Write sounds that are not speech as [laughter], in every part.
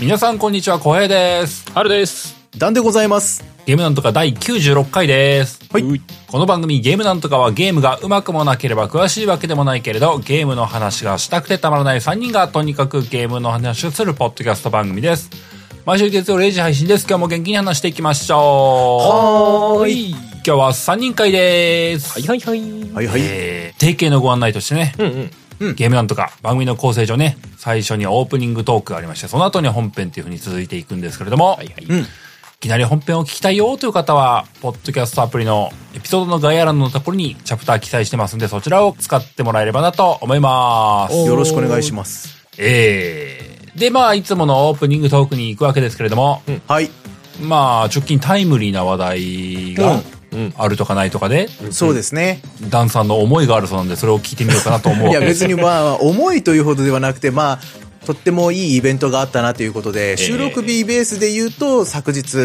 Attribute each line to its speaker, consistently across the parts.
Speaker 1: 皆さんこんにちは、小平です。
Speaker 2: 春です。
Speaker 3: ダンでございます。
Speaker 1: ゲームなんとか第96回です。
Speaker 3: はい。
Speaker 1: この番組ゲームなんとかはゲームがうまくもなければ詳しいわけでもないけれど、ゲームの話がしたくてたまらない3人がとにかくゲームの話をするポッドキャスト番組です。毎週月曜0時配信です。今日も元気に話していきましょ
Speaker 3: は
Speaker 1: う。。今日は3人会です。
Speaker 2: はいはいはい。
Speaker 3: はいはい。
Speaker 1: えー、定型のご案内としてね、
Speaker 2: うんうん。
Speaker 1: ゲームなんとか番組の構成上ね、最初にオープニングトークがありまして、その後に本編という風に続いていくんですけれども、
Speaker 2: はい
Speaker 1: い
Speaker 2: はい。
Speaker 3: うん。
Speaker 1: きなり本編を聞きたいよという方は、ポッドキャストアプリのエピソードの概要欄のところにチャプター記載してますんで、そちらを使ってもらえればなと思います。
Speaker 3: よろしくお願いします。
Speaker 1: えー、で、まあ、いつものオープニングトークに行くわけですけれども、
Speaker 3: はい。
Speaker 1: まあ、直近タイムリーな話題
Speaker 3: う
Speaker 1: が
Speaker 3: ん
Speaker 2: うん
Speaker 1: あるとかないとかで、
Speaker 3: そうですね。
Speaker 1: ダンさんの思いがあるそうなんで、それを聞いてみようかなと思う。
Speaker 3: いや、別にまあ、重いというほどではなくて、まあ、とってもいいイベントがあったなということで、収録日ベースで言うと、昨日、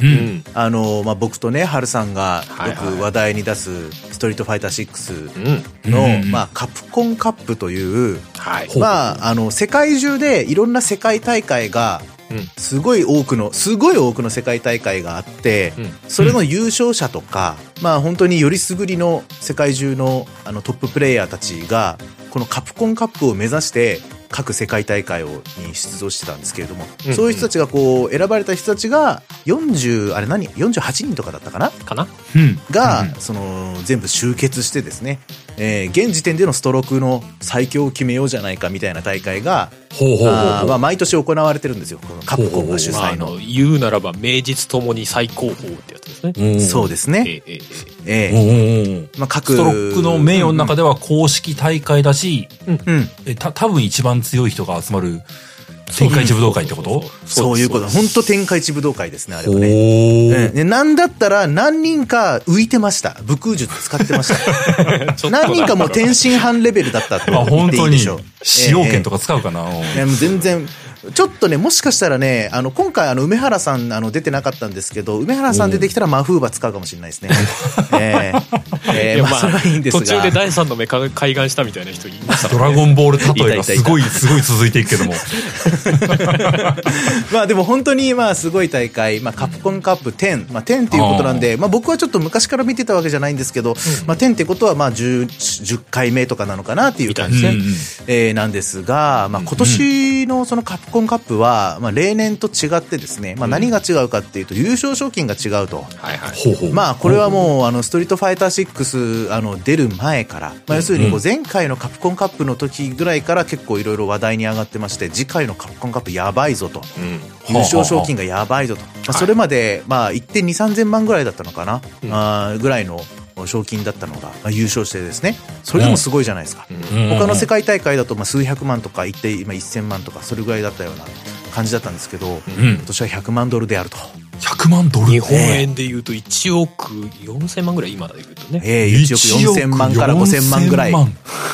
Speaker 2: うん。
Speaker 3: あの、まあ、僕とね、ハルさんが
Speaker 2: はい
Speaker 3: よ
Speaker 2: はい
Speaker 3: く話題に出す、ストリートファイター6
Speaker 2: うん。
Speaker 3: の、
Speaker 1: うん
Speaker 3: まあ、カプコンカップという、
Speaker 2: はい。
Speaker 1: う
Speaker 3: まあ、あの、世界中でいろんな世界大会が
Speaker 2: うん、
Speaker 3: すごい多くの、すごい多くの世界大会があって
Speaker 2: うん、
Speaker 3: それの優勝者とか、まあ本当によりすぐりの世界中のあのトッププレイヤーたちが、このカプコンカップを目指して、各世界大会をに出場してたんですけれども、
Speaker 2: うん
Speaker 3: そういう人たちがこう、選ばれた人たちが、40、あれ何 ?48 人とかだったかな
Speaker 2: かな
Speaker 1: うん
Speaker 3: が、
Speaker 1: うん
Speaker 3: その全部集結してですね、えー現時点でのストロークの最強を決めようじゃないかみたいな大会が、
Speaker 1: ほうほうほう
Speaker 3: あー
Speaker 1: ほ
Speaker 3: ま
Speaker 1: う。
Speaker 3: あ、毎年行われてるんですよこのカプコンが主
Speaker 2: まあ、
Speaker 3: 催
Speaker 2: あ
Speaker 3: の、
Speaker 2: の、言うならば、名実ともに最高峰ってやつですね。
Speaker 1: うん
Speaker 3: そうですね、
Speaker 2: えええ
Speaker 3: え
Speaker 1: うん
Speaker 3: え
Speaker 1: うんうん
Speaker 3: まあ、各
Speaker 1: ストロックの名誉の中では公式大会だし、
Speaker 3: うんうん
Speaker 1: えた多分一番強い人が集まる天下一武道会ってこと
Speaker 3: そういうこと本当天下一武道会ですねあれ
Speaker 1: お
Speaker 3: は
Speaker 1: お
Speaker 3: ね
Speaker 1: ー
Speaker 3: うん、ねなんだったら何人か浮いてました。武空術使ってました。 [laughs] 何人かもう天津飯レベルだったと
Speaker 1: あ
Speaker 3: 言っ
Speaker 1: 本
Speaker 3: てい
Speaker 1: 当
Speaker 3: い
Speaker 1: に
Speaker 3: でしょう。
Speaker 1: 使用権と
Speaker 3: か。
Speaker 1: か使うかな、うん
Speaker 3: いやもう全然、ちょっとね、もしかしたらね、あの、今回あの、梅原さん、あの、出てなかったんですけど、梅原さん出てきたらマフーバ使うかもしれないですね。ええええ
Speaker 2: いや
Speaker 3: まあ、それはいいんですが。
Speaker 2: 途中で第三の目か開眼したみたいな人いました。
Speaker 1: ドラゴンボール例えがすごいすごい続いていくけど
Speaker 3: [laughs]
Speaker 1: も
Speaker 3: まあでも本当にまあすごい大会、まあ、カプコンカップ10、まあ、10っていうことなんで、まあ、僕はちょっと昔から見てたわけじゃないんですけど、まあ、10ってことはまあ 10, 10回目とかなのかなっていう感じで、
Speaker 1: みたい
Speaker 3: えーなんですが、まあ、今年のそのカプコンカップは、まあ、例年と違ってですね、まあ、何が違うかっていうと優勝賞金が違うと。
Speaker 2: はいはい。
Speaker 1: ほうほう
Speaker 3: まあこれはもうあのストリートファイター6あの出る前から、まあ、要するにこう前回のカプコンカップの時ぐらいから結構いろいろ話題に上がってまして次回のカプコンカップやばいぞと
Speaker 2: うん。
Speaker 3: 優勝賞金がやばいぞと、まあ、
Speaker 2: はい
Speaker 3: それまで、まあ、1 2 3千万ぐらいだったのかな、あーぐらいの賞金だったのが、まあ優勝してですねそれでもすごいじゃないですか、
Speaker 1: うん
Speaker 3: 他の世界大会だとまあ数百万とか一定今1000万とかそれぐらいだったような感じだったんですけど、
Speaker 1: うん
Speaker 3: 今年は100万ドルであると、
Speaker 1: 100万ドル
Speaker 2: 日本円で言うと1億4千万ぐらい今で言うとね。
Speaker 3: ええ1億4000万から5000万ぐらいい
Speaker 1: 1億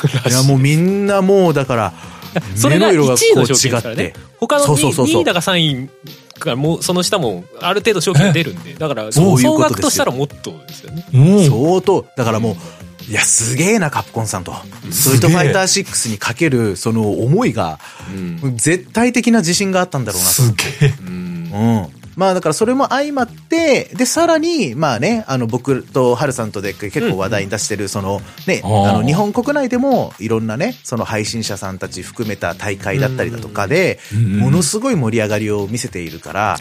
Speaker 1: 4000万
Speaker 3: やもうみんなもうだから
Speaker 2: [laughs] それが
Speaker 3: 目
Speaker 2: 1位
Speaker 3: 色が
Speaker 2: の
Speaker 3: こ
Speaker 2: 賞金
Speaker 3: う
Speaker 2: です
Speaker 3: 違
Speaker 2: か
Speaker 3: って
Speaker 2: らね。他の
Speaker 3: そうそう
Speaker 2: 2,
Speaker 3: そうそう
Speaker 2: 位だか3位かもうその下もある程度賞金出るんで、だから
Speaker 3: そういう
Speaker 2: 総
Speaker 3: ことですよ
Speaker 2: 額としたらもっとですよね。
Speaker 1: うん
Speaker 3: 相当だからもういやすげえなカプコンさんと「ストリートファイター6」にかけるその思いが
Speaker 2: うん
Speaker 3: 絶対的な自信があったんだろうなと
Speaker 1: すげえ
Speaker 2: うん
Speaker 3: うん。まあだからそれも相まって、で、さらに、まあね、あの僕とハルさんとで結構話題に出してる、そのね、
Speaker 1: あー
Speaker 3: あの日本国内でもいろんなね、その配信者さんたち含めた大会だったりだとかで、
Speaker 1: うん
Speaker 3: ものすごい盛り上がりを見せているから、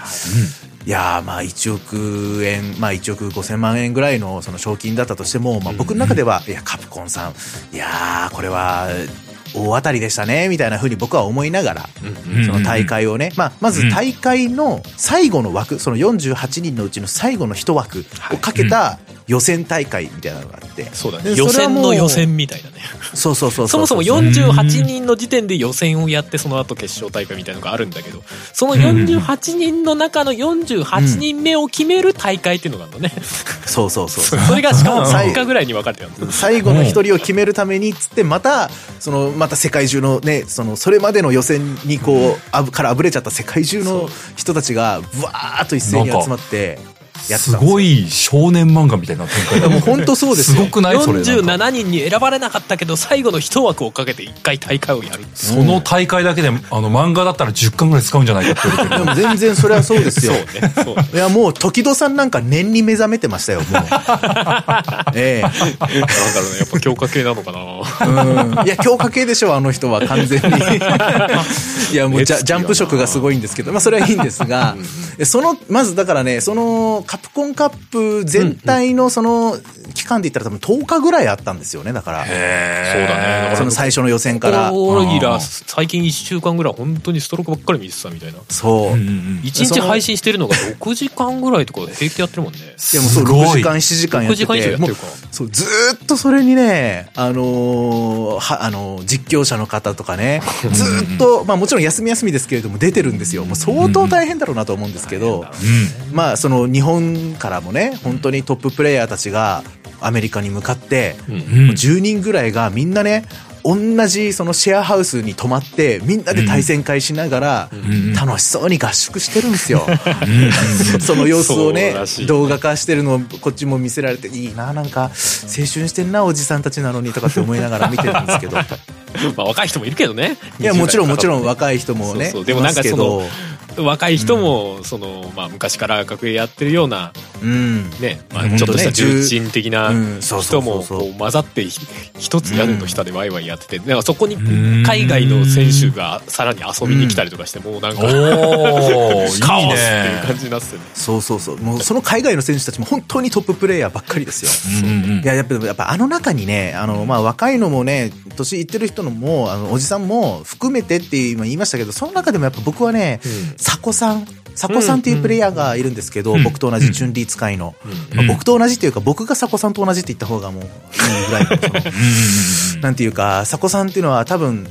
Speaker 3: いやーまあ1億円、まあ1億5千万円ぐらいのその賞金だったとしても、まあ僕の中では、いや、カプコンさん、いやーこれは、大当たりでしたね、みたいな風に僕は思いながら、その大会をね、まあ、まず大会の最後の枠、その48人のうちの最後の一枠をかけた予選大会みたいなのがあって、
Speaker 2: そうだね。
Speaker 3: で
Speaker 2: 予
Speaker 3: それは
Speaker 2: 選
Speaker 3: もう
Speaker 2: の予選みたいなね。
Speaker 3: そうそうそうう。
Speaker 2: そもそも
Speaker 3: よ
Speaker 2: 48人の時点で予選をやってその後決勝大会みたいなのがあるんだけどその48人の中の48人目を決める大会っていうのがあるのね、
Speaker 3: そうそうそう。
Speaker 2: それがしかも
Speaker 3: うん
Speaker 2: 3日ぐらいに分かれて
Speaker 3: [laughs]
Speaker 2: たんですよ
Speaker 3: 最後の一人を決めるためにっつってまたそのまた世界中のねそのそれまでの予選にこうあぶからあぶれちゃった世界中の人たちがぶわーっと一斉に集まってやって
Speaker 1: す
Speaker 3: たんですよ
Speaker 1: ごい少年漫画みたいな展開だ
Speaker 3: もう本当そうですよ
Speaker 1: すごくないそれなんか
Speaker 2: 47人に選ばれなかったけど最後の一枠をかけて一回大会をやる
Speaker 1: その大会だけで、あの、漫画だったら10巻ぐらい使うんじゃないかって言われてる
Speaker 3: でも全然それはそうですよ。
Speaker 2: ね
Speaker 3: [laughs]
Speaker 2: そう
Speaker 3: いや、もう、時戸さんなんか念に目覚めてましたよ、もう。ええ
Speaker 2: なんだろうねやっぱ強化系なのかな
Speaker 3: うんいや、強化系でしょ、あの人は完全に。いや、もうジャジャンプ色がすごいんですけど、まあそれはいいんですが、その、まずだからね、その、カプコンカップ全体のその、期間で言ったら多分10日ぐらいあったんですよね、だから。
Speaker 2: そうだねだから
Speaker 3: その最初の予選から。
Speaker 2: オーラギ
Speaker 1: う
Speaker 2: ラ
Speaker 1: ん
Speaker 2: 最近1週間ぐらい本当にストロークばっかり見てたみたいな
Speaker 3: そう。
Speaker 1: うんうん
Speaker 2: 1日配信してるのが6時間ぐらいとか平気でやってるもんね
Speaker 3: でもそ
Speaker 1: す
Speaker 3: う、
Speaker 1: ごい
Speaker 3: 6時間、7時間やって
Speaker 2: 6時間以上
Speaker 3: て、
Speaker 2: やって
Speaker 3: もう
Speaker 2: るか、
Speaker 3: そう、ずーっとそれにね、あのーは、あのー実況者の方と
Speaker 1: [laughs]
Speaker 3: かね、ずーっと、まあもちろん休み休みですけれども出てるんですよ。もう相当大変だろうなと思うんですけど、まあその日本からもね、本当にトッププレイヤーたちがアメリカに向かって、
Speaker 2: うん
Speaker 1: うん。
Speaker 3: 10人ぐらいがみんなね、同じそのシェアハウスに泊まって、みんなで対戦会しながら、
Speaker 1: ん
Speaker 3: 楽しそうに合宿してるんですよ。 [laughs] その様子をね
Speaker 2: そうらしいね
Speaker 3: 動画化してるのをこっちも見せられて、いいな、なんか、青春してんな、おじさんたちなのにとかって思いながら見てるんです
Speaker 2: [laughs]
Speaker 3: けど。
Speaker 2: まあ若い人もいるけどね
Speaker 3: いや、もちろんもちろん
Speaker 2: 若
Speaker 3: 若い人もね、
Speaker 2: そうそうでもなんか
Speaker 3: いますけど
Speaker 2: 若い人も、そのまあ、昔から格ゲーやってるような、
Speaker 3: うん。
Speaker 2: ねま
Speaker 3: う
Speaker 2: あ、
Speaker 3: ん
Speaker 2: ちょっとした
Speaker 3: 本当ね
Speaker 2: 重鎮的な
Speaker 3: うんそうそ
Speaker 2: 人
Speaker 3: うそ
Speaker 2: も
Speaker 3: うそう
Speaker 2: こう混ざってひ一つ屋根の下でワイワイやっててなんかそこに
Speaker 1: ん
Speaker 2: 海外の選手がさらに遊びに来たりとかしてもうなんか、
Speaker 1: おー、いいね。
Speaker 2: [laughs] カオスっていう感じになっててね
Speaker 3: そうそうそう。もうその海外の選手たちも本当にトッププレイヤーばっかりですよ。
Speaker 2: [laughs]
Speaker 1: うんうん
Speaker 3: いや、やっぱ、やっぱあの中にね、あの、まあ、若いのもね、年いってる人のも、あの、おじさんも含めてって今言いましたけど、その中でもやっぱ僕はね、サコさん、サコさんっていうプレイヤーがいるんですけど、
Speaker 1: うん
Speaker 3: 僕と同じチュンリー使いの。
Speaker 1: ん
Speaker 3: まあ僕と同じっていうか、僕がサコさんと同じって言った方がもう、いいぐらいのそのなんていうか、サコさんっていうのは多分、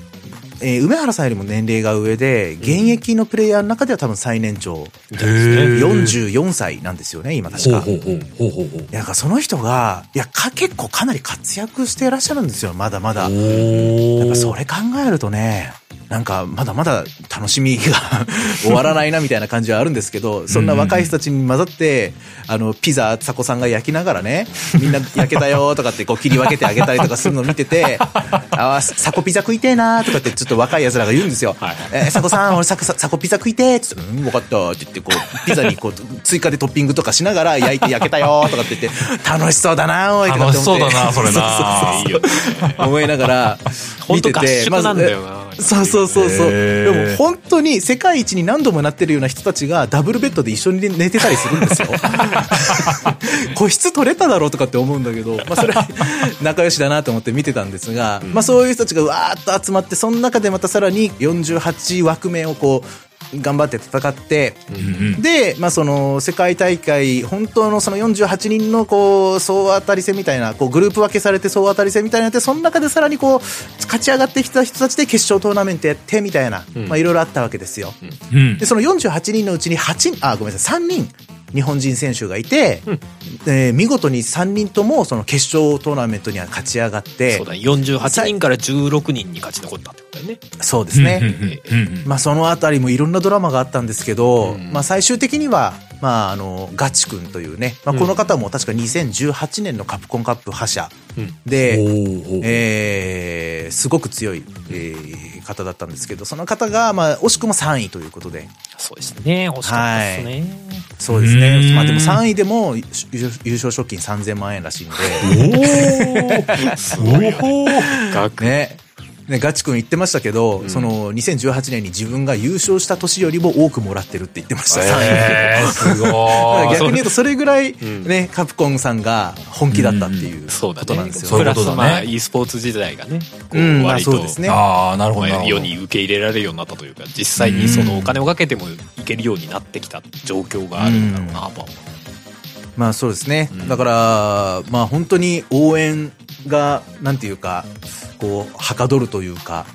Speaker 3: えー梅原さんよりも年齢が上で、現役のプレイヤーの中では多分最年長。
Speaker 1: へー
Speaker 3: 44歳なんですよね、今確
Speaker 1: ほう
Speaker 3: か。
Speaker 1: ほうほうほうほうほう。
Speaker 3: いや、なんかその人が、いや、か、結構かなり活躍してらっしゃるんですよ、まだまだ。やっぱそれ考えるとね、なんかまだまだ楽し
Speaker 1: [laughs]
Speaker 3: みが終わらないなみたいな感じはあるんですけど、そんな若い人たちに混ざって、あの、ピザ、サコさんが焼きながらね、みんな焼けたよとかってこう切り分けてあげたりとかするのを見てて、あー、サコピザ食いてえなとかってちょっと若い奴らが言うんですよ。
Speaker 2: はい
Speaker 3: えーサコさん、俺サコササコピザ食いてーっつって、うん、分かったって言って、こう、ピザにこう、追加でトッピングとかしながら焼いて焼けたよーとかって言って、楽しそうだなおいとかっ
Speaker 1: 楽
Speaker 3: て
Speaker 1: し
Speaker 3: 思
Speaker 1: そ
Speaker 3: っ
Speaker 1: う
Speaker 3: て。
Speaker 1: だな、それな。
Speaker 3: [laughs]
Speaker 2: いいよね
Speaker 3: 思いながら、
Speaker 2: 本
Speaker 3: 見
Speaker 2: 当
Speaker 3: て
Speaker 2: 合
Speaker 3: て、
Speaker 2: 宿なんだよ
Speaker 3: まず
Speaker 2: な、
Speaker 3: えそうそうそうそう。
Speaker 1: へ
Speaker 3: で
Speaker 1: ー
Speaker 3: も本当に世界一に何度もなってるような人たちがダブルベッドで一緒に寝てたりするんですよ。個室取れただろうとかって思うんだけど、まあそれは [laughs] 仲良しだなと思って見てたんですが、まあそういう人たちがわーっと集まって、その中でまたさらに48枠目をこう、頑張って戦って、で、まあその世界大会、本当のその48人のこう、総当たり戦みたいな、こうグループ分けされて総当たり戦みたいなのやって、その中でさらにこう、勝ち上がってきた人たちで決勝トーナメントやってみたいな、まあいろいろあったわけですよ。
Speaker 1: うん
Speaker 3: で、その48人のうちに8、あ、ごめんなさい、3人、日本人選手がいて、えー見事に3人とも、その決勝トーナメントには勝ち上がって、
Speaker 2: そうだね48人から16人に勝ち残ったってことだよね
Speaker 3: そうですね。
Speaker 1: うんうん
Speaker 3: まあ、そのあたりもいろんなドラマがあったんですけど、まあ、最終的には、まあ、あの、ガチ君というね、まあ、この方も確か2018年のカプコンカップ覇者で、えーすごく強い、えー方だったんですけど、その方が、まあ、惜しくも3位ということで、
Speaker 2: そうですね惜しかったですね、
Speaker 3: そうです
Speaker 1: うー
Speaker 3: ね
Speaker 1: ん。
Speaker 3: まあでも3位でも優優勝賞金3000万円らしいんで、
Speaker 1: すごいよね [laughs]
Speaker 2: 学
Speaker 3: ね。ね、ガチ君言ってましたけど、その2018年に自分が優勝した年よりも多くもらってるって言ってました、3位
Speaker 1: えーすご
Speaker 3: だから
Speaker 1: い。
Speaker 3: 逆に言うとそれぐらいね、カプコンさんが本気だったっていう
Speaker 2: そ
Speaker 3: こ
Speaker 2: うだね
Speaker 3: となんです
Speaker 1: そう
Speaker 3: よ
Speaker 1: いうこ
Speaker 2: プ
Speaker 1: と
Speaker 2: ラス
Speaker 1: だね
Speaker 2: まあ e スポーツ時代がねこ
Speaker 3: うんまあ
Speaker 2: 割と、
Speaker 3: そうですね
Speaker 1: ああ、なるほどなる
Speaker 2: ま
Speaker 1: ほど。
Speaker 2: あ世に受け入れられるようになったというか実際にそのお金をかけてもいけるようになってきた状況があるんだろうなとは思
Speaker 3: まあそうですね。だから、まあ本当に応援が、なんていうか、こう、はかどるというか、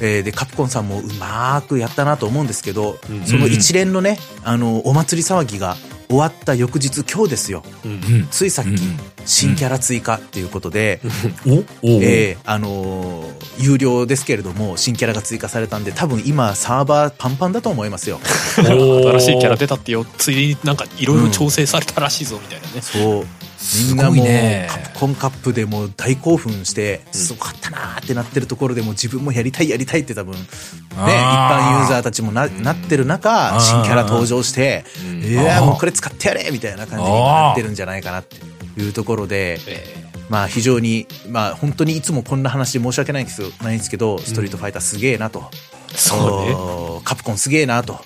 Speaker 3: えーで、カプコンさんもうまーくやったなと思うんですけど、その一連のね、あの、お祭り騒ぎが、終わった翌日今日ですよ
Speaker 2: うん
Speaker 1: うん
Speaker 3: ついさっき、
Speaker 1: うん
Speaker 3: 新キャラ追加っていうことで、
Speaker 1: おお
Speaker 3: えーあのー有料ですけれども新キャラが追加されたんで多分今サーバーパンパンだと思います
Speaker 1: [laughs]
Speaker 3: よ
Speaker 1: お
Speaker 2: 新しいキャラ出たってよついでになんかいろいろ調整されたらしいぞみたいなね、
Speaker 3: そうみ
Speaker 1: す
Speaker 3: んな
Speaker 1: ごい
Speaker 3: もう、
Speaker 1: ね
Speaker 3: カプコンカップでもう大興奮して、すごかったなーってなってるところでもう自分もやりたいやりたいって多分、ね、一
Speaker 1: あー
Speaker 3: 般ユーザーたちもななってる
Speaker 1: う
Speaker 3: 中
Speaker 1: ん
Speaker 3: 新キャラ登場して
Speaker 2: うん
Speaker 3: いやーもうこれ使ってやれみたいな感じになってるんじゃないかなっていうところで
Speaker 2: え
Speaker 3: まあ非常にまあ本当にいつもこんな話で申し訳ないんですよないんですけどストリートファイターすげえなと、
Speaker 2: ーそうね
Speaker 3: おーカプコンすげえなと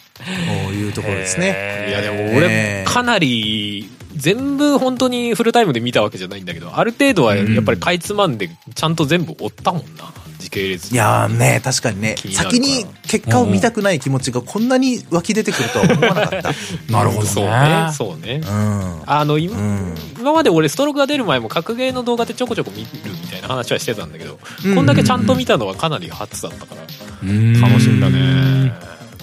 Speaker 3: いうところですね。
Speaker 2: いやでも
Speaker 3: えー
Speaker 2: 俺かなり全部本当にフルタイムで見たわけじゃないんだけどある程度はやっぱりかいつまんでちゃんと全部追ったもんな時系列
Speaker 3: いやーね、確かにね、
Speaker 2: 気になるか
Speaker 3: 先
Speaker 2: な
Speaker 3: に結果を見たくない気持ちがこんなに湧き出てくるとは思わなかった。
Speaker 2: [laughs]
Speaker 1: なるほど
Speaker 2: そう
Speaker 1: ね
Speaker 2: ねそうね
Speaker 3: うん。
Speaker 2: あの今,、
Speaker 3: うん
Speaker 2: 今まで俺ストロークが出る前も格ゲーの動画でちょこちょこ見るみたいな話はしてたんだけど、
Speaker 3: うん
Speaker 2: こんだけちゃんと見たのはかなり初だったから
Speaker 1: うん
Speaker 2: 楽しんだね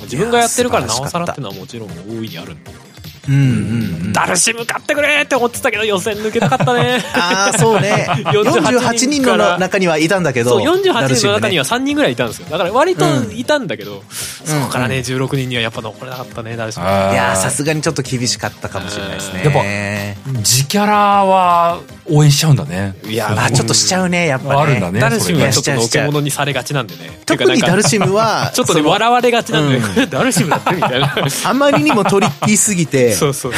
Speaker 2: 自分がやってるからなおさらってのはもちろん大いにあるんだけど
Speaker 3: うんうんうん。
Speaker 2: ダルシム買ってくれって思ってたけど予選抜けなかった [laughs] ね
Speaker 3: ああ、そうね。
Speaker 2: 48
Speaker 3: 48人の中にはいたんだけど。
Speaker 2: そう48人の中に
Speaker 3: は。
Speaker 2: は3人ぐらいいたんですよだから割と
Speaker 3: うん
Speaker 2: いたんだけど、そこからね16人にはやっぱ残れなかったねダルシム
Speaker 1: あー
Speaker 3: いやーさすがにちょっと厳しかったかもしれないですね。
Speaker 1: やっぱ自キャラは応援しちゃうんだね
Speaker 2: いや
Speaker 3: あーちょっとしちゃうね、やっぱね。
Speaker 1: あるんだね
Speaker 2: ダルシムはちょ
Speaker 3: そ
Speaker 2: っと
Speaker 3: れね
Speaker 2: のけ者にされがちなんでね
Speaker 3: 特にダルシ
Speaker 2: ム
Speaker 3: ムは、
Speaker 2: [laughs] ちょっとね
Speaker 3: その
Speaker 2: 笑われがちなんで、ねダルシム [laughs] だってみ
Speaker 3: [laughs]
Speaker 2: たいな
Speaker 3: あまりにもトリッキーすぎて、
Speaker 2: [laughs] そうそう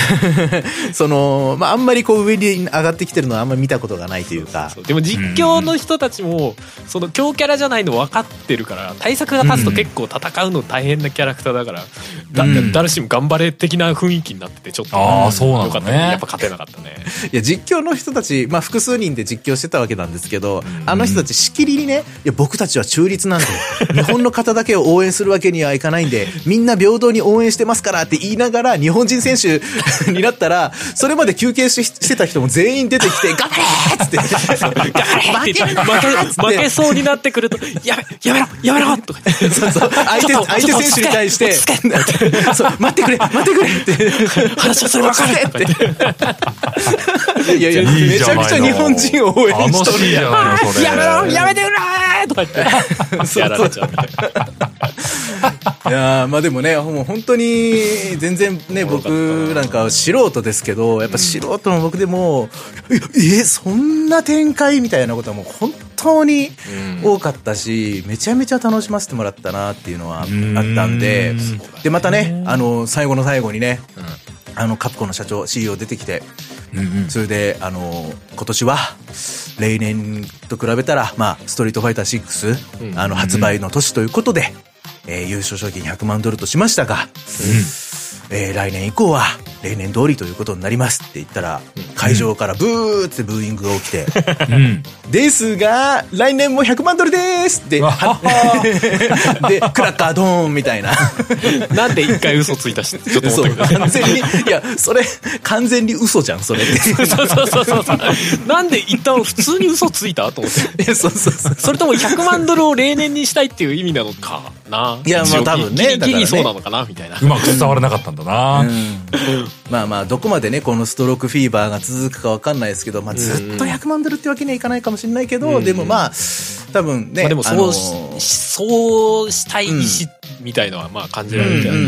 Speaker 3: その、まあ、あんまりこう上に上がってきてるのはあんまり見たことがないというか
Speaker 2: そ。うでも実況の人たちもその強キャラじゃないの分かってるから対策が立つと結構戦うの大変なキャラクターだから、だ
Speaker 3: うん
Speaker 2: ダルシム頑張れ的な雰囲気になっててちょっと
Speaker 1: あーそうなんだね
Speaker 2: よかったやっぱ勝てなかったね
Speaker 3: いや、実況の人たち、まあ、複数人で実況してたわけなんですけど、あの人たちしきりにね、いや、僕たちは中立
Speaker 2: [laughs]
Speaker 3: なんで、日本の方だけを応援するわけにはいかないんで、みんな平等に応援してますからって言いながら、日本人選手 [laughs] になったら、それまで休憩ししてた人も全員出てきて、頑張れーっつって、
Speaker 2: 負
Speaker 3: [laughs] 負
Speaker 2: け
Speaker 3: けるな
Speaker 2: 負 [laughs] け負けそうになってくると「やめやめろやめろ!」とか言って
Speaker 3: そうそう相手、
Speaker 2: ちょっと
Speaker 3: 相手選手に対して、
Speaker 2: ちょ
Speaker 3: そう待ってくれ、待ってくれって。
Speaker 2: 話をすれば分かる
Speaker 3: 落ち着けって。いやいや、
Speaker 1: い
Speaker 3: め
Speaker 1: いじ
Speaker 3: ち
Speaker 1: ゃな
Speaker 3: ゃ
Speaker 1: いの
Speaker 3: くちゃ日本人を応援しと
Speaker 1: 楽しい
Speaker 3: る
Speaker 1: じ
Speaker 3: やん
Speaker 1: ゃないのそれ
Speaker 2: やめろやめてくれーとか言ってやられちゃうみたいない
Speaker 3: やーまあでもね、もう本当に、全然ね、僕なんかは素人ですけど、やっぱ素人の僕でも、え、えそんな展開みたいなことはもう本当に多かったし、めちゃめちゃ楽しませてもらったなっていうのはあったんで
Speaker 1: うん、
Speaker 3: で、またね、あの、最後の最後にね、あの、カプコンの社長、CEO 出てきて、
Speaker 1: うんうん
Speaker 3: それで、あの、今年は、例年と比べたら、まあ、ストリートファイター6、
Speaker 2: うん
Speaker 3: あの、発売の年ということで、えー優勝賞金100万ドルとしましたが、えー来年以降は、例年通りということになりますって言ったら、会場からブーってブーイングが起きて、
Speaker 1: うん
Speaker 3: ですが、来年も100万ドルですって、
Speaker 1: わ
Speaker 3: はで、クラッカードーンみたいな。
Speaker 2: なんで一回嘘ついたしちょっと思
Speaker 3: そ
Speaker 2: った
Speaker 3: う、
Speaker 2: けど
Speaker 3: 完全に、いや、それ、完全に嘘じゃん、それって。
Speaker 2: そうそうそうそうそうなんで一旦普通に嘘ついたと思って
Speaker 3: いやそうそうそう。
Speaker 2: それとも100万ドルを例年にしたいっていう意味なのかない
Speaker 3: やまあ多分ね
Speaker 2: ギリギリそ
Speaker 3: だからね
Speaker 2: うなのかなみたいな
Speaker 1: うまく伝わらなかったんだな、
Speaker 3: まあまあ、どこまでね、このストロークフィーバーが続くかわかんないですけど、まあずっと100万ドルってわけにはいかないかもしれないけど、でもまあ、多分ね、
Speaker 2: まあでも
Speaker 3: あの
Speaker 2: そうし、そうしたい意志みたいのはまあ感じられるけどね。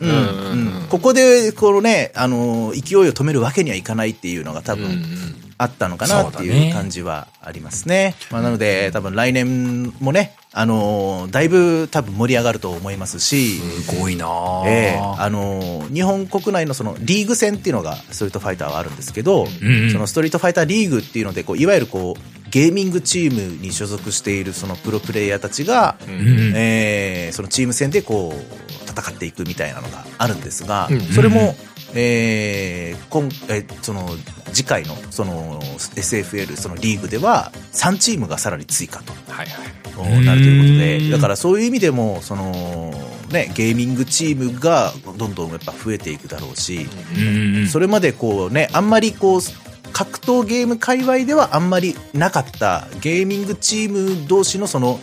Speaker 3: うんうんうんここで、このね、あの、勢いを止めるわけにはいかないっていうのが多
Speaker 2: うんうん
Speaker 3: 分あったのかなって
Speaker 1: そうだ
Speaker 3: い
Speaker 1: ね
Speaker 3: う感じはありますね。まあなので、多分来年もね、あの、だいぶ多分盛り上がると思いますし、
Speaker 1: すごいなあ
Speaker 3: ええあのー日本国内のそのリーグ戦っていうのがストリートファイターはあるんですけど、
Speaker 1: んうん
Speaker 3: そのストリートファイターリーグっていうのでこういわゆるこうゲーミングチームに所属しているそのプロプレイヤーたちが、
Speaker 1: うん
Speaker 3: えーそのチーム戦でこう戦っていくみたいなのがあるんですが、
Speaker 2: うん
Speaker 3: それも、えー今えその次回のその SFL そのリーグでは3チームがさらに追加と。
Speaker 2: はいはい。
Speaker 3: なると
Speaker 1: う
Speaker 3: いうこ
Speaker 1: ん
Speaker 3: とでだからそういう意味でもその、ね、ゲーミングチームがどんどんやっぱ増えていくだろうし、
Speaker 1: うんうん
Speaker 3: それまでこうねあんまりこう格闘ゲーム界隈ではあんまりなかったゲーミングチーム同士のその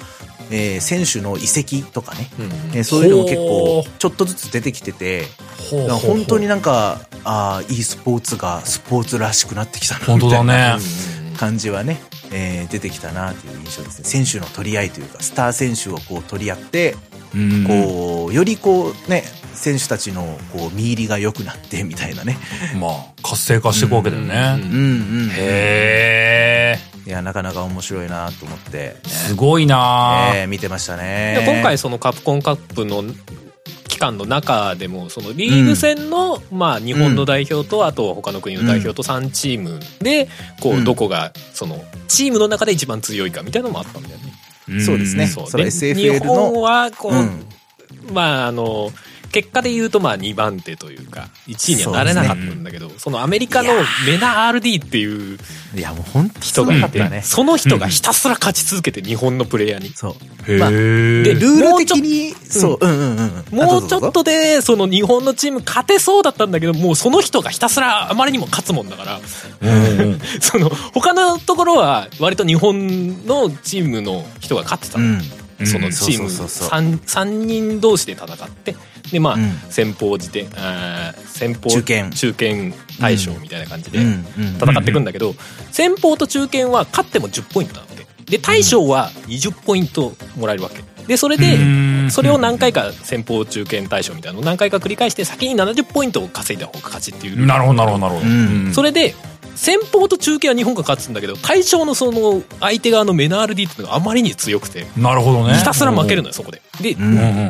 Speaker 3: えー選手の移籍とかね、
Speaker 2: うん
Speaker 3: えーそういうのも結
Speaker 1: ほ
Speaker 3: 構
Speaker 1: う
Speaker 3: ちょっとずつ出てきてて、
Speaker 1: ほうほう
Speaker 3: だから
Speaker 1: ほう
Speaker 3: 本当になんか、ああ、いいスポーツがスポーツらしくなってきたな、
Speaker 1: 本当だ
Speaker 3: みたい
Speaker 1: ね。
Speaker 3: な感じはね、えー出てきたなという印象ですね。選手の取り合いというか、スター選手をこう取り合って、
Speaker 1: うん
Speaker 3: こう、よりこうね、選手たちのこう、見入りが良くなってみたいなね。
Speaker 1: まあ、活性化していくわけだよ
Speaker 2: うん
Speaker 1: ね。
Speaker 3: うんうん。
Speaker 1: へえ、
Speaker 3: いや、なかなか面白いなと思って、
Speaker 1: すごいな
Speaker 3: えー見てました
Speaker 2: で
Speaker 3: ね。
Speaker 2: 今回そのカプコンカップの期間の中でもそのリーグ戦の、まあ、日本の代表とあと他の国の代表と3チームでこ
Speaker 3: う
Speaker 2: うんどこがそのチームの中で一番強いかみたいなのもあったんだよね。
Speaker 1: ん
Speaker 3: そうですね
Speaker 2: そう
Speaker 3: それは
Speaker 2: で
Speaker 3: SFL の
Speaker 2: 日本はこ
Speaker 3: う
Speaker 2: う、
Speaker 3: ん
Speaker 2: まああの結果で言うとまあ2番手というか1位にはなれなかったんだけどそ,、のアメリカの
Speaker 3: いや
Speaker 2: メナ RD っていう
Speaker 3: いや、もう本当にす
Speaker 2: 人
Speaker 3: ごか
Speaker 2: がい
Speaker 3: った
Speaker 2: て、
Speaker 3: ね。
Speaker 2: その人がひたすら勝ち続けて日本のプレイヤーに。
Speaker 3: そう。
Speaker 1: へえ、
Speaker 2: まあ
Speaker 1: で
Speaker 3: で、ルール
Speaker 2: もうちょ
Speaker 3: 的に、そう、うんうんうんん。
Speaker 2: も
Speaker 3: あ
Speaker 2: うちょ
Speaker 3: どぞど
Speaker 2: っ。
Speaker 3: ぞ
Speaker 2: とで、その日本のチーム勝てそうだったんだけど、もうその人がひたすらあまりにも勝つもんだから、
Speaker 1: うんうん
Speaker 2: その、他のところは割と日本のチームの人が勝ってた
Speaker 3: う
Speaker 2: の。
Speaker 3: ん。
Speaker 2: そのチー
Speaker 3: う
Speaker 2: ム
Speaker 3: んそうそうそうそう
Speaker 2: 3、三人同士で戦って、で、まあ、
Speaker 3: うん
Speaker 2: 先方時点、あー先方、
Speaker 3: 中堅
Speaker 2: 中堅大将みたいな感じで
Speaker 3: うんうん
Speaker 2: 戦っていくんだけど、先方と中堅は勝っても10ポイントなので、で、大将は20ポイントもらえるわけ。で、それで、
Speaker 1: うん
Speaker 2: それを何回か先方中堅大将みたいなのを何回か繰り返して先に70ポイントを稼いだ方が勝ちっていうルール
Speaker 1: なるほど、なるほど、なるほど。
Speaker 3: うん
Speaker 2: それで先方と中継は日本が勝つんだけど大将のその相手側のメナール D っていうのがあまりに強くて
Speaker 1: なるほどね。
Speaker 2: ひたすら負けるのよそこでで
Speaker 3: うん
Speaker 1: うんうん。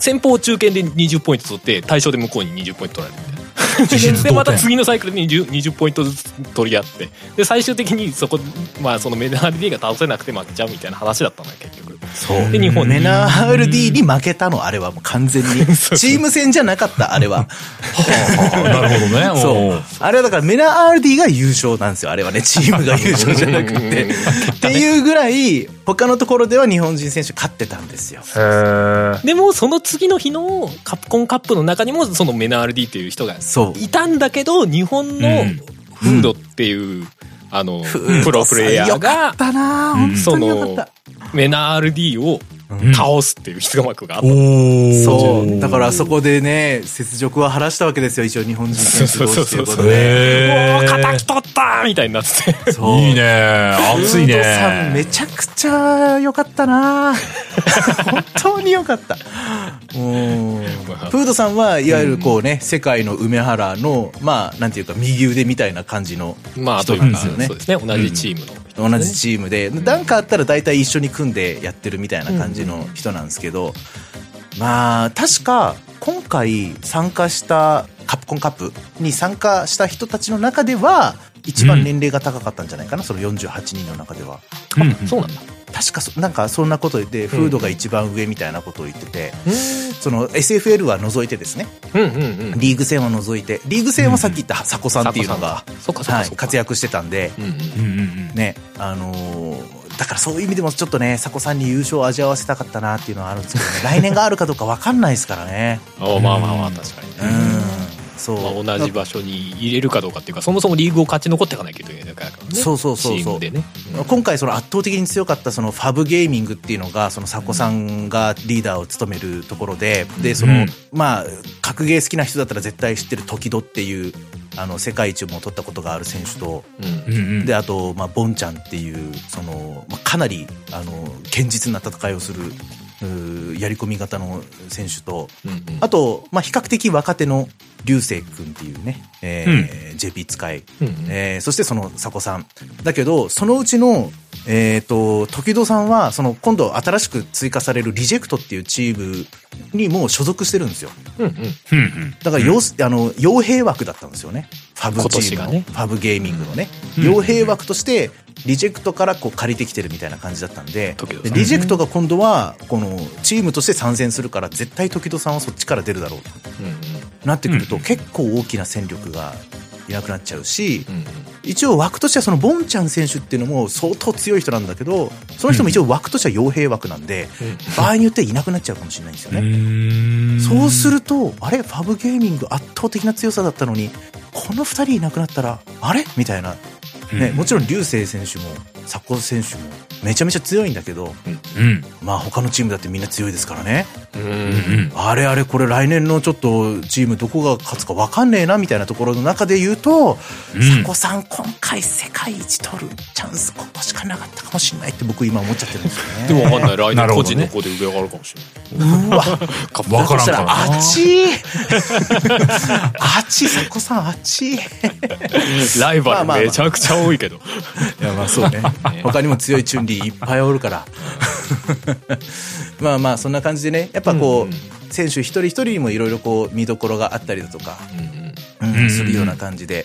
Speaker 2: 先方中堅で20ポイント取って大将で向こうに20ポイント取られ
Speaker 3: [laughs]
Speaker 2: るみたいな
Speaker 1: 実質同
Speaker 2: で
Speaker 1: 点
Speaker 2: また次のサイクルで 20, 20ポイントずつ取り合ってで最終的にそこ、まあ、そのメナール D が倒せなくて負けちゃうみたいな話だったんだよ結局
Speaker 3: そう。
Speaker 2: で日本
Speaker 3: メナール D に負けたの、あれはもう完全
Speaker 2: [laughs]
Speaker 3: に。チーム戦じゃなかった、あれは。
Speaker 1: あなるほどね。
Speaker 3: [laughs] そ
Speaker 1: お
Speaker 3: う。あれはだからメナール D が優勝なんですよ、あれはね。チームが優勝じゃなくて。っていうぐらい、他のところでは日本人選手勝ってたんですよ。
Speaker 1: ー。へ
Speaker 2: でもその次の日のカプコンカップの中にもそのメナール D っていう人が
Speaker 3: そう。
Speaker 2: いたんだけど日本の
Speaker 1: うん
Speaker 2: フードっていう、あの
Speaker 3: ふ
Speaker 2: プロプレイヤー
Speaker 3: よか
Speaker 2: が
Speaker 3: ったな本当
Speaker 2: そ
Speaker 3: によか
Speaker 2: の
Speaker 3: った。
Speaker 2: メナール D を
Speaker 1: ん
Speaker 2: 倒すっていう一幕があっ
Speaker 1: お
Speaker 2: た。
Speaker 1: ー。
Speaker 3: そう。だからそこでね、雪辱は晴らしたわけですよ、一応日本人選手同士ということで。
Speaker 1: へ
Speaker 2: お
Speaker 1: ー。
Speaker 2: ー敵取ったみたいになってて
Speaker 3: そう
Speaker 1: いいね。熱い
Speaker 3: フードさんめ
Speaker 1: ね。
Speaker 3: ちゃくちゃ良かった [laughs] な本当に良かった。うんフードさんはいわゆるこうね、世界の梅原の、まあ、なんていうか、右腕みたいな感じの
Speaker 2: まあと
Speaker 3: 人なん
Speaker 2: いう
Speaker 3: で
Speaker 2: か
Speaker 3: すよね。
Speaker 2: そうですね同じチームの、
Speaker 3: 同じチームで、なんかあったら大体一緒に組んでやってるみたいな感じの人なんですけど、まあ、確か、今回参加したカプコンカップに参加した人たちの中では、一番年齢が高かったんじゃないかな、その48人の中では。
Speaker 1: うん
Speaker 2: そうなんだ
Speaker 3: 確かそなんかそんなこと言ってフードが一番上みたいなことを言ってて、
Speaker 2: う
Speaker 3: その SFL は除いてですね
Speaker 2: んうんうんうん
Speaker 3: リーグ戦は除いてリーグ戦はさっき言った佐古さんっていうのが、
Speaker 2: そっかそっ
Speaker 3: は
Speaker 2: か
Speaker 3: い
Speaker 2: そっ、か
Speaker 3: 活躍してたんで、
Speaker 2: うんうん
Speaker 1: うんうんうん
Speaker 3: ねあのーだからそういう意味でもちょっとね佐古さんに優勝を味わわせたかったなっていうのはあるんですけどね来年があるかどうか分かんないですからね
Speaker 2: ああまあまあまあ確かに
Speaker 3: うん、そう、
Speaker 2: まあ、同じ場所に入れるかどうかっていうかそもそもリーグを勝ち残っていかなきゃいけないからね
Speaker 3: そうそうそうそう
Speaker 2: チームでね、うん
Speaker 3: 今回その圧倒的に強かったそのファブゲーミングっていうのがその佐古さんがリーダーを務めるところででその、
Speaker 1: うん
Speaker 3: まあ格ゲー好きな人だったら絶対知ってる時戸っていうあの世界一も取ったことがある選手と
Speaker 2: うん
Speaker 1: うんうん
Speaker 3: であとまあボンちゃんっていうその、まあ、かなりあの堅実な戦いをするうーやり込み型の選手と
Speaker 2: うんうん
Speaker 3: あと、まあ、比較的若手の流星君っていうね、えー JP 使い
Speaker 2: うんうん
Speaker 3: えーそしてその佐古さん。だけど、そのうちの、えっ、と、時戸さんは、その今度新しく追加されるリジェクトっていうチームにもう所属してるんですよ。
Speaker 2: うんう
Speaker 1: う
Speaker 2: ん
Speaker 1: んうん
Speaker 3: だから、洋あの、傭兵枠だったんですよね。ファブチームの、
Speaker 2: 今年がね
Speaker 3: ファブゲーミングのね。
Speaker 1: うん
Speaker 3: 傭兵枠として、リジェクトからこう借りてきてるみたいな感じだったんで、
Speaker 2: 時戸さ
Speaker 3: で
Speaker 2: ん
Speaker 3: リジェクトが今度は、この、チームとして参戦するから、絶対時戸さんはそっちから出るだろうと
Speaker 2: うんうん
Speaker 3: なってくると、
Speaker 1: うん
Speaker 3: 結構大きな戦力がいなくなっちゃうし、
Speaker 2: うんうん
Speaker 3: 一応枠としてはそのボンちゃん選手っていうのも相当強い人なんだけどその人も一応枠としては傭兵枠なんで、場合によってはいなくなっちゃうかもしれないんですよね、
Speaker 1: ん
Speaker 3: そうするとあれファブゲーミング圧倒的な強さだったのにこの2人いなくなったらあれみたいな、ね、もちろん流星選手も佐古選手もめちゃめちゃ強いんだけど、
Speaker 1: うん。
Speaker 3: まあ他のチームだってみんな強いですからね。
Speaker 2: うん
Speaker 1: うん。
Speaker 3: あれあれこれ来年のちょっとチームどこが勝つかわかんねえなみたいなところの中で言うと、
Speaker 1: うん
Speaker 3: 佐古さん今回世界一取るチャンスここしかなかったかもしれないって僕今思っちゃってるんですよね。
Speaker 2: [laughs] でもわかんない来
Speaker 1: な
Speaker 2: 年
Speaker 1: るほど
Speaker 2: 個人
Speaker 1: ね
Speaker 2: の子で上上がるかもしれないう
Speaker 3: わ、
Speaker 1: わから
Speaker 3: だと
Speaker 1: ん
Speaker 3: した
Speaker 1: から
Speaker 3: ら
Speaker 1: な
Speaker 3: あっち [laughs] ーあっちー佐古さんあっちー
Speaker 2: ライ
Speaker 3: ま
Speaker 2: バ
Speaker 3: あ
Speaker 2: ル
Speaker 3: まあまあ
Speaker 2: めちゃくちゃ多いけど
Speaker 3: いやまあ [laughs] そうね他にも強いチュンリーいっぱいおるから [laughs] まあまあそんな感じでねやっぱこう、
Speaker 2: うんうん
Speaker 3: 選手一人一人にもいろいろこう見どころがあったりだとか、うん
Speaker 1: うんうん
Speaker 3: するような感じで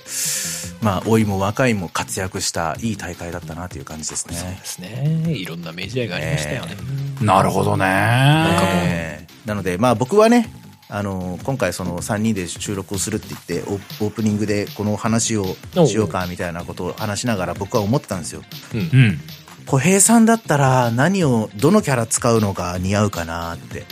Speaker 3: まあ老いも若いも活躍したいい大会だったなという感じですね
Speaker 2: ですねいろんな名試合がありましたよね、
Speaker 1: なるほどね。なん
Speaker 2: かもう
Speaker 3: えーなのでまあ僕はねあの今回その3人で収録をするって言ってオーオープニングでこの話をしようかみたいなことを話しながら僕は思ってたんですよ
Speaker 2: うん
Speaker 1: う、ん。
Speaker 3: 小平さんだったら何をどのキャラ使うのが似合うかなって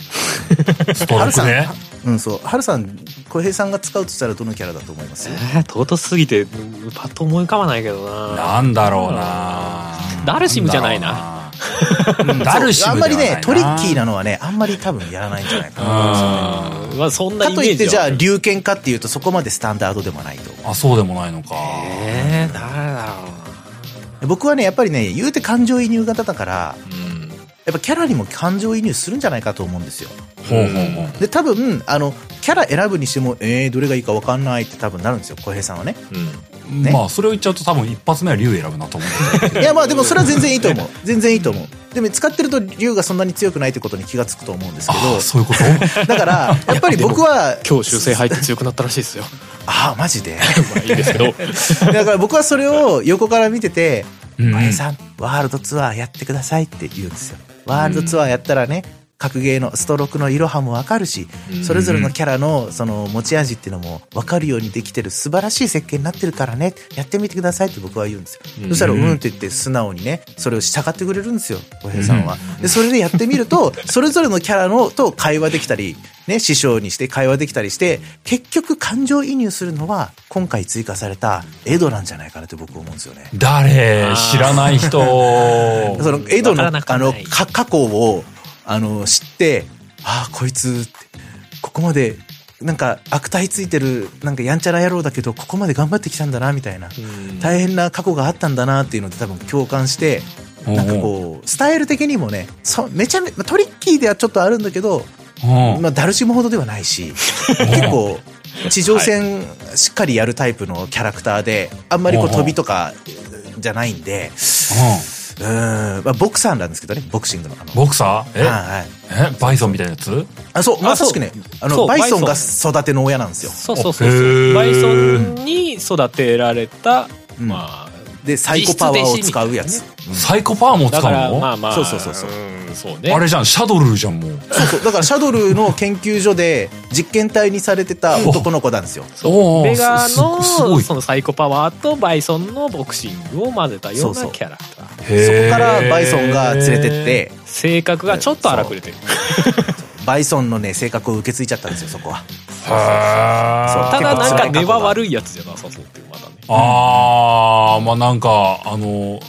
Speaker 1: ストロークね。
Speaker 3: うんそうハルさん小平さんが使うとしたらどのキャラだと思います
Speaker 2: えー、尊すぎてうんパッと思い浮かばないけどな
Speaker 1: なんだろうな。
Speaker 2: ダルシムじゃないな
Speaker 1: なんだろうな。ダルシ
Speaker 3: あん
Speaker 1: ム
Speaker 3: ま
Speaker 1: では
Speaker 3: り
Speaker 1: ないな。
Speaker 3: ねトリッキーなのはねあんまり多分やらないんじゃないかな
Speaker 2: うんまあそんな
Speaker 3: か
Speaker 2: イメ
Speaker 3: と
Speaker 2: ージ
Speaker 3: いってじゃあ
Speaker 2: はる
Speaker 3: 龍拳かっていうとそこまでスタンダードでもないと
Speaker 1: うんあ、そうでもないのか。
Speaker 2: えー、誰だろ
Speaker 3: 僕はねやっぱりね言うて感情移入型だから
Speaker 2: ううん
Speaker 3: やっぱキャラにも感情移入するんじゃないかと思うんですよ
Speaker 1: ほうほうほう。
Speaker 3: で多分あのキャラ選ぶにしてもえー、どれがいいか分かんないって多分なるんですよ小平さんはねね
Speaker 1: まあ、それを言っちゃうと多分一発目は竜選ぶなと思うけど。
Speaker 3: いや [laughs] まあでもそれは全然いいと思う全然いいと思うでも使ってると竜がそんなに強くないってことに気がつくと思うんですけ
Speaker 1: ああ、そういうこと
Speaker 3: [laughs] どだからやっぱり僕は
Speaker 2: 今日修正入って強くなったらしいですよ
Speaker 3: ああマジで
Speaker 2: ま [laughs] あいいですけど
Speaker 3: だから僕はそれを横から見てて「
Speaker 1: うん
Speaker 3: 小平さんワールドツアーやってください」って言うんですよワールドツアーやったらね格ゲーのストロークのいろはもわかるし、
Speaker 2: うん
Speaker 3: それぞれのキャラのその持ち味っていうのもわかるようにできてる素晴らしい設計になってるからね、やってみてくださいって僕は言うんですよ。
Speaker 2: うん
Speaker 3: そしたら、うんって言って素直にね、それを従ってくれるんですよ、小平さんは。で、それでやってみると、それぞれのキャラのと会話できたり、ね、師匠にして会話できたりして、結局感情移入するのは、今回追加されたエドなんじゃないかなって僕思うんですよね。
Speaker 1: 誰知らない人。
Speaker 3: そのエドの
Speaker 2: わから
Speaker 3: あ
Speaker 2: なくはな
Speaker 3: の
Speaker 2: い
Speaker 3: か過去をあの知ってああこいつってここまでなんか悪態ついてるなんかやんちゃな野郎だけどここまで頑張ってきたんだなみたいな大変な過去があったんだなっていうので多分共感してなんかこうスタイル的にもねそめちゃめまあトリッキーではちょっとあるんだけど、
Speaker 1: うんうん
Speaker 3: まあ、ダルシムほどではないし結構地上戦しっかりやるタイプのキャラクターであんまりこう飛びとかじゃないんで。うーん、まあ、ボクサーなんですけどね、ボクシングの。あの
Speaker 1: ボクサーえ、
Speaker 3: はいはい。
Speaker 1: えバイソンみたいなやつ
Speaker 3: あ、そう、
Speaker 2: あ
Speaker 3: まさしくね、あ
Speaker 2: そ
Speaker 3: の、
Speaker 2: う
Speaker 3: バイソン
Speaker 2: バ
Speaker 3: が
Speaker 2: イ
Speaker 3: 育ての親なんですよ。
Speaker 2: そうそうそう
Speaker 1: へ
Speaker 2: そう
Speaker 1: ー
Speaker 2: バイソンに育てられた、
Speaker 3: うん
Speaker 2: まあ
Speaker 3: で、サイコパワーを使うやつ
Speaker 2: 実質。
Speaker 1: サイコパワーも使
Speaker 2: だ
Speaker 1: うの
Speaker 2: からまあまあ
Speaker 3: そうそうそうそうん
Speaker 2: そうね
Speaker 1: あれじゃん、シャドルじゃん、もう。
Speaker 3: そうそう。だから、シャドルの研究所で実験体にされてた男の子なんですよ。
Speaker 1: おお
Speaker 2: ベガの
Speaker 1: すすごい。
Speaker 2: そのサイコパワーとバイソンのボクシングを混ぜたよう
Speaker 3: そう
Speaker 2: な
Speaker 3: そう
Speaker 2: キャラク
Speaker 1: そ
Speaker 2: ター
Speaker 1: こ
Speaker 3: そこからバイソンが連れてって、
Speaker 2: 性格がちょっと荒くれてる
Speaker 3: バイソンのね、性格を受け継いじゃったんですよ、そこは。そう
Speaker 1: あ
Speaker 2: ただなんか根は悪いやつじゃなさそうっていうまだね
Speaker 1: あー、まあなんか、あの、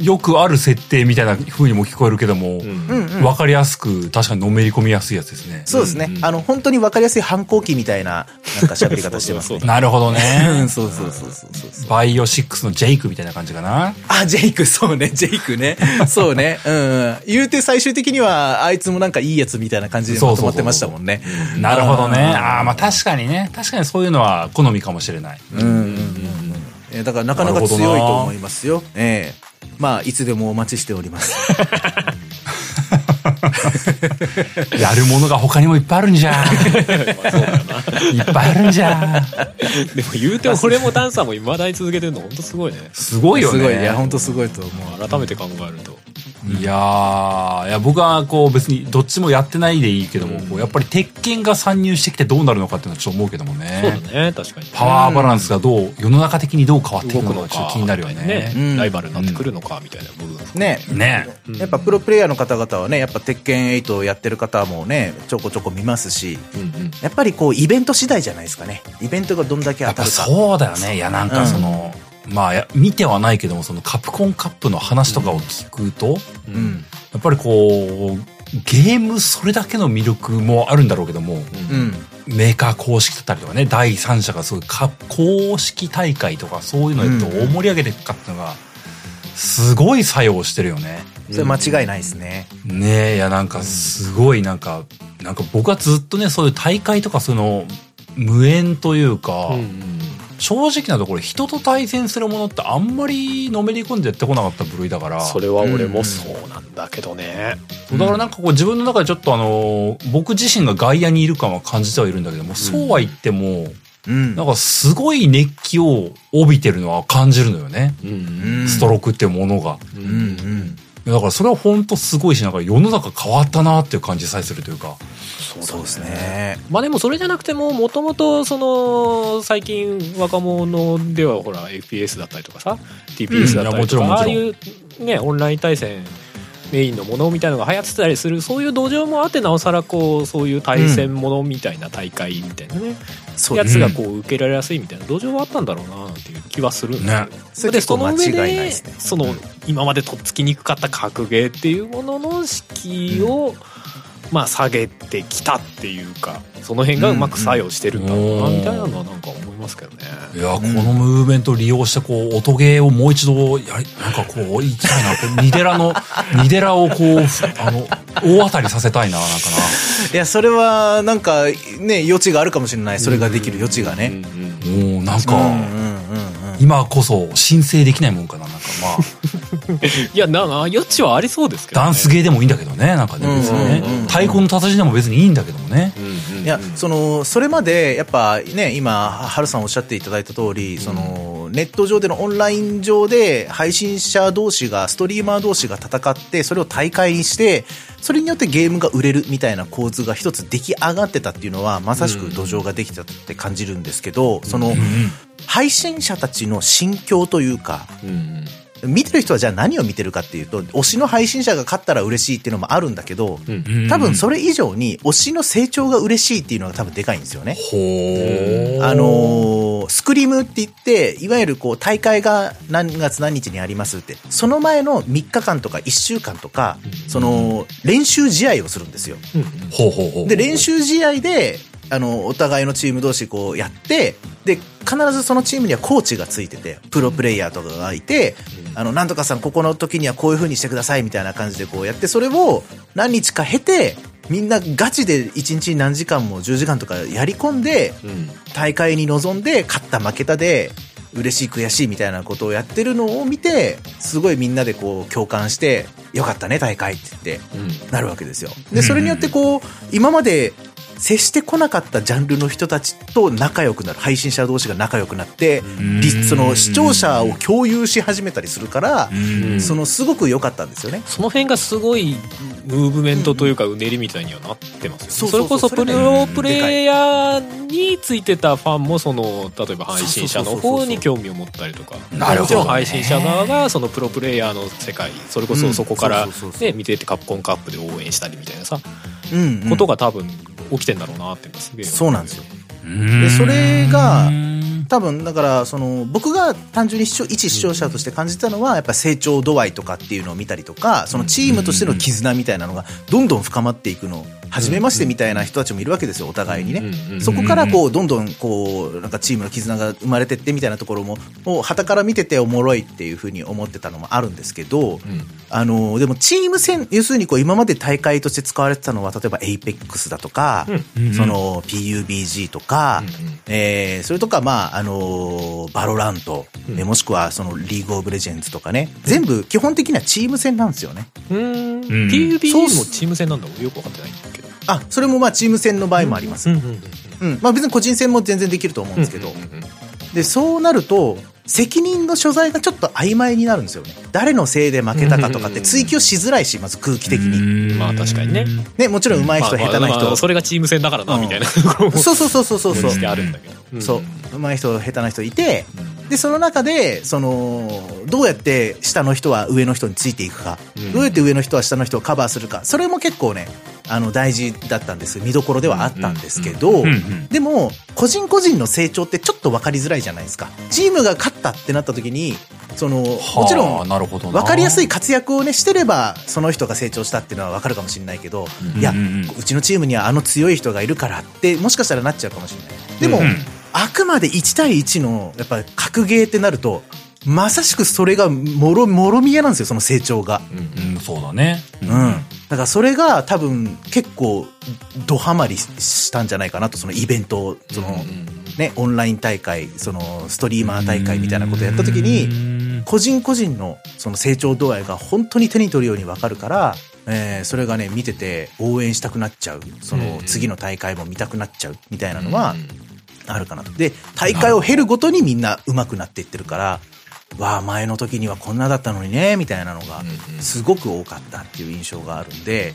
Speaker 1: よくある設定みたいな風にも聞こえるけども、
Speaker 3: うんうん。
Speaker 1: わかりやすく、確かにのめり込みやすいやつですね。
Speaker 3: そうですね。あの、本当にわかりやすい反抗期みたいな、なんか喋り方してます
Speaker 1: [laughs]
Speaker 3: ね。
Speaker 1: なるほどね。
Speaker 3: [laughs] そうそうそうそうそうそう。
Speaker 1: バイオ6のジェイクみたいな感じかな。
Speaker 3: あ、ジェイク、そうね、ジェイクね。そ
Speaker 1: [laughs]
Speaker 3: うね。うん。言うて最終的には、あいつもなんかいいやつみたいな感じでまとまってましたもんね。
Speaker 1: なるほどね。ああ、まあ確かにね。確かにそういうのは好みかもしれない。
Speaker 3: うんうんうんうん。えーだからなかなか強いと思いますよ。ええまあ、いつでもお待ちしております。
Speaker 1: やるものが他にもいっ [laughs] ぱいあるんじゃ。いっぱいあるんじゃ。
Speaker 2: でも言うてもこれもダンサーもいまだに続けてるの本当すごいね
Speaker 1: すごいよね。
Speaker 3: すごい、いや、本当すごいと思う。
Speaker 2: 改めて考えると
Speaker 1: いやー、いや僕はこう別にどっちもやってないでいいけども、こうやっぱり鉄拳が参入してきてどうなるのかっていうのはちょっと思うけども
Speaker 2: そうだ
Speaker 1: ね。
Speaker 2: ね確かに
Speaker 1: パワーバランスがどう、世の中的にどう変わってい
Speaker 2: 動
Speaker 1: く
Speaker 2: く
Speaker 1: の
Speaker 2: の
Speaker 1: かちょっ
Speaker 2: か
Speaker 1: と気になるよね。
Speaker 3: うん
Speaker 2: ライバルになってくるのかみたいな部分
Speaker 3: ね
Speaker 1: ね
Speaker 3: やっぱプロプレイヤーの方々はね、やっぱ鉄拳8をやってる方もね、ちょこちょこ見ますし、
Speaker 2: うんうん
Speaker 3: やっぱりこう、イベント次第じゃないですかね。イベントがどんだけ
Speaker 1: や
Speaker 3: 当
Speaker 1: ったぱ
Speaker 3: るか。
Speaker 1: そうだよね。いやなんかその、まあや見てはないけどもそのカプコンカップの話とかを聞くと、や
Speaker 2: うん
Speaker 3: うん。
Speaker 1: っぱりこうゲームそれだけの魅力もあるんだろうけども、
Speaker 3: うん。
Speaker 1: メーカー公式だったりとかね第三者がすごいか公式大会とかそういうのやって
Speaker 3: うん
Speaker 1: 大盛り上げていくかっていうのがすごい作用してるよね。
Speaker 3: それ間違いないですね。
Speaker 1: ねえいやなんかすごいなんかなんか僕はずっとねそういう大会とかそういうの無縁というか、
Speaker 2: うんうん
Speaker 1: 正直なところ人と対戦するものってあんまりのめり込んでやってこなかった部類だから
Speaker 2: それは俺もそうなんだけどね、
Speaker 1: そうだからなんかこう自分の中でちょっとあの僕自身が外野にいる感は感じてはいるんだけどもそうは言っても
Speaker 3: うん
Speaker 1: なんかすごい熱気を帯びてるのは感じるのよね
Speaker 2: うん
Speaker 3: うん
Speaker 1: ストロークってものが。
Speaker 3: う
Speaker 2: う
Speaker 3: んん
Speaker 1: だからそれは本当すごいしなんか世の中変わったなっていう感じさえするというか
Speaker 3: う
Speaker 2: そ
Speaker 3: ん。
Speaker 2: だ
Speaker 3: そうですね。
Speaker 2: まあでもそれじゃなくてももともとその最近若者ではほら FPS だったりとかさ TPS だったりと
Speaker 1: うん
Speaker 2: か
Speaker 1: いや
Speaker 2: ああ
Speaker 1: もちろん
Speaker 2: いうねオンライン対戦メインのものみたいのが流行ってたりするそういう土壌もあってなおさらこうそういう対戦ものみたいな大会みたいなね、
Speaker 3: そう
Speaker 2: や
Speaker 3: で
Speaker 2: つ
Speaker 3: す
Speaker 2: がこう受けられやすいみたいな土壌はあったんだろうなっていう気はするんだけど
Speaker 3: それ
Speaker 2: で
Speaker 3: 結
Speaker 2: そ
Speaker 3: 構
Speaker 2: の
Speaker 3: 間
Speaker 2: 上
Speaker 3: 違いない
Speaker 2: で
Speaker 3: ですね。
Speaker 2: その今までとっつきにくかった格ゲーっていうものの敷居を、まあ下げてきたっていうかその辺がうまく作用してるんだろうな
Speaker 1: うん
Speaker 2: みたいなのはなんか思いますけどね。
Speaker 1: いやこのムーブメントを利用してこう音ゲーをもう一度やりなんかこう行きたいなこうニデラのニデラをこうふあの大当たりさせたいななんか
Speaker 3: いや、それは、なんか、ね、余地があるかもしれない。それができる余地が
Speaker 2: うん
Speaker 3: ね。
Speaker 2: うん
Speaker 1: なもうなん
Speaker 3: うんうん
Speaker 1: か
Speaker 3: うんうん。
Speaker 1: 今こそ申請できないもんかななんかまあ
Speaker 2: いやなな余地はありそうですけど、ね、
Speaker 1: ダンスゲーでもいいんだけどねなんかね別にね
Speaker 3: うんうんうん
Speaker 1: 太鼓の達人でも別にいいんだけどもね
Speaker 2: うんうん
Speaker 3: いや、その、それまで、やっぱね、今、ハルさんおっしゃっていただいた通り、その、ネット上でのオンライン上で、配信者同士が、ストリーマー同士が戦って、それを大会にして、それによってゲームが売れるみたいな構図が一つ出来上がってたっていうのは、まさしく土壌ができたって感じるんですけど、その、配信者たちの心境というか、
Speaker 2: うんうん
Speaker 3: 見てる人はじゃあ何を見てるかっていうと、推しの配信者が勝ったら嬉しいっていうのもあるんだけど、
Speaker 1: うん
Speaker 3: 多分それ以上に推しの成長が嬉しいっていうのが多分でかいんですよね。
Speaker 1: ほー
Speaker 3: あのースクリームって言って、いわゆるこう大会が何月何日にありますって、その前の3日間とか1週間とか、その練習試合をするんですよ。
Speaker 1: ほうほうほう
Speaker 3: で、練習試合で、あの、お互いのチーム同士こうやって、で、必ずそのチームにはコーチがついてて、プロプレイヤーとかがいて、あの、なんとかさん、ここの時にはこういう風にしてくださいみたいな感じでこうやって、それを何日か経て、みんなガチで1日に何時間も10時間とかやり込んで、
Speaker 2: うん
Speaker 3: 大会に臨んで、勝った負けたで、嬉しい悔しいみたいなことをやってるのを見て、すごいみんなでこう共感して、よかったね大会って言って、
Speaker 2: うん
Speaker 3: なるわけですよ。で、それによってこう、今まで接してこなかったジャンルの人たちと仲良くなる、配信者同士が仲良くなって、りその視聴者を共有し始めたりするから、
Speaker 2: うん
Speaker 3: そのすごく良かったんですよね。
Speaker 2: その辺がすごいムーブメントというかうねりみたいにはなってますよね、
Speaker 3: そう
Speaker 2: そ
Speaker 3: そう
Speaker 2: れ
Speaker 3: そ
Speaker 2: こ
Speaker 3: う
Speaker 2: そ
Speaker 3: そ
Speaker 2: プ
Speaker 3: れが
Speaker 2: ロプレイヤーについてたファンもその例えば配信者の方に興味を持ったりとか
Speaker 1: なるほどね
Speaker 2: もちろん配信者側がそのプロプレイヤーの世界それこそそこから、
Speaker 3: うん
Speaker 2: ね
Speaker 3: そうそうそうそう
Speaker 2: 見ててカプコンカップで応援したりみたいなさ、
Speaker 3: うん、うん
Speaker 2: ことが多分起きてんだろうなっていうのはすげえ
Speaker 3: そうなんですよ。
Speaker 1: で
Speaker 3: それが
Speaker 1: うん
Speaker 3: 多分だからその僕が単純に視聴一視聴者として感じたのはやっぱ成長度合いとかっていうのを見たりとかそのチームとしての絆みたいなのがどんどん深まっていくのを初めましてみたいな人たちもいるわけですよお互いにね
Speaker 2: うんうん
Speaker 3: そこからこうどんどんこうなんかチームの絆が生まれてってみたいなところももう傍から見てておもろいっていうふうに思ってたのもあるんですけど
Speaker 2: うん
Speaker 3: あのでもチーム戦要するにこう今まで大会として使われてたのは例えば APEX だとか
Speaker 1: うん
Speaker 3: その PUBG とか
Speaker 2: うんうん
Speaker 3: えーそれとか、まあ、あのーバロラント、
Speaker 2: うん
Speaker 3: えーもしくはそのリーグオブレジェンズとかね、全部基本的にはチーム戦なんですよね。
Speaker 2: うーん
Speaker 1: ん
Speaker 2: PUBG
Speaker 3: そう
Speaker 2: も
Speaker 3: っす
Speaker 2: チーム戦なんだ俺よく分かってないんだけど
Speaker 3: あ、それもまあチーム戦の場合もあります。うん。
Speaker 2: うんうん
Speaker 3: まあ別に個人戦も全然できると思うんですけど。で、そうなると、責任の所在がちょっと曖昧になるんですよね。誰のせいで負けたかとかって追求しづらいし、まず空気的に。
Speaker 2: まあ確かにね
Speaker 3: ね、もちろん上手い人、下手な
Speaker 2: まあまあ
Speaker 3: 人。
Speaker 2: それがチーム戦だからな、
Speaker 3: うん
Speaker 2: みたいなところも
Speaker 3: そうそうそうそうそうそう。
Speaker 2: してあるんだけど、ん
Speaker 3: そう。上手い人、下手な人いて、で、その中で、その、どうやって下の人は上の人についていくか、
Speaker 2: うん
Speaker 3: どうやって上の人は下の人をカバーするか、それも結構ね、あの、大事だったんです。見どころではあったんですけど、
Speaker 1: うんうん
Speaker 3: でも、個人個人の成長ってちょっと分かりづらいじゃないですか。チームが勝ったってなった時に、その、も
Speaker 1: はあ
Speaker 3: ちろん、
Speaker 1: なるほどな
Speaker 3: 分かりやすい活躍をね、してれば、その人が成長したっていうのは分かるかもしれないけど、
Speaker 1: うん
Speaker 3: いや
Speaker 1: うん、
Speaker 3: うちのチームにはあの強い人がいるからって、もしかしたらなっちゃうかもしれない。でも、
Speaker 1: うん
Speaker 3: あくまで1対1の、やっぱり格ゲーってなると、まさしくそれがもろ、もろ見えなんですよ、その成長が。
Speaker 1: うんうんそうだね
Speaker 3: うん。だからそれが多分結構ドハマりしたんじゃないかなと、そのイベント、その、ね、オンライン大会、そのストリーマー大会みたいなことをやった時に、
Speaker 1: に
Speaker 3: 個人個人のその成長度合いが本当に手に取るようにわかるから、えーそれがね、見てて応援したくなっちゃう。その
Speaker 2: うん
Speaker 3: 次の大会も見たくなっちゃうみたいなのはあるかなと。で、大会を経るごとにみんな上手くなっていってるから、わあ、前の時にはこんなだったのにね、みたいなのがすごく多かったっていう印象があるんで、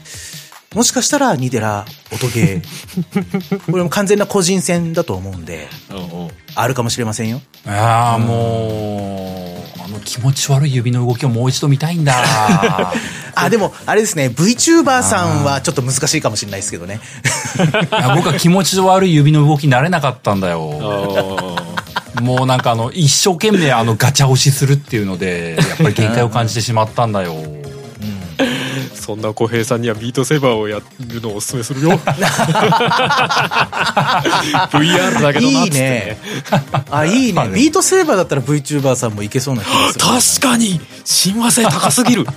Speaker 3: もしかしたらニデラ、音
Speaker 2: [laughs]
Speaker 3: ゲー、これも完全な個人戦だと思うんで、
Speaker 2: うんうん
Speaker 3: あるかもしれませんよ。
Speaker 1: ああもうあの気持ち悪い指の動きをもう一度見たいん
Speaker 3: [laughs]
Speaker 1: だ
Speaker 3: あ、でも、あれですね、VTuber さんはちょっと難しいかもしれないですけど
Speaker 2: [laughs]
Speaker 3: ね。
Speaker 1: いや僕は気持ち悪い指の動きになれなかったんだよもうなんかあの一生懸命あのガチャ押しするっていうのでやっぱり限界を感じてしまったんだよ
Speaker 2: そんな小平さんにはビートセーバーをやるのをおすすめするよ VR だけどなっ
Speaker 3: いい
Speaker 2: つって
Speaker 3: ね。あ、いいね。ビートセーバーだったら VTuber さんもいけそうな気がする。
Speaker 2: 確かに親和性高すぎる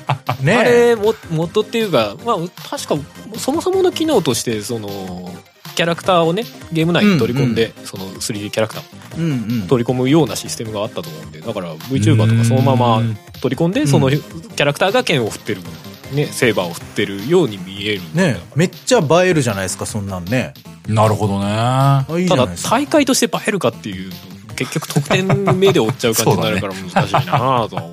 Speaker 3: ね
Speaker 2: あれも元っていうか、まあ、確かそもそもの機能としてそのキャラクターをねゲーム内に取り込んで、その 3D キャラクターを
Speaker 3: うんうん。
Speaker 2: 取り込むようなシステムがあったと思うんでだから VTuber とかそのまま取り込んでそのキャラクターが剣を振ってる、ね、セーバーを振ってるように見えるんだよ
Speaker 3: ねめっちゃ映えるじゃないですか、そんなんね。
Speaker 1: なるほど
Speaker 3: [laughs]
Speaker 1: ね
Speaker 3: あいいじ
Speaker 2: た
Speaker 3: ゃない
Speaker 2: だ
Speaker 3: ですか。
Speaker 2: 大会として映えるかっていう結局得点目で追っちゃう感じになるから難しいなとは思う。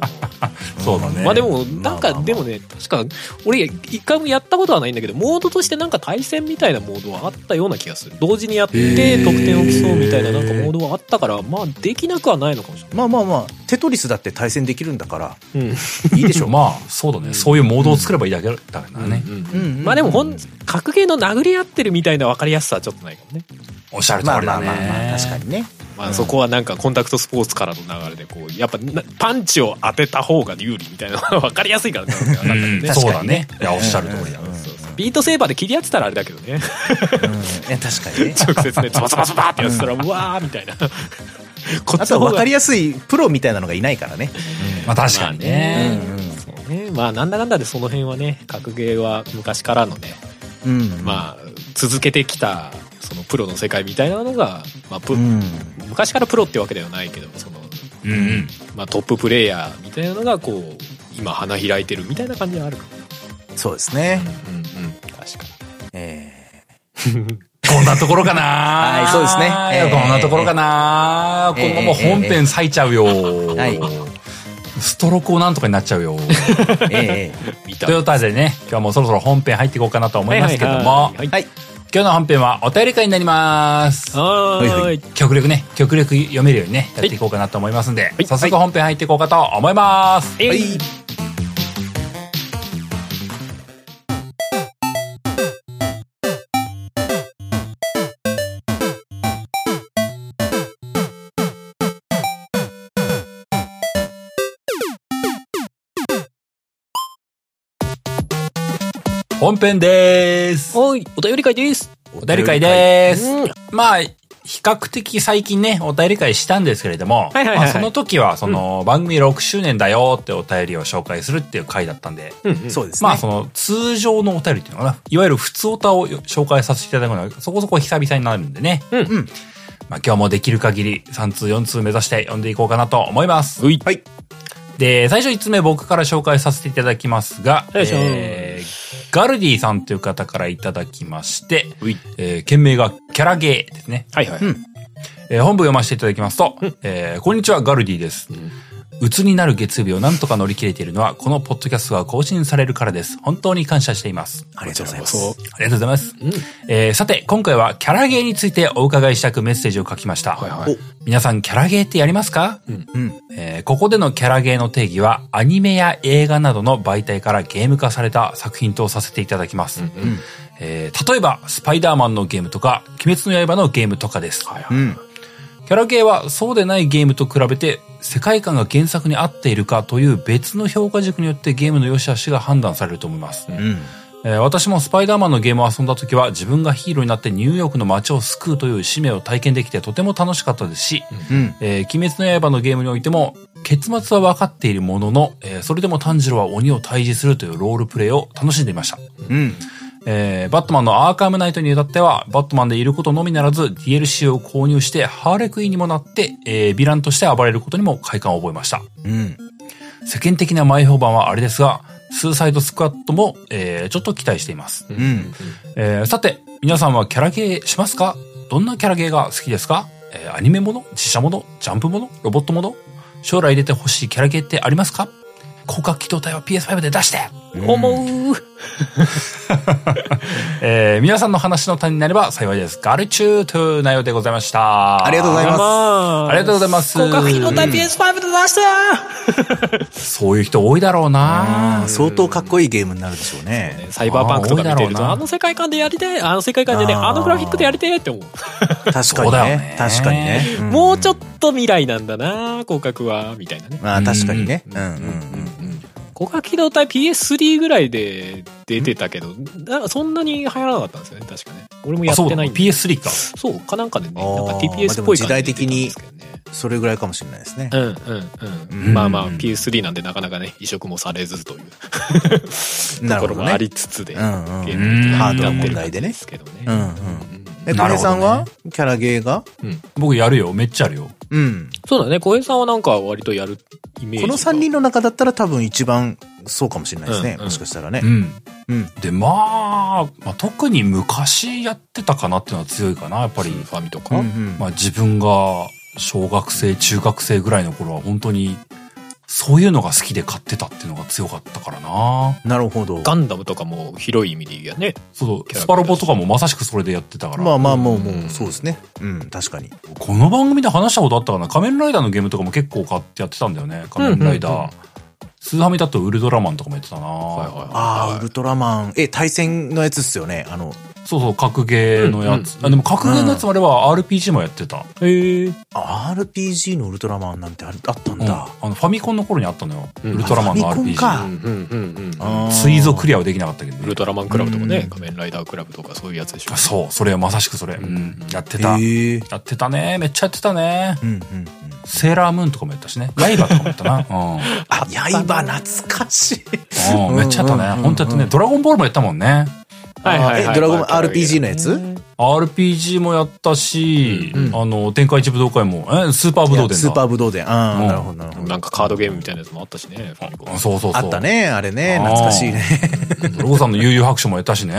Speaker 1: そうだね
Speaker 2: まあでも、な
Speaker 3: まあまあ
Speaker 2: ん
Speaker 3: ま
Speaker 2: か
Speaker 3: あ
Speaker 2: でもね、確か、俺、一回もやったことはないんだけど、モードとしてなんか対戦みたいなモードはあったような気がする。同時にやっ
Speaker 1: へ
Speaker 2: て
Speaker 1: ー
Speaker 2: 得点を競うみたいななんかモードはあったから、まあできなくはないのかもしれ
Speaker 3: まあまあまあ、テトリスだって対戦できるんだから、
Speaker 2: ない。うん。
Speaker 1: いいでしょう。まあ、そうだね。そういうモードを作ればいいだけだからね。
Speaker 3: うんうん
Speaker 2: まあでも、ほん、格ゲーの殴り合ってるみたいな分かりやすさはちょっとないかもね。
Speaker 1: おっしゃる通
Speaker 3: まあ
Speaker 1: り
Speaker 3: ま
Speaker 1: だ
Speaker 3: あ
Speaker 1: ね。
Speaker 3: まあまあ、確かにね。
Speaker 2: まあそこはなんかコンタクトスポーツからの流れで、こう、やっぱなパンチを当てた方が有利みたいなのは分かりやすいからね。なんか
Speaker 1: うん
Speaker 2: ね
Speaker 1: そうだね。いや、おっしゃる通りだ。
Speaker 2: そうそうビートセーバーで切り合ってたらあれだけど [laughs] ね。
Speaker 3: うん、いや確かにね。
Speaker 2: [laughs] 直接ねズバズバズバってやってたらうわーみ [laughs] たいなこっ
Speaker 3: あ
Speaker 2: ちの
Speaker 3: と
Speaker 2: 方
Speaker 3: は
Speaker 2: が
Speaker 3: 分かりやすいプロみたいなのがいないからね。
Speaker 1: まあ確かにね。
Speaker 3: うん
Speaker 2: そうねまあなんだかんだでその辺はね格ゲーは昔からのね、
Speaker 3: うん。うん。
Speaker 2: まあ続けてきたそのプロの世界みたいなのが、まあプ
Speaker 3: うん。
Speaker 2: 昔からプロってわけではないけどその、
Speaker 1: うんうん。
Speaker 2: まあ、トッププレイヤーみたいなのがこう今花開いてるみたいな感じがあるかも
Speaker 3: そうですね。
Speaker 2: うんうん確か
Speaker 3: え
Speaker 1: こんなところかなはい
Speaker 3: そうですねえー
Speaker 1: こんなところかな
Speaker 3: えー
Speaker 1: 今後もう本編割いちゃうよ
Speaker 3: はい。
Speaker 1: ストロークをなんとかになっちゃ
Speaker 3: [laughs]
Speaker 1: うよ。
Speaker 3: ー、
Speaker 2: [laughs]
Speaker 3: え
Speaker 2: に見た
Speaker 1: ということでね、今日はもうそろそろ本編入っていこうかなと思いますけども
Speaker 2: は、い
Speaker 3: ー、はい。
Speaker 1: 今日の本編はお便り会になります。
Speaker 2: はいはい
Speaker 3: はいは
Speaker 2: はいい
Speaker 1: 極力ね、極力読めるようにね、やっていこうかなと思いますんで、
Speaker 2: い
Speaker 1: 早速本編入っていこうかと思います。
Speaker 2: えい
Speaker 3: はい
Speaker 1: 本編です。お
Speaker 2: おいお便り会です
Speaker 1: 便り会です。
Speaker 2: うん
Speaker 1: まあ、比較的最近ね、お便り会したんですけれども、
Speaker 2: はいはいはいはい
Speaker 1: まあその時は、その、番組6周年だよってお便りを紹介するっていう回だったんで、
Speaker 2: うんうん
Speaker 3: そうですね。
Speaker 1: まあその通常のお便りっていうのかな、いわゆる普通お便りを紹介させていただくのはそこそこ久々になるんでね。
Speaker 2: うん
Speaker 3: うん
Speaker 1: まあ今日もできる限り3通4通目指して読んでいこうかなと思います。
Speaker 2: うい
Speaker 3: はい。
Speaker 1: で、最初1通目僕から紹介させていただきますが、
Speaker 2: よいしょ
Speaker 1: ーガルディさんという方からいただきまして、
Speaker 2: うい
Speaker 1: えー、件名がキャラゲーですね。
Speaker 2: はいはい
Speaker 3: うん
Speaker 1: えー本部読ませていただきますと、えーこんにちは、ガルディです。鬱になる月曜日をなんとか乗り切れているのは、このポッドキャストが更新されるからです。本当に感謝しています。
Speaker 3: ありがとうございま
Speaker 2: そう
Speaker 3: す。
Speaker 1: ありがとうございます。えーさて、今回はキャラゲーについてお伺いしたくメッセージを書きました。
Speaker 2: はいはい
Speaker 1: 皆さん、キャラゲーってやりますか、
Speaker 3: うん。
Speaker 1: えーここでのキャラゲーの定義は、アニメや映画などの媒体からゲーム化された作品とさせていただきます。えー例えば、スパイダーマンのゲームとか、鬼滅の刃のゲームとかです。
Speaker 3: うん。
Speaker 1: キャラゲーはそうでないゲームと比べて世界観が原作に合っているかという別の評価軸によってゲームの良し悪しが判断されると思います。
Speaker 3: うん。
Speaker 1: えー私もスパイダーマンのゲームを遊んだ時は自分がヒーローになってニューヨークの街を救うという使命を体験できてとても楽しかったですし、
Speaker 3: うん。
Speaker 1: えー鬼滅の刃のゲームにおいても結末は分かっているものの、えーそれでも炭治郎は鬼を退治するというロールプレイを楽しんでいました。
Speaker 3: うん。
Speaker 1: えーバットマンのアーカムナイトに至っては、バットマンでいることのみならず、DLC を購入して、ハーレクイーンにもなって、えーヴィランとして暴れることにも快感を覚えました。
Speaker 3: うん。
Speaker 1: 世間的な前評判はあれですが、スーサイドスクワットも、えーちょっと期待しています。
Speaker 3: うん。
Speaker 1: えーさて、皆さんはキャラゲーしますかどんなキャラゲーが好きですかえーアニメもの自社ものジャンプものロボットもの将来出てほしいキャラゲーってありますか広角機動隊は PS5 で出して
Speaker 2: 思う。
Speaker 1: えー皆さんの話の種になれば幸いです。ガルチューという内容でございました。
Speaker 3: ありがとうございます
Speaker 1: ありがとうございます
Speaker 2: 広角機動隊 PS5 で出した
Speaker 1: そういう人多いだろうな
Speaker 3: あー相当かっこいいゲームになるでしょうね。
Speaker 2: サイバーパンクとか見てる
Speaker 1: あー多いだろう
Speaker 2: と、
Speaker 1: な
Speaker 2: あの世界観でやりたい、あの世界観でね、
Speaker 3: あー
Speaker 2: あのグラフィックでやりたいって思う。
Speaker 3: 確か
Speaker 1: そう
Speaker 3: に
Speaker 1: だよ
Speaker 3: ね。
Speaker 1: ね
Speaker 3: 確かにね。ん
Speaker 2: もうちょっと未来なんだな、広角は、みたいなね。
Speaker 3: まあ確かにね。うんうん
Speaker 2: 広角機動隊 PS3 ぐらいで出てたけど、なんかそんなに流行らなかったんですよね、確かね。俺もや
Speaker 1: あ、
Speaker 2: っ
Speaker 1: そう
Speaker 2: て
Speaker 1: だ、
Speaker 2: ないんで。
Speaker 1: PS3 か。
Speaker 2: そう、かなんかで
Speaker 3: あ
Speaker 2: ね、
Speaker 3: ー
Speaker 2: なんか TPS っぽい感じで出てたんですけど
Speaker 3: まあでも時代
Speaker 2: ね。
Speaker 3: 的にうん。それぐらいかもしれないですね
Speaker 2: う。んうんうん。
Speaker 3: うん
Speaker 2: まあまあ PS3 なんでなかなかね、移植もされずという
Speaker 3: [laughs] な
Speaker 2: とこ
Speaker 3: るほ
Speaker 2: ろ
Speaker 3: ど
Speaker 2: もあ
Speaker 3: ね。
Speaker 2: りつつで、
Speaker 3: うんうん
Speaker 2: ゲームに
Speaker 1: ハードの
Speaker 2: なって
Speaker 3: 問
Speaker 2: る
Speaker 3: 題で
Speaker 2: 感じ
Speaker 3: ね
Speaker 2: ですけどね。
Speaker 3: うんうん。え、
Speaker 1: な
Speaker 3: 小
Speaker 1: るほど
Speaker 3: 平さ
Speaker 1: ね
Speaker 3: んはキャラゲーが
Speaker 2: うん
Speaker 1: 僕やるよ。めっちゃあるよ。
Speaker 3: うん。
Speaker 2: そうだね、小平さんはなんか割とやるイメージ
Speaker 3: この3人の中だったら多分一番そうかもしれないです
Speaker 2: う
Speaker 3: ね
Speaker 2: ん。うん
Speaker 3: もしかしたらね
Speaker 1: う。ん。
Speaker 3: うん。
Speaker 1: で、まあ、まあ、特に昔やってたかなっていうのは強いかな、やっぱり。
Speaker 2: ファミと
Speaker 3: う
Speaker 2: か、
Speaker 3: んうん
Speaker 1: まあ自分が小学生、中学生ぐらいの頃は本当に、そういうのが好きで買ってたっていうのが強かったからな。
Speaker 3: なるほど。
Speaker 2: ガンダムとかも広い意味で言うやね。
Speaker 1: そう、スパロボとかもまさしくそれでやってたから。
Speaker 3: まあまあもうも
Speaker 2: うん
Speaker 3: うそうですね。うん、確かに。
Speaker 1: この番組で話したことあったかな仮面ライダーのゲームとかも結構買ってやってたんだよね仮面ライダー、
Speaker 2: うんうんうん
Speaker 1: スーハミだとウルトラマンとかもやってたな、
Speaker 3: ああ、ウ
Speaker 2: はい
Speaker 3: ルトラマン。え、対戦のやつっすよね。あの、
Speaker 1: そうそう格ゲーのやつ、
Speaker 2: うんうん
Speaker 1: あでも格ゲーのやつもあれば RPG もやってた、
Speaker 2: へえ。
Speaker 3: RPG のウルトラマンなんてあるあったん
Speaker 1: うん
Speaker 3: だ
Speaker 1: あ。のファミコンの頃にあったのよ、
Speaker 2: うん
Speaker 1: ウルトラマンの
Speaker 3: あファミコン
Speaker 1: RPG
Speaker 3: か
Speaker 2: うんうんうんうん。
Speaker 3: あー
Speaker 1: ついぞクリアはできなかったけど
Speaker 2: ウ
Speaker 1: ね
Speaker 2: ルトラマンクラブとか
Speaker 3: う
Speaker 2: ね、
Speaker 3: ん
Speaker 2: 仮面ライダークラブとかそういうやつでしょ。
Speaker 1: そうそれはまさしくそれ、うん
Speaker 2: ん
Speaker 1: やってた、
Speaker 3: へえ。
Speaker 1: やってたねめっちゃやってたね
Speaker 3: うんうんうん。
Speaker 1: セーラームーンとかもやったしね刃とかもやった
Speaker 3: [laughs]
Speaker 1: な
Speaker 3: あ、刃懐かし
Speaker 1: [laughs]
Speaker 3: い。
Speaker 1: うん、うん、めっちゃやったね、
Speaker 3: うんうんうんうん
Speaker 1: ほんとやったねドラゴンボールもやったもんね
Speaker 2: はいはいはい。
Speaker 3: えドラゴン
Speaker 2: まあ
Speaker 3: RPG のやつ
Speaker 1: RPG もやったし、あの、天下一武道会も、えスーパー武道伝だ。
Speaker 3: スーパーブドウ伝。あ
Speaker 1: う
Speaker 3: あ、
Speaker 1: ん
Speaker 3: なるほど、なるほど。
Speaker 2: なんかカードゲームみたいなやつもあったしね、ファミコン。
Speaker 1: そうそうそう。
Speaker 3: あった。ね、あれね。
Speaker 1: あー
Speaker 3: 懐かしいね。
Speaker 1: ロゴさんの悠々白書もやったし
Speaker 3: [laughs]
Speaker 1: ね。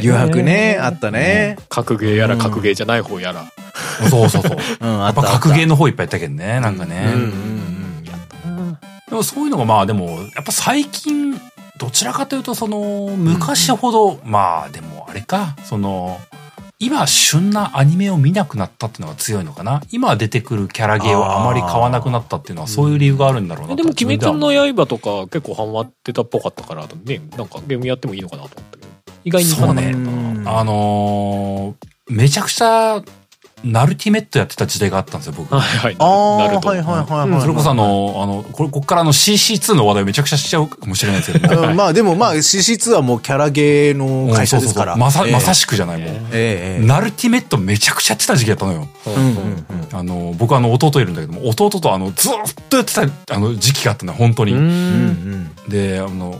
Speaker 3: 誘惑ね、あったね。
Speaker 2: 格ゲーやら格ゲーじゃない方やら。
Speaker 1: そうそうそう。
Speaker 3: うん、あ
Speaker 1: やっ
Speaker 3: っ
Speaker 1: ぱ
Speaker 3: たあった。
Speaker 1: 格ゲーの方いっぱいやったけどね、なんかね。
Speaker 2: うん
Speaker 3: うん
Speaker 1: でもそういうのがまあでも、やっぱ最近、どちらかというとその、昔ほど、まあでもあれか、その、今旬なアニメを見なくなったっていうのが強いのかな。今出てくるキャラゲーをあまり買わなくなったっていうのはそういう理由があるんだろうな
Speaker 2: で
Speaker 1: と
Speaker 2: も、
Speaker 1: は
Speaker 2: 鬼
Speaker 1: 自分では
Speaker 2: 滅
Speaker 1: 思う
Speaker 2: の刃とか結構ハマってたっぽかったから、ね、なんかゲームやってもいいのかなと思ったけど。意外にいかなかった
Speaker 1: そう
Speaker 3: ね
Speaker 1: あのーめちゃくちゃ、ナルティメットやってた時代があったんですよ、僕。
Speaker 2: はいはい。
Speaker 3: ああ、
Speaker 2: なると。
Speaker 3: はいはいはいはい。
Speaker 1: それこそあの、あの、これ、こっからあの CC2 の話題めちゃくちゃしちゃうかもしれないですけども。
Speaker 3: うん。まあでもまあ、CC2 はもうキャラゲーの会社ですから。
Speaker 1: うんそうそうそうまさ、まさ
Speaker 3: し
Speaker 1: しくじゃないもん。
Speaker 2: え
Speaker 3: ええええ。
Speaker 1: ナルティメットめちゃくちゃやってた時期やったのよ。
Speaker 3: うんうん
Speaker 1: あの、僕あの弟いるんだけども、弟とあの、ずーっとやってた、あの、時期があったのよ、本当
Speaker 2: う。
Speaker 1: に。
Speaker 3: うん。うんん
Speaker 1: で、あの、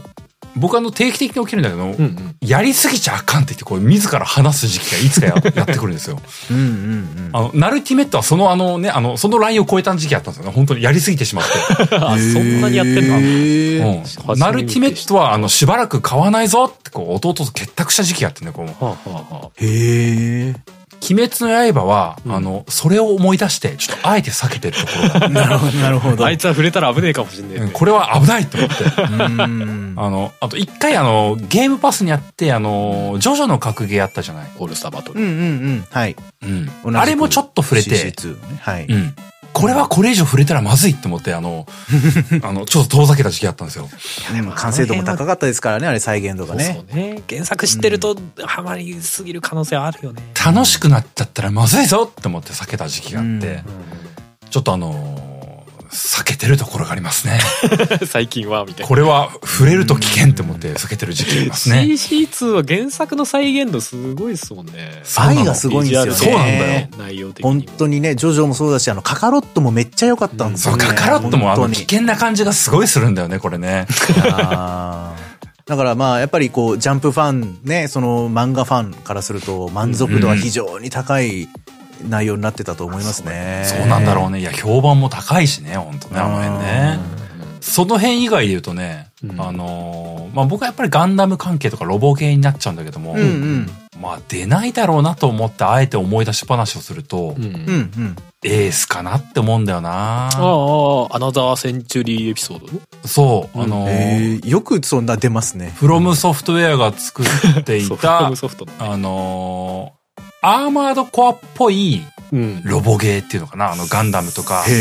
Speaker 1: 僕あの、定期的に起きるんだけど、
Speaker 2: うんうん。
Speaker 1: やりすぎちゃあかんって言って、こう、自ら話す時期がいつかややってくるんです
Speaker 2: [laughs]
Speaker 1: よ。
Speaker 3: うんうん
Speaker 1: あの、ナルティメットはそのあのね、あの、そのラインを超えた時期あったんですよね。本当にやりすぎてしまって。
Speaker 2: あ、そんなにやってんだ。 [laughs]
Speaker 3: の
Speaker 1: うん。ナルティメットは、あの、しばらく買わないぞって、こう、弟と結託した時期やってね、こう、
Speaker 2: はあはあはあ
Speaker 3: へえ。
Speaker 1: 鬼滅の刃は、
Speaker 2: うん
Speaker 1: あの、それを思い出して、ちょっとあえて避けてるところがある、
Speaker 3: なるほど、なるほど。
Speaker 2: あいつは触れたら危ねえかもしんねえ
Speaker 1: う
Speaker 2: っ [laughs]
Speaker 1: ん
Speaker 2: て。
Speaker 1: これは危ないと思って。
Speaker 3: うん
Speaker 1: あの、あと一回あの、ゲームパスにあって、あの、ジョジョの格ゲーあったじゃない。
Speaker 2: オールスターバト
Speaker 3: うんうん
Speaker 2: ル。
Speaker 3: うん。はい。
Speaker 1: うん
Speaker 3: 同じく
Speaker 1: あれもちょっと触れて、
Speaker 3: CC2 ねはい。
Speaker 1: うん。これはこれ以上触れたらまずいって思って、あ
Speaker 3: [laughs]
Speaker 1: の、あの、ちょっと遠ざけた時期あったんですよ。
Speaker 3: うん完成度も高かったですからね、あれ再現度がね。
Speaker 2: そうね原作知ってるとハマりすぎる可能性あるよね、
Speaker 1: 楽しくなっちゃったらまずいぞって思って避けた時期があって、ちょっとあのー避けてるところがありますね。
Speaker 2: 最近はみたいな
Speaker 1: これは触れると危険って思って避けてる時期あり
Speaker 3: [laughs]
Speaker 1: ますね。
Speaker 2: CC2 は原作の再現度すごいっすもんね
Speaker 1: そうなの
Speaker 3: 愛がすごいんですよね。
Speaker 1: そうなんだよ
Speaker 2: 内容的に
Speaker 3: 本当にね、ジョジョもそうだし、あの、カカロットもめっちゃ良かったんです
Speaker 1: そ
Speaker 3: よ、
Speaker 1: う、
Speaker 3: ね。
Speaker 1: カカロットもあの
Speaker 3: 本当
Speaker 1: 危
Speaker 3: に
Speaker 1: 険な感じがすごいするんだよね、これね。
Speaker 3: あーだからまあ、やっぱりこう、ジャンプファン、ね、その漫画ファンからすると、満足度は非常に高い内容になってたと思いますね。
Speaker 1: そうなんだろうね。いや、評判も高いしね、ほんとね、あの辺ね。その辺以外で言うとね、
Speaker 2: うん
Speaker 1: あのーまあ、僕はやっぱりガンダム関係とかロボ系になっちゃうんだけども、
Speaker 3: うんうん。
Speaker 1: まあ、出ないだろうなと思って、あえて思い出し話をすると、
Speaker 2: うん
Speaker 3: うんうん。
Speaker 1: エースかなって思うんだよ
Speaker 2: あ
Speaker 1: な。
Speaker 2: あああアナザーセンチュリーエピソード
Speaker 1: そう、あのー
Speaker 3: えーよくそんな出ますね。
Speaker 1: フロムソフトウェアが作って
Speaker 2: [laughs]
Speaker 1: い
Speaker 2: ソフト
Speaker 1: た
Speaker 2: ム、ソフトの
Speaker 1: あのーアーマードコアっぽい
Speaker 2: うん
Speaker 1: ロボゲーっていうのかなあのガンダムとか。
Speaker 2: そう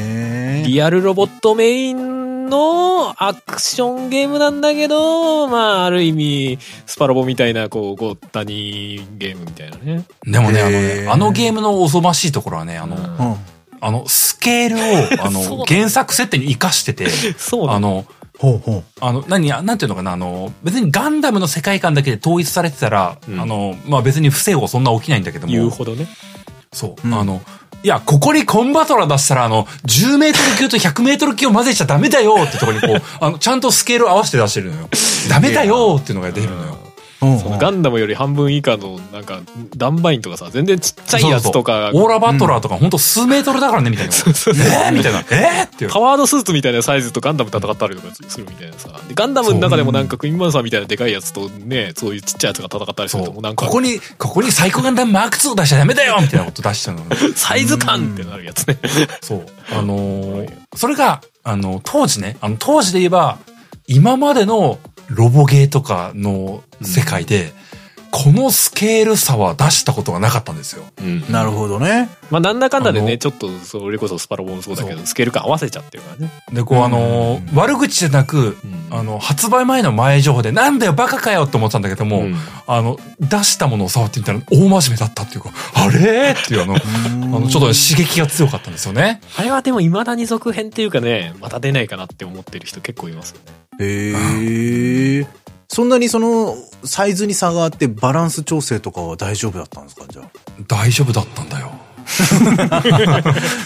Speaker 3: へえ。
Speaker 2: リアルロボットメインのアクションゲームなんだけど、まあ、ある意味、スパロボみたいな、こう、ごったにゲームみたいなね。
Speaker 1: でもね、あのね
Speaker 3: へ、ー
Speaker 1: あのゲームのおぞましいところはね、あの、
Speaker 2: うん
Speaker 3: うん。
Speaker 1: あの、スケール
Speaker 2: [laughs]
Speaker 1: を、あ
Speaker 2: そう
Speaker 1: の、
Speaker 2: だ
Speaker 1: 原作設定に活かしてて、
Speaker 2: [laughs] そう
Speaker 1: あ
Speaker 2: なの。
Speaker 1: の、
Speaker 3: ほうほう。
Speaker 1: あの、何、なんていうのかな、あの、別にガンダムの世界観だけで統一されてたら、
Speaker 2: うん
Speaker 1: あの、まあ、別に不正はそんな起きないんだけども、
Speaker 2: 言うほどね。
Speaker 1: そう、
Speaker 3: うん
Speaker 1: あの、いや、ここにコンバトラ出したら、あの、10メートル級と100メートル級を混ぜちゃダメだよってところに
Speaker 2: [laughs]
Speaker 1: こう、あの、ちゃんとスケール合わせて出してるのよ。ダメだよっていうのが出るのよ。
Speaker 3: うん
Speaker 2: そのガンダムより半分以下の、なんか、ダンバインとかさ、全然ちっちゃいやつとか、
Speaker 1: そう
Speaker 2: [laughs]
Speaker 1: そうオーラバトラーとかほんと数メートルだからね、みたいな。えーみたいな。えーっていう
Speaker 2: パ。ワードスーツみたいなサイズとガンダム戦ったりとかするみたいなさ。でガンダムの中でもなんかクイーンマンサーみたいなでかいやつとね、そういうちっちゃいやつが戦ったりす
Speaker 1: そ
Speaker 2: ると、もうな
Speaker 1: う。
Speaker 2: んか
Speaker 1: こ、こに、ここにサイコガンダムマーク2出しちゃダメだよみたいなこと出
Speaker 2: [laughs]
Speaker 1: したの。
Speaker 2: サイズ感ってなるやつね。
Speaker 1: そう。あのーそれが、あの、当時ね、あの、当時で言えば、今までのロボゲーとかの世界で、このスケール差は出したことがなかったんですよ。
Speaker 2: うん
Speaker 3: なるほどね。
Speaker 2: まあ、なんだかんだで
Speaker 1: あの
Speaker 2: ね、ちょっと、それこそスパロボもそうだけど、スケール感合わせちゃってるからね。
Speaker 1: で、こう、あのー悪口じゃなく、
Speaker 2: うん
Speaker 1: あの、発売前の前情報で、なんだよ、バカかよって思ってたんだけども、
Speaker 2: うん
Speaker 1: あの、出したものを触ってみたら、大真面目だったっていうか、あれーっていう、あの、あのちょっと刺激が強かったんですよね。
Speaker 2: あれはでも、未だに続編っていうかね、また出ないかなって思ってる人結構いますよね。
Speaker 3: へえ。そんなにその、サイズに差があって、バランス調整とかは大丈夫だったんですかじゃ
Speaker 1: [laughs] 大丈夫だったんだよ。
Speaker 3: あ。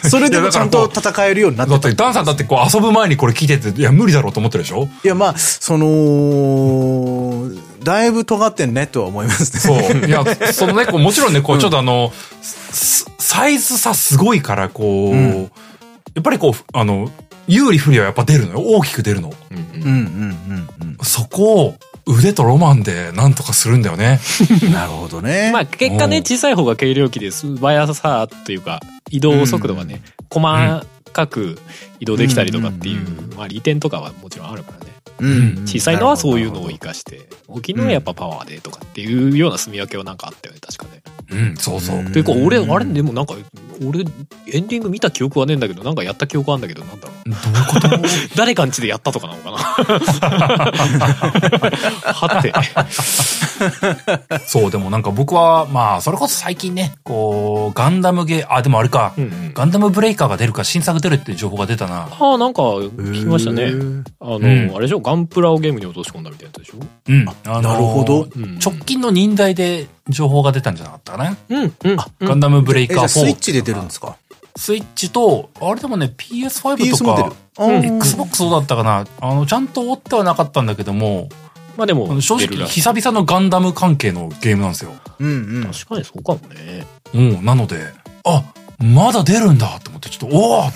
Speaker 3: それ
Speaker 1: い
Speaker 3: で
Speaker 1: や
Speaker 3: も
Speaker 1: だか
Speaker 3: ち
Speaker 1: ら
Speaker 3: ゃんと戦えるようになっ
Speaker 1: だ
Speaker 3: て
Speaker 1: って、ダンさんだってこう遊ぶ前にこれ聞いてて、いや、無理だろうと思ってるでしょ
Speaker 3: いや、まあ、その、だいぶ尖ってんねとは思います
Speaker 1: そ
Speaker 3: ね。
Speaker 1: [laughs] う。いや、そのね、こうもちろんね、こう、ちょっとあの、すサイズ差すごいから、こう、
Speaker 3: うん
Speaker 1: やっぱりこう、あの、有利不利はやっぱ出るのよ。大きく出るの。
Speaker 2: うん
Speaker 3: う。んうんうん
Speaker 1: そこを腕とロマンでなんとかするんだよね。
Speaker 3: うん。なるほどね。
Speaker 2: まあ、結果
Speaker 1: う
Speaker 2: ね、
Speaker 1: ん
Speaker 2: 小さい方が軽量機で素早さっていうか、移動速度がね、細かく移動できたりとかってい
Speaker 3: う
Speaker 2: う
Speaker 3: ん、
Speaker 2: まあ、利点とかはもちろんあるからね。
Speaker 3: うん
Speaker 2: 小さいのはそういうのを
Speaker 3: なる
Speaker 2: 活かして、大きいのはやっぱパワーでとかっていうような住み分けはなんかあったよね、確かね。
Speaker 1: うん、そうそうう。
Speaker 3: ん
Speaker 2: ていうか俺
Speaker 3: うん
Speaker 2: あれでもなんか俺エンディング見た記憶はねえんだけどなんかやった記憶あんだけどなんだろう
Speaker 1: どういう
Speaker 2: [laughs]
Speaker 1: こと [laughs]
Speaker 2: 誰かんちでやったとかなのかな [laughs]
Speaker 3: [laughs]
Speaker 2: はて
Speaker 1: そう、でもなんか僕は、まあ、それこそ最近ね、こう、ガンダムゲー、あ、でもあれか、ガンダムブレイカーが出るか、新作出るっていう情報が出たな。
Speaker 2: ああなんか
Speaker 3: ほど
Speaker 2: 聞きました
Speaker 3: へ
Speaker 2: ね
Speaker 3: ー
Speaker 2: あの、
Speaker 1: ん
Speaker 2: あれでしょガンプラをゲームに落とし込んだみたいなやつでしょ、
Speaker 1: うん。あのー
Speaker 3: なるほど
Speaker 2: うん
Speaker 1: 直近の任代で情報が出たんじゃなかったかな。
Speaker 2: うんうんあ
Speaker 1: ガンダムブレイ
Speaker 3: え、
Speaker 1: カ
Speaker 3: じ
Speaker 1: ー
Speaker 3: ゃ
Speaker 1: 4。
Speaker 3: あスイッチで出るんですか
Speaker 1: スイッチと、あれでもね、PS5 と
Speaker 3: ?PS も出
Speaker 1: か
Speaker 3: る、。あー
Speaker 1: Xbox そうだったかな。あの、ちゃんと追ってはなかったんだけども、
Speaker 2: まあで
Speaker 1: あの
Speaker 2: も
Speaker 1: 正
Speaker 2: 出る
Speaker 1: 直
Speaker 2: らしい
Speaker 1: 久々のガンダム関係のゲームなんですよ。
Speaker 3: うんうん。
Speaker 2: 確かにそうかもね
Speaker 1: うん、なので、あ、まだ出るんだと思って、ちょっと、おおと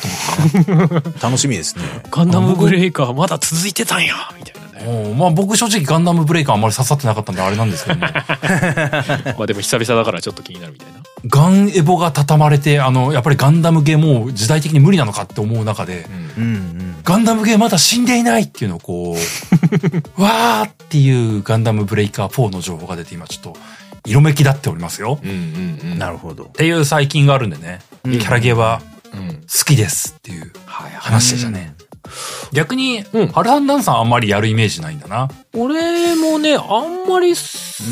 Speaker 3: 楽しみですね。
Speaker 2: ガンダムブレイカーまだ続いてたんやみたいなね
Speaker 1: 思って。うんまあ僕正直ガンダムブレイカーあんまり刺さってなかったんであれなんです
Speaker 3: [laughs]
Speaker 1: けども、
Speaker 2: まあでも久々だからちょっと気になるみたいな
Speaker 1: ガンエボが畳まれて、あの、やっぱりガンダムゲーもう時代的に無理なのかって思う中で、
Speaker 3: うんうん。
Speaker 1: ガンダムゲーまだ死んでいないっていうのをこう、
Speaker 2: [laughs]
Speaker 1: わーっていうガンダムブレイカー4の情報が出て今ちょっと色めきだっておりますよ。っ
Speaker 2: うんうんうん
Speaker 3: なるほど。
Speaker 1: ていう最近があるんでね、キャラゲーは
Speaker 2: うん
Speaker 1: 好きですっていう
Speaker 2: はいはい
Speaker 1: 話でしたね。逆に、
Speaker 2: うん
Speaker 1: ハルハンダンさんあんまりやるイメージないんだな。
Speaker 2: 俺もね、あんまりす、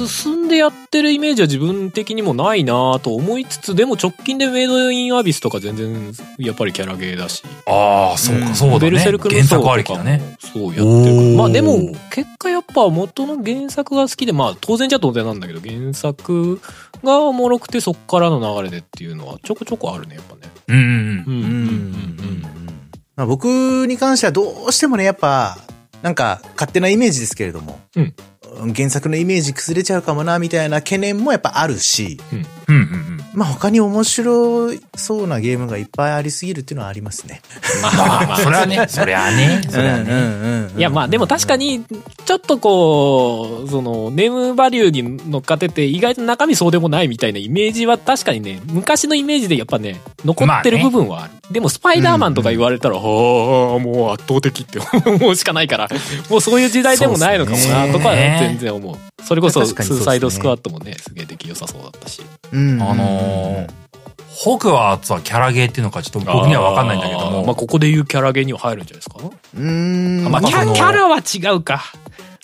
Speaker 3: うん
Speaker 2: 進んでやってるイメージは自分的にもないなと思いつつ、でも直近でメイドインアビスとか全然、やっぱりキャラゲーだし、
Speaker 1: ああ、そう
Speaker 3: う
Speaker 1: か、
Speaker 3: ん
Speaker 1: そうだ
Speaker 2: ベ
Speaker 1: ね。
Speaker 2: ルセルクの
Speaker 1: 原作ありき
Speaker 2: とか
Speaker 1: だ
Speaker 2: も
Speaker 1: ね。
Speaker 2: そうやってるから
Speaker 1: おー
Speaker 2: まあでも、結果やっぱ元の原作が好きで、まあ当然じゃ当然なんだけど、原作がおもろくてそっからの流れでっていうのはちょこちょこあるね、やっぱね。
Speaker 1: うんうん
Speaker 2: うんうん
Speaker 3: う
Speaker 2: うん
Speaker 3: うん
Speaker 2: ん。
Speaker 3: まあ僕に関してはどうしてもね、やっぱ、なんか勝手なイメージですけれども、
Speaker 2: うん
Speaker 3: 原作のイメージ崩れちゃうかもな、みたいな懸念もやっぱあるし、
Speaker 1: うん。うんうんうん。
Speaker 3: まあ他に面白そうなゲームがいっぱいありすぎるっていうのはありますね。
Speaker 2: まあまあまあ
Speaker 1: それは
Speaker 2: [laughs]
Speaker 1: ね、そりゃね、そりゃね。
Speaker 3: ね
Speaker 2: いやまあでも確かにちょっとこうそのネームバリューに乗っかってて意外と中身そうでもないみたいなイメージは確かにね昔のイメージでやっぱね残ってる
Speaker 1: まあね
Speaker 2: 部分はある、でもスパイダーマンとか言われたら、ああもう圧倒的って [laughs] 思うしかないからもうそういう時代でもないのかも
Speaker 3: そうっす
Speaker 2: な
Speaker 3: ね
Speaker 2: とかは全然思うそれこそ
Speaker 3: 確かに
Speaker 2: ス
Speaker 3: そうっすね
Speaker 2: ーサイドスクワットもねすげえ出来良さそうだったし
Speaker 3: うん
Speaker 1: あのー、ホグワーツはキャラゲーっていうのかちょっと僕には分かんないんだけど
Speaker 2: あ
Speaker 1: も、
Speaker 2: ーまあここで言うキャラゲーには入るんじゃないですか
Speaker 3: うーん。
Speaker 1: まあ
Speaker 2: キ
Speaker 1: そ
Speaker 2: ャ
Speaker 1: の
Speaker 2: キャラは違うか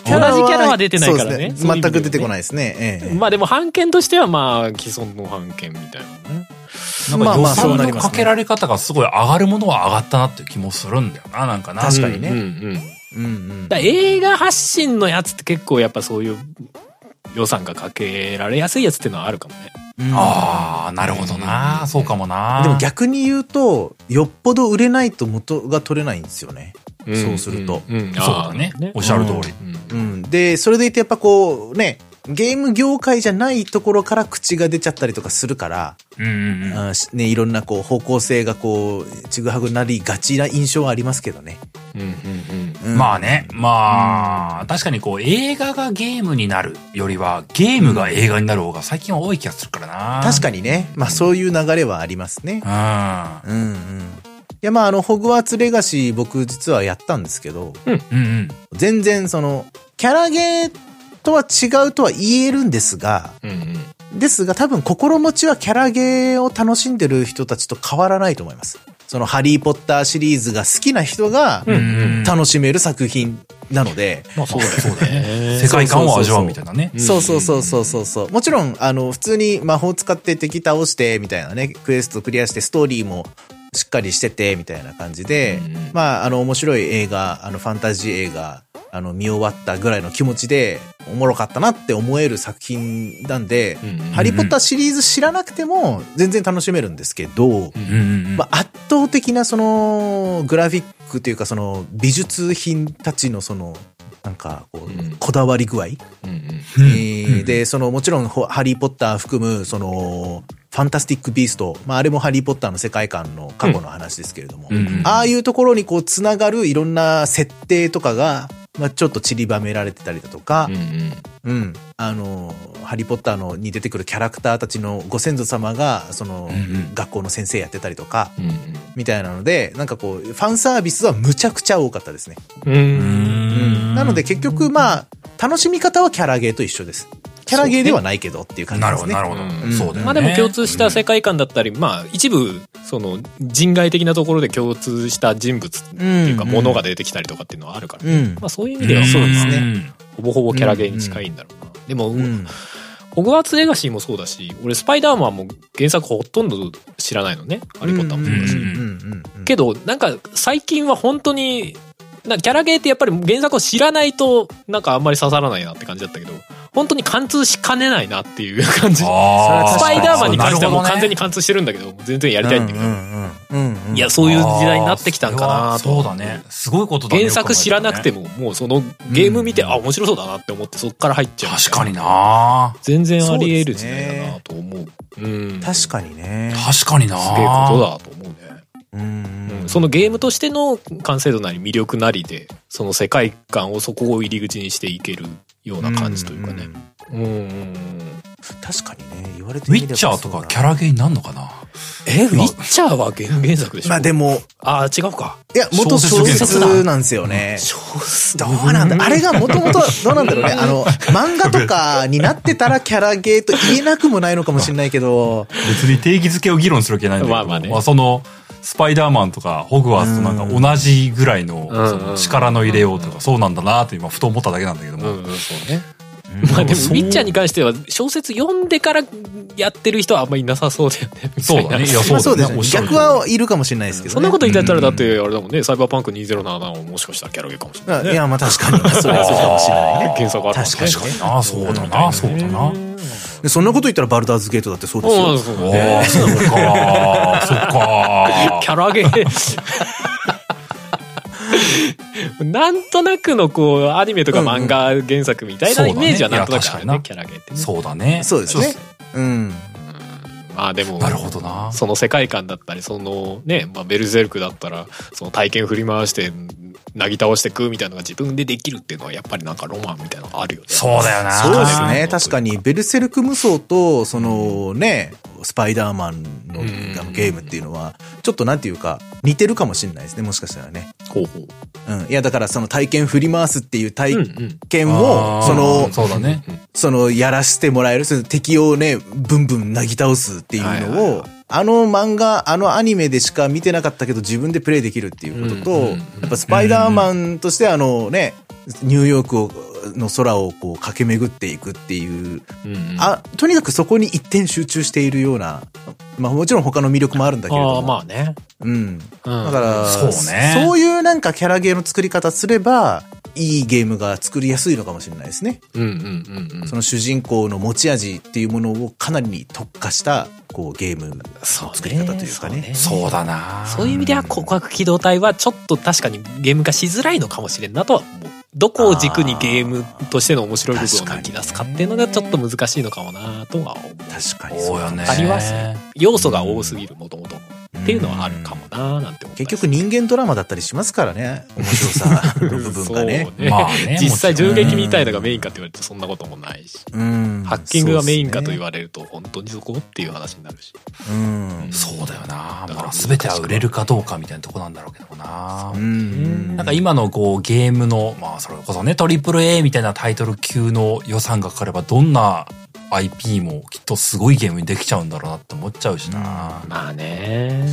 Speaker 2: 同じキャラは出てないからね
Speaker 3: そうです
Speaker 2: そういう意味ではね
Speaker 3: 全く出てこないですね。ええ
Speaker 2: [laughs] まあでも判件としてはまあ既存の判件みたいなね
Speaker 1: なんか
Speaker 3: まあ
Speaker 1: 予
Speaker 3: まあそう
Speaker 1: 想
Speaker 3: な
Speaker 1: の
Speaker 3: ります
Speaker 1: か
Speaker 3: ね
Speaker 1: けられ方がすごい上がるものは上がったなっていう気もするんだよな、なんかな。
Speaker 3: 確かにね
Speaker 2: うんうんうんだか
Speaker 3: うんうん。
Speaker 2: ら映画発信のやつって結構やっぱそういう予算がかけられやすいやつっていうのはあるかもね
Speaker 3: うん
Speaker 1: ああ、なるほどな。そうかもな。
Speaker 3: でも逆に言うと、よっぽど売れないと元が取れないんですよね。そうすると
Speaker 2: うん
Speaker 1: そうだね
Speaker 2: あー
Speaker 1: おっしゃる通り。
Speaker 2: うん
Speaker 3: うん。で、それでいてやっぱこう、ね、ゲーム業界じゃないところから口が出ちゃったりとかするから、
Speaker 1: うんうんうん。
Speaker 3: うんしね、いろんなこう方向性がこう、ちぐはぐになりがちな印象はありますけどね。
Speaker 2: うんうんうん
Speaker 3: うん
Speaker 1: まあ。ね、まあ、確かにこう映画がゲームになるよりは、ゲームが映画になる方が最近は多い気がするからな。
Speaker 3: 確かにね、まあそういう流れはありますね。
Speaker 1: か
Speaker 3: うんうん。いやまああの、ホグワーツレガシー僕実はやったんですけど、
Speaker 1: に。うんうん。
Speaker 3: 全然その、キャラゲーとは違うとは言えるんですが、
Speaker 2: うんうん
Speaker 3: ですが多分心持ちはキャラゲーを楽しんでる人たちと変わらないと思います。そのハリーポッターシリーズが好きな人が
Speaker 1: うんうん
Speaker 3: 楽しめる作品なので、
Speaker 2: まあそうだよねそうだね
Speaker 1: 世界観を味わうみたいなね。
Speaker 2: うん
Speaker 3: そうそうそうそうそうそう。もちろん、あの、普通に魔法使って敵倒して、みたいなね、クエストクリアして、ストーリーもしっかりしてて、みたいな感じで
Speaker 2: うんうん、
Speaker 3: まあ、あの、面白い映画、あの、ファンタジー映画、あの、見終わったぐらいの気持ちで、おもろかったなって思える作品なんで、
Speaker 2: うんうん
Speaker 3: ハリーポッターシリーズ知らなくても、全然楽しめるんですけど、
Speaker 1: うんうんうん。
Speaker 3: まあ、圧倒的なそのグラフィックというかその美術品たちのそのなんかこ
Speaker 2: うん
Speaker 3: うこだわり具合、
Speaker 2: うんうん
Speaker 1: うん
Speaker 3: えーで、そのもちろんほハリー・ポッター含むそのファンタスティック・ビースト、まあ、あれもハリー・ポッターの世界観の過去の話ですけれども、
Speaker 1: うんうん
Speaker 3: ああいうところにこうつながるいろんな設定とかが、まあ、ちょっと散りばめられてたりだとか、
Speaker 2: うんうん
Speaker 3: うん。あの、ハリーポッターのに出てくるキャラクターたちのご先祖様が、その、
Speaker 1: うんうん
Speaker 3: 学校の先生やってたりとか、
Speaker 2: うん
Speaker 3: みたいなので、なんかこう、ファンサービスはむちゃくちゃ多かったですね。
Speaker 2: うんうん
Speaker 1: ん
Speaker 3: なので結局、まあ、楽しみ方はキャラゲーと一緒です。キャラゲーではないけどっていう感じ
Speaker 1: な
Speaker 3: で
Speaker 1: る
Speaker 3: す
Speaker 1: ほど、
Speaker 3: ね。
Speaker 1: なる
Speaker 3: る
Speaker 1: ほど。
Speaker 2: うん
Speaker 1: そうだよね。
Speaker 2: まあでも共通した世界観だったり、まあ一部、その人外的なところで共通した人物っていうか、
Speaker 3: うん
Speaker 2: ものが出てきたりとかっていうのはあるから、
Speaker 3: ほうん。
Speaker 2: まあそういう意
Speaker 1: う
Speaker 2: 味
Speaker 1: ん
Speaker 2: では、
Speaker 3: そうですね。
Speaker 2: ほぼほぼキャラゲーに近いんだろうな。でも、
Speaker 3: うん。
Speaker 2: ホグワーツレガシーもそうだし、俺スパイダーマンも原作ほとんど知らないのね、ハリーポッターも
Speaker 3: う
Speaker 2: そ
Speaker 3: ん
Speaker 2: う
Speaker 3: う
Speaker 2: だし。
Speaker 3: んうん。
Speaker 2: けど、なんか最近は本当に、なんかキャラゲーってやっぱり原作を知らないと、なんかあんまり刺さらないなって感じだったけど、本当に貫通しかねないなっていう感じ。
Speaker 1: あ
Speaker 2: スパイダーマンに関してはもう完全に
Speaker 1: や
Speaker 2: 貫通してるんだけど、全然やりたいんだけど、
Speaker 3: うんうんうんうん。
Speaker 2: いや、そういう時代になってきたんかな
Speaker 1: そう
Speaker 2: と。
Speaker 1: だね。すごいことだね。
Speaker 2: 原作知らなくて
Speaker 1: よ
Speaker 2: も、もうそのゲーム見て、
Speaker 3: うん
Speaker 2: あ、面白そうだなって思ってそっから入っちゃう。
Speaker 1: 考えたらね。確かに。な
Speaker 2: 全然あり得る時代だなと思う。うん。す
Speaker 3: 確かにね。
Speaker 1: 確かにな
Speaker 2: げえことだと思うね。
Speaker 3: うんうん
Speaker 2: うんそのゲームとしての完成度なり魅力なりで、その世界観をそこを入り口にしていけるような感じというかね
Speaker 3: ん。ん
Speaker 2: うんうんうん。
Speaker 3: 確かにね、言われて
Speaker 1: ウ
Speaker 3: み
Speaker 1: ィ
Speaker 3: れば
Speaker 1: ッチャーと
Speaker 3: そう
Speaker 1: か
Speaker 3: だ
Speaker 1: キャラゲーになんのかな
Speaker 2: え、ウィッチャーは原原作でしょ
Speaker 3: まあでも、
Speaker 2: ああ、違うか。
Speaker 3: いや、元小
Speaker 1: 小説
Speaker 3: 説なんですよね。
Speaker 2: 小説
Speaker 3: どうなんだあれがもともとどうなんだろうね。あの、漫画とかになってたらキャラゲーと言えなくもないのかもしれないけど、
Speaker 1: 別に定義づけを議論するわけないんだけど。
Speaker 2: まあまあね
Speaker 1: その、スパイダーマンとかホグワーツとなんか同じぐらいの
Speaker 2: うん
Speaker 1: その力の入れようとかそうなんだなって今ふと思っただけなんだけど
Speaker 2: う
Speaker 1: も、
Speaker 2: んうん、そうね。
Speaker 3: うん
Speaker 2: まあでも、ウ
Speaker 1: そう
Speaker 2: ィッチャーに関しては、小説読んでからやってる人はあんまりいなさそうだよね。
Speaker 1: そうだねいや
Speaker 3: まあ
Speaker 1: そ
Speaker 3: そうう
Speaker 1: だね
Speaker 3: です
Speaker 1: おっ
Speaker 3: ね。
Speaker 1: しゃる通
Speaker 3: 逆
Speaker 1: り
Speaker 3: はいるかもしれないですけどね。
Speaker 2: そんなこと言ったら、だっ
Speaker 3: うん。
Speaker 2: て、あれだもんね、サイバーパンク2077をもしかしたらキャラゲかもしれない。
Speaker 3: いや、まあ確かに。それはそうかもしれないね。
Speaker 2: 原作あるもんね。
Speaker 3: 確かに確かに
Speaker 1: ああそうだな、そうだな、
Speaker 3: でそんなこと言ったらバルダーズゲートだってそうです
Speaker 2: お
Speaker 3: よ
Speaker 2: ー。そうだね
Speaker 1: ああそっかそっか
Speaker 2: キャラゲー。なんとなくのこうアニメとか漫画原作みたい
Speaker 1: そう
Speaker 2: な
Speaker 1: だ
Speaker 2: イ
Speaker 1: ね
Speaker 2: メージはなんとなくある
Speaker 1: い
Speaker 2: ね
Speaker 1: や
Speaker 2: キャラゲーってね
Speaker 1: そうだね
Speaker 3: そうですね。うん。
Speaker 2: まあでも
Speaker 1: なるほどな
Speaker 2: その世界観だったりそのね、まあ、ベルゼルクだったらその体験振り回してなぎ倒して食うみたいなのが自分でできるっていうのはやっぱりなんかロマンみたいなのがあるよね
Speaker 1: そうだよな
Speaker 3: そうです
Speaker 2: あ
Speaker 3: ね。
Speaker 2: ー
Speaker 3: 確かに、ベルセルク無双と、そのね、スパイダーマンの
Speaker 2: ん
Speaker 3: あのゲームっていうのは、ちょっとなんていうか、似てるかもしれないですね、もしかしたらね。
Speaker 2: ほうほう
Speaker 3: うん。いや、だからその体験振り回すっていう体
Speaker 2: うんうん
Speaker 3: 験
Speaker 1: あー
Speaker 3: を、その、
Speaker 1: そうだね
Speaker 3: その、やらしてもらえる、その敵をね、ブンブンなぎ倒すっていう
Speaker 2: はいはい
Speaker 3: のを、あの漫画、あのアニメでしか見てなかったけど自分でプレイできるっていうことと、
Speaker 2: うんうんうん
Speaker 3: やっぱスパイダーマンとしてあのね、ニューヨークを、の空をこう駆け巡っていくっていう、
Speaker 2: うんうん
Speaker 3: あ、とにかくそこに一点集中しているような、まあもちろん他の魅力もあるんだけれども、
Speaker 2: あーまあね、
Speaker 3: うん。
Speaker 2: うん、
Speaker 3: だから、
Speaker 1: そうね
Speaker 3: そういうなんかキャラゲーの作り方すれば、いいゲームが作りやすいのかもしれないですね。
Speaker 2: うんうんうんうん
Speaker 3: その主人公の持ち味っていうものをかなりに特化した、こう、ゲームの作り方というかね。
Speaker 2: そうね
Speaker 1: そうだな
Speaker 2: そういう意味では告白機動隊はちょっと確かにゲーム化しづらいのかもしれんなとは思う。どこを軸にゲームとしての面白い部分を抜き出すかっていうのがちょっと難しいのかもなとは思う。
Speaker 3: 確かに
Speaker 1: そうよね
Speaker 2: あります要素が多すぎるもともとっていうのはあるかもななんて思ったり
Speaker 3: 結局人間ドラマだったりしますからね。面白さの部分がね。
Speaker 2: [laughs] そうね
Speaker 1: まあ [laughs] ね
Speaker 2: 実際
Speaker 1: もちろ
Speaker 2: 銃
Speaker 1: ん
Speaker 2: 撃みたいのがメインかって言われるとそんなこともないし、
Speaker 3: うん。
Speaker 2: ハッキングがメインかと言
Speaker 3: わ
Speaker 2: われると本当にそこっていう話になるし。
Speaker 3: れうん。
Speaker 1: そうだよな
Speaker 2: だから
Speaker 1: まあ全ては売れるかどうかみたいなとこなんだろうけどもな
Speaker 3: うん。
Speaker 1: なんか今のこうゲームの、まあそれこそね、トリプル A みたいなタイトル級の予算がかかれば、どんな IP もきっとすごいゲームにできちゃうんだろうなって思っちゃうしな。
Speaker 2: まあ [laughs] ね。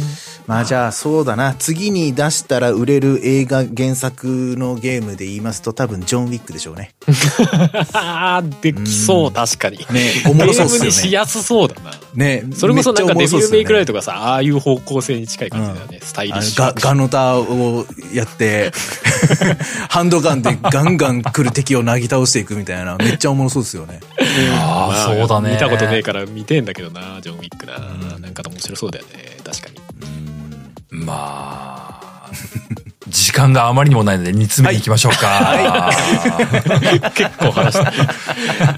Speaker 3: まあじゃあそうだな。次に出したら売れる映画原作のゲームで言いますと多分ジョン・ウィックでしょうね。
Speaker 2: あーできそう、確かに。ね
Speaker 3: おもろ
Speaker 2: ゲ
Speaker 3: そう
Speaker 2: ー
Speaker 3: っ
Speaker 2: ムに
Speaker 3: す
Speaker 2: し
Speaker 3: よね。
Speaker 2: やすそうだな。
Speaker 3: ね
Speaker 2: それこそなんかデビル・メイクライ
Speaker 3: と
Speaker 2: とかさ、ああいう方向性に近い感じだよね。スタイリッ
Speaker 3: あの
Speaker 2: シュ。
Speaker 3: ガガノタをや
Speaker 2: [laughs]
Speaker 3: って、ハンドガンでガンガン来る敵をなぎ倒していくみたいな、めっちゃおもろそうですよね。
Speaker 1: ああ、
Speaker 2: ま
Speaker 1: そうだね。
Speaker 2: 見たことねえから見てんだけどな、ジョン・ウィックな。なんか面白そうだよね。確かに。
Speaker 1: まあ、時間があまりにもないので煮詰めていきましょうか。
Speaker 2: 結構話し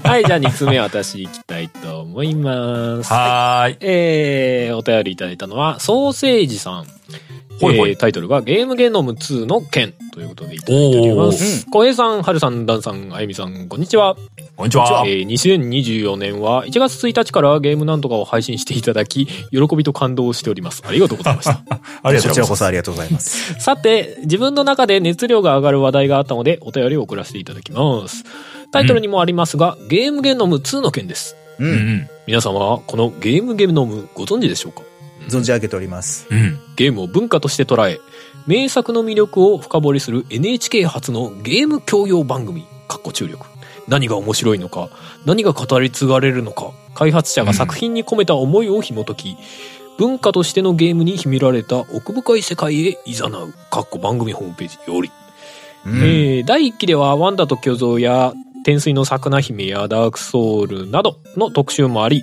Speaker 2: た。 [laughs] はい、じゃあ2つ目私行きたいと思います。
Speaker 1: はーい。
Speaker 2: えー、お便りいただいたのは、ソーセージさん。
Speaker 1: ほいほい
Speaker 2: えータイトルが、ゲームゲノム2の剣ということでいただいております。小平さん、春さん、ダンさん、あゆみさん、こんにちは。
Speaker 1: こんにちは。
Speaker 2: えー2024年は1月1日からゲームなんとかを配信していただき、喜びと感動をしております。ありがとうございました。
Speaker 1: ありがとう
Speaker 3: こ
Speaker 1: ござ
Speaker 3: ち
Speaker 1: い
Speaker 3: ら
Speaker 1: ま
Speaker 3: こ
Speaker 1: す。
Speaker 3: そありがとうございます。
Speaker 2: さて、自分の中で熱量が上がる話題があったので、お便りを送らせていただきます。タイトルにもありますが、ゲームゲノム2の件です。
Speaker 3: う。
Speaker 1: うんん
Speaker 2: 皆様はこのゲームゲノムご存知でしょうか
Speaker 3: 存じ上げております。
Speaker 1: うん。うん。
Speaker 2: ゲームを文化として捉え、名作の魅力を深掘りする NHK 初のゲーム教養番組、かっこ注力。何が面白いのか、何が語り継がれるのか、開発者が作品に込めた思いを紐解き、文化としてのゲームに秘められた奥深い世界へ誘う、かっこ番組ホームページより。
Speaker 3: うん
Speaker 2: えー第1期ではワンダと巨像や天水の桜姫やダークソウルなどの特集もあり、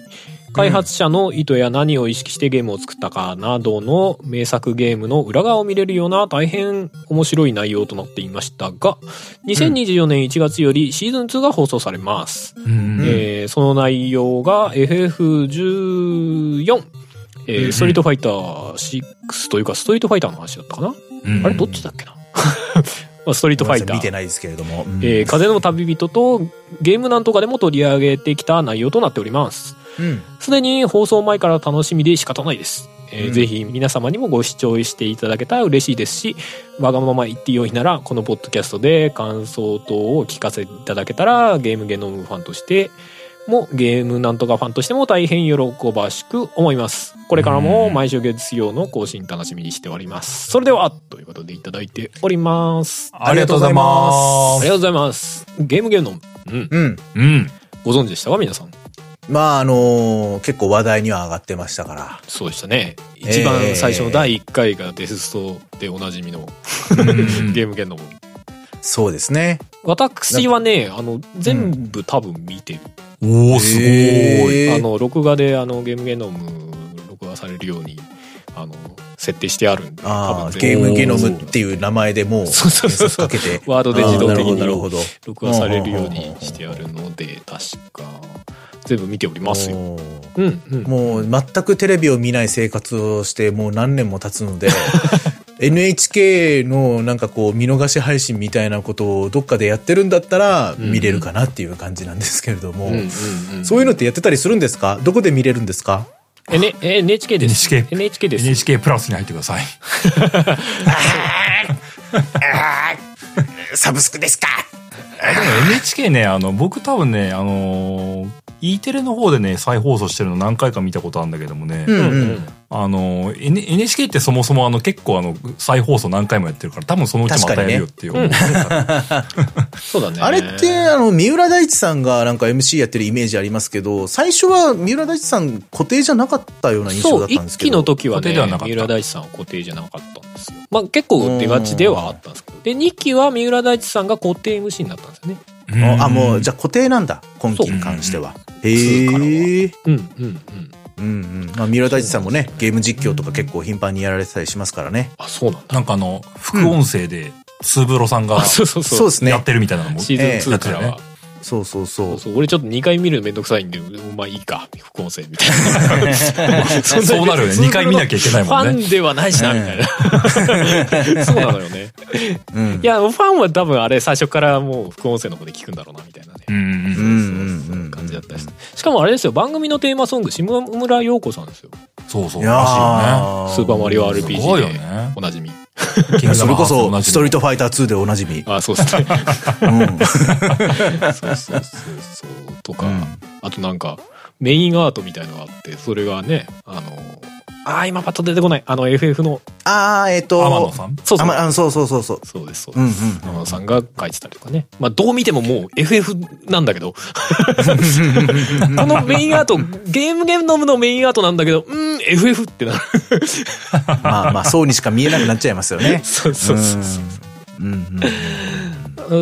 Speaker 2: 開発者の意図や何を意識してゲームを作ったかなどの名作ゲームの裏側を見れるような大変面白い内容となっていましたが、2024年1月よりシーズン2が放送されます。
Speaker 1: うんうん。
Speaker 2: えーその内容が FF14、えー
Speaker 1: うんうん
Speaker 2: ストリートファイター6というかストリートファイターの話だったかな、
Speaker 1: うん
Speaker 2: あれどっちだっけな [laughs] まあストリートファイ
Speaker 3: ごめん
Speaker 2: ター
Speaker 3: なさい見て。ないですけれども。うん
Speaker 2: えー風の旅人とゲームなんとかでも取り上げてきた内容となっております。
Speaker 3: うん
Speaker 2: すでに放送前から楽しみで仕方ないです。えー
Speaker 3: うん
Speaker 2: ぜひ皆様にもご視聴していただけたら嬉しいですし、わがまま言ってよいなら、このポッドキャストで感想等を聞かせていただけたら、ゲームゲノムファンとして、もゲームなんとかファンとしても大変喜ばしく思います。これからも毎週月曜の更新楽しみにしております。それでは、ということでいただいております。あ
Speaker 1: ありがとうございます。
Speaker 2: りがとうございます。ゲームゲームの、うん、
Speaker 3: うん。
Speaker 1: うん。
Speaker 2: ご存知でしたか皆さん。
Speaker 3: まあ、あのー結構話題には上がってましたから。
Speaker 2: そうでしたね。
Speaker 3: えー
Speaker 2: 一番最初の第1回がデスストでおなじみの
Speaker 1: うん
Speaker 2: ゲームゲームの。
Speaker 3: そうですね。
Speaker 2: 私はね、あの、全部多分見てる。
Speaker 1: おー、すごーい。
Speaker 3: へー
Speaker 2: あの録画であのゲームゲノム録画されるようにあの設定してあるんで
Speaker 3: あ
Speaker 2: 多
Speaker 3: あ、
Speaker 2: 分
Speaker 3: ゲ
Speaker 2: 全
Speaker 3: ー
Speaker 2: 部
Speaker 3: ムゲノムっていう名前でもう、
Speaker 2: そうそうそうそう
Speaker 3: 検索かけて。
Speaker 2: ワードで自動
Speaker 3: あーな
Speaker 2: 的
Speaker 3: るほ
Speaker 2: に
Speaker 3: ど、なるほど。
Speaker 2: 録画されるようにしてあるので確か全部見ておりますよ。
Speaker 3: おー
Speaker 2: うんうん、
Speaker 3: もう全くテレビを見ない生活をしてもう何年も経つの
Speaker 2: [laughs]
Speaker 3: で、NHK のなんかこう見逃し配信みたいなことをどっかでやってるんだったら
Speaker 2: うん
Speaker 3: 見れるかなっていう感じなんですけれども、
Speaker 2: うんうんうん、
Speaker 3: そういうのってやってたりするんですかどこで見れるんですか
Speaker 2: えね NHK です。
Speaker 1: NHK
Speaker 2: です
Speaker 1: NHK プラスに入ってください。
Speaker 3: サブスクですか
Speaker 1: あでも NHK ね、あの、僕多分ね、あのー、E テレの方でね、再放送してるの何回か見たことあるんだけどもね、
Speaker 3: うん
Speaker 2: うんう
Speaker 3: うんん。
Speaker 1: あのー、N- NHK ってそもそもあの、結構あの、再放送何回もやってるから、多分そのうちまたやるよっていう。
Speaker 2: 確そうだね。
Speaker 3: あれって、あの、三浦大知さんがなんか MC やってるイメージありますけど、最初は三浦大知さん固定じゃなかったような印象
Speaker 2: そ
Speaker 3: だ
Speaker 2: う
Speaker 3: ったんで
Speaker 2: 一
Speaker 3: すけ
Speaker 2: 期
Speaker 3: ど。
Speaker 2: の時は
Speaker 1: 固定
Speaker 2: ね
Speaker 1: ではなかった
Speaker 2: 三浦大知さんは固定じゃなかったんですよ。まあ結構出がちではあったんですけどで二期は三浦大知さんが固定 MC になったんですよね。
Speaker 1: うん
Speaker 3: あ、もう、じゃあ固定なんだ。今期に関しては。へ
Speaker 2: 通からは
Speaker 3: え。
Speaker 2: うんうんうん。
Speaker 3: うんうん。まあ、三浦大知さんもね、ゲーム実況とか結構頻繁にやられてたりしますからね。
Speaker 2: あそうなんだ。
Speaker 1: なんかあの、副音声で、ツーブロさんが
Speaker 2: あ、そうそうそう。
Speaker 3: そうですね
Speaker 1: やってるみたいなのも。
Speaker 2: シーズン2からは。
Speaker 1: ええやっ
Speaker 3: そうそうそ
Speaker 2: そう
Speaker 3: う。
Speaker 2: そう俺ちょっと2回見るのめんどくさいんで、まあいいか、副音声みたいな。そん
Speaker 1: [laughs]
Speaker 2: に
Speaker 1: そうなるよね二回見なきゃいけないもんね
Speaker 2: ファンではないしな、みたいな。そうなのよね。
Speaker 3: うん
Speaker 2: い。や、ファンは多分あれ最初からもう副音声の方で聞くんだろうな、みたいなね。
Speaker 1: うんうん
Speaker 3: う
Speaker 1: うん。
Speaker 3: ん
Speaker 2: そうそうそう感じだったりして。しかもあれですよ、番組のテーマソング、下村陽子さんですよ。
Speaker 1: そうそう。
Speaker 3: いや
Speaker 1: らし
Speaker 3: ー
Speaker 2: スーパーマリオ
Speaker 1: すごいよ
Speaker 2: RPG で
Speaker 1: ね
Speaker 2: おなじみ。
Speaker 1: いよね。
Speaker 3: それこそ、ストリー
Speaker 1: ト。
Speaker 3: トファイター2でおなじみ。
Speaker 2: あ、そう
Speaker 1: [laughs]
Speaker 2: ですね。 [laughs]
Speaker 3: うん。
Speaker 2: そうそうそうそう。とか、
Speaker 3: うん
Speaker 2: あとなんか、メインアートみたいのがあって、それがね、あの、あー、今パッと出てこない。あの FF の、
Speaker 3: あー、えっと。
Speaker 1: 天野さん
Speaker 2: そうそ
Speaker 3: あ
Speaker 2: う
Speaker 3: まあそうそうそうそう。
Speaker 2: そうです、そう
Speaker 3: うんう
Speaker 2: で
Speaker 3: ん
Speaker 2: す。天野さんが書いてたりとかね。まあ、どう見てももう FF なんだ
Speaker 1: [laughs]
Speaker 2: けど。このメインアート、ゲームゲームノムのメインアートなんだけど、うん、FF ってなる。。
Speaker 3: まあまあ、そうにしか見えなくなっちゃいますよね
Speaker 2: そう [laughs] そうそうそう。
Speaker 3: うん。うんうん
Speaker 2: うん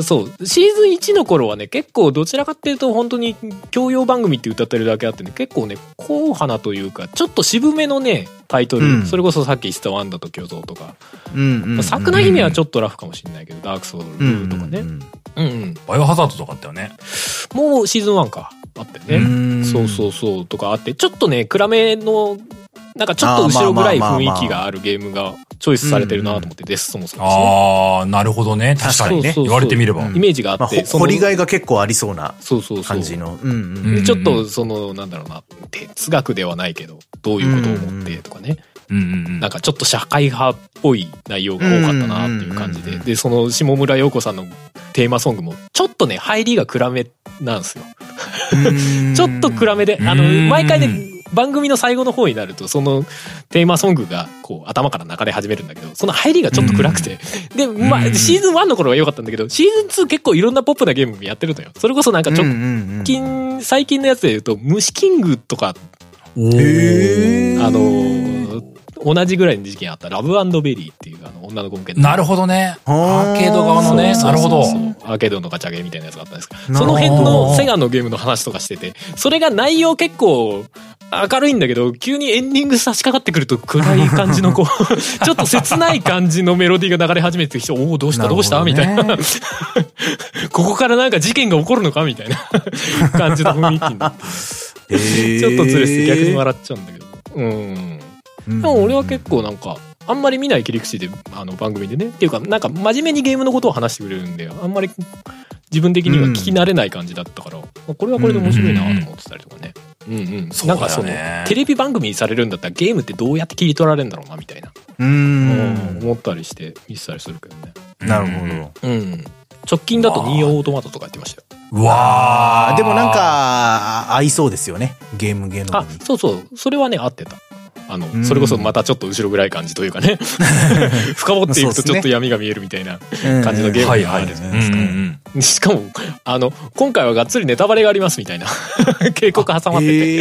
Speaker 2: そう。シーズン1の頃はね、結構どちらかっていうと本当に教養番組って歌ってるだけあってね、結構ね、硬派なというか、ちょっと渋めのね、タイトル。
Speaker 3: うん
Speaker 2: それこそさっき言ってたワンダと巨像とか。
Speaker 3: うんうんうん。
Speaker 2: 桜姫はちょっとラフかもしれないけど、ダークソウルとかね。うんうん。
Speaker 1: バイオハザードとかあったよね。
Speaker 2: もうシーズン1か。あってね。そうそうそうとかあって、ちょっとね、暗めの、なんかちょっと後ろぐらい雰囲気があるゲームがチョイスされてるなと思って、デスソもそうですね。
Speaker 1: あー、なるほどね。確かにね。
Speaker 2: そうそうそう
Speaker 1: 言われてみれば。
Speaker 3: うん
Speaker 2: イメージがあ
Speaker 3: まあ、
Speaker 2: っ
Speaker 3: ほ
Speaker 2: て、その
Speaker 3: 掘りがいが結構ありそうな
Speaker 2: そうそうそう
Speaker 3: 感。じの。うんうん
Speaker 1: うん
Speaker 2: でちょっとそのなんだろうな哲学ではないけどどういうことを思ってとかね、
Speaker 1: うんうんうん
Speaker 2: なんかちょっと社会派っぽい内容が多かったなっていう感じで、
Speaker 3: うんうんうんうん
Speaker 2: でその下村陽子さんのテーマソングもちょっとね入りが暗めなんですよちょっと暗めであの
Speaker 1: うん
Speaker 2: 毎回で番組の最後の方になるとそのテーマソングがこう頭から流れ始めるんだけどその入りがちょっと暗くて、で、まあ、
Speaker 1: うん
Speaker 2: シーズン1の頃は良かったんだけどシーズン2結構いろんなポップなゲームやってるのよそれこそなんかちょっと
Speaker 3: 直
Speaker 2: 最近、最近のやつで言うと、虫キングとか、
Speaker 1: お
Speaker 3: へ
Speaker 1: ー
Speaker 3: ー
Speaker 2: あのー同じぐらいの時期があった、ラブベリーっていうあの女の子向けの。
Speaker 1: なるほどね。
Speaker 3: あー
Speaker 1: アーケード側のね。
Speaker 2: そ
Speaker 1: な
Speaker 2: う
Speaker 1: る
Speaker 2: そう
Speaker 1: ほど。
Speaker 2: そうそうアーケードのガチャゲーみたいなやつがあったんですけど、
Speaker 3: な
Speaker 2: そ
Speaker 3: る
Speaker 2: の
Speaker 3: ほど
Speaker 2: 辺のセガのゲームの話とかしてて、それが内容結構明るいんだけど、急にエンディング差し掛かってくると暗い感じ
Speaker 1: [laughs]
Speaker 2: のこう、ちょっと切ない感じのメロディーが流れ始めてきて、
Speaker 1: [laughs]
Speaker 2: おお、どうしたどうしたみたいな。
Speaker 3: な。
Speaker 2: ここからなんか事件が起こるのかみたいな感じの雰囲気にな
Speaker 1: [laughs]
Speaker 2: って。
Speaker 3: ち
Speaker 2: [laughs] ちょっとずれして逆に
Speaker 3: ら
Speaker 2: 笑っちゃうんだけど。うん。
Speaker 3: で
Speaker 2: でも俺は結構なんか、あんまり見ない切り口で、あの番組でね。っていうか、なんか真面目にゲームのことを話してくれるんで、あんまり自分的には聞き慣れない感じだったから、まあこれはこれで面白いなと思ってたりとかね。うんうん。
Speaker 1: そうだ
Speaker 2: な
Speaker 1: よね
Speaker 2: んかその、テレビ番組にされるんだったらゲームってどうやって切り取られるんだろうな、みたいな。
Speaker 3: う。
Speaker 2: うん思ったりして見せたりするけどね。
Speaker 3: なるほど。
Speaker 2: うん。直近だとニーオートマトとかやってましたよ。
Speaker 1: うわ
Speaker 3: あ
Speaker 1: ー
Speaker 3: でもなんか、合いそうですよね。ゲームゲノ
Speaker 2: あ
Speaker 3: ムに。
Speaker 2: そうそうそれはね合ってたあの、
Speaker 3: ん
Speaker 2: それこそまたちょっと後ろ暗い感じというかね深掘ってい
Speaker 3: まあ
Speaker 2: く
Speaker 3: そ
Speaker 2: と
Speaker 3: うですね
Speaker 2: ちょっと闇が見えるみたいな
Speaker 3: うん
Speaker 2: 感じのゲームがあるじゃないですか、
Speaker 1: うんうん
Speaker 2: しかもあの今回はがっつりネタバレがありますみ
Speaker 1: [laughs]
Speaker 2: たいな警告挟まってて、
Speaker 3: へ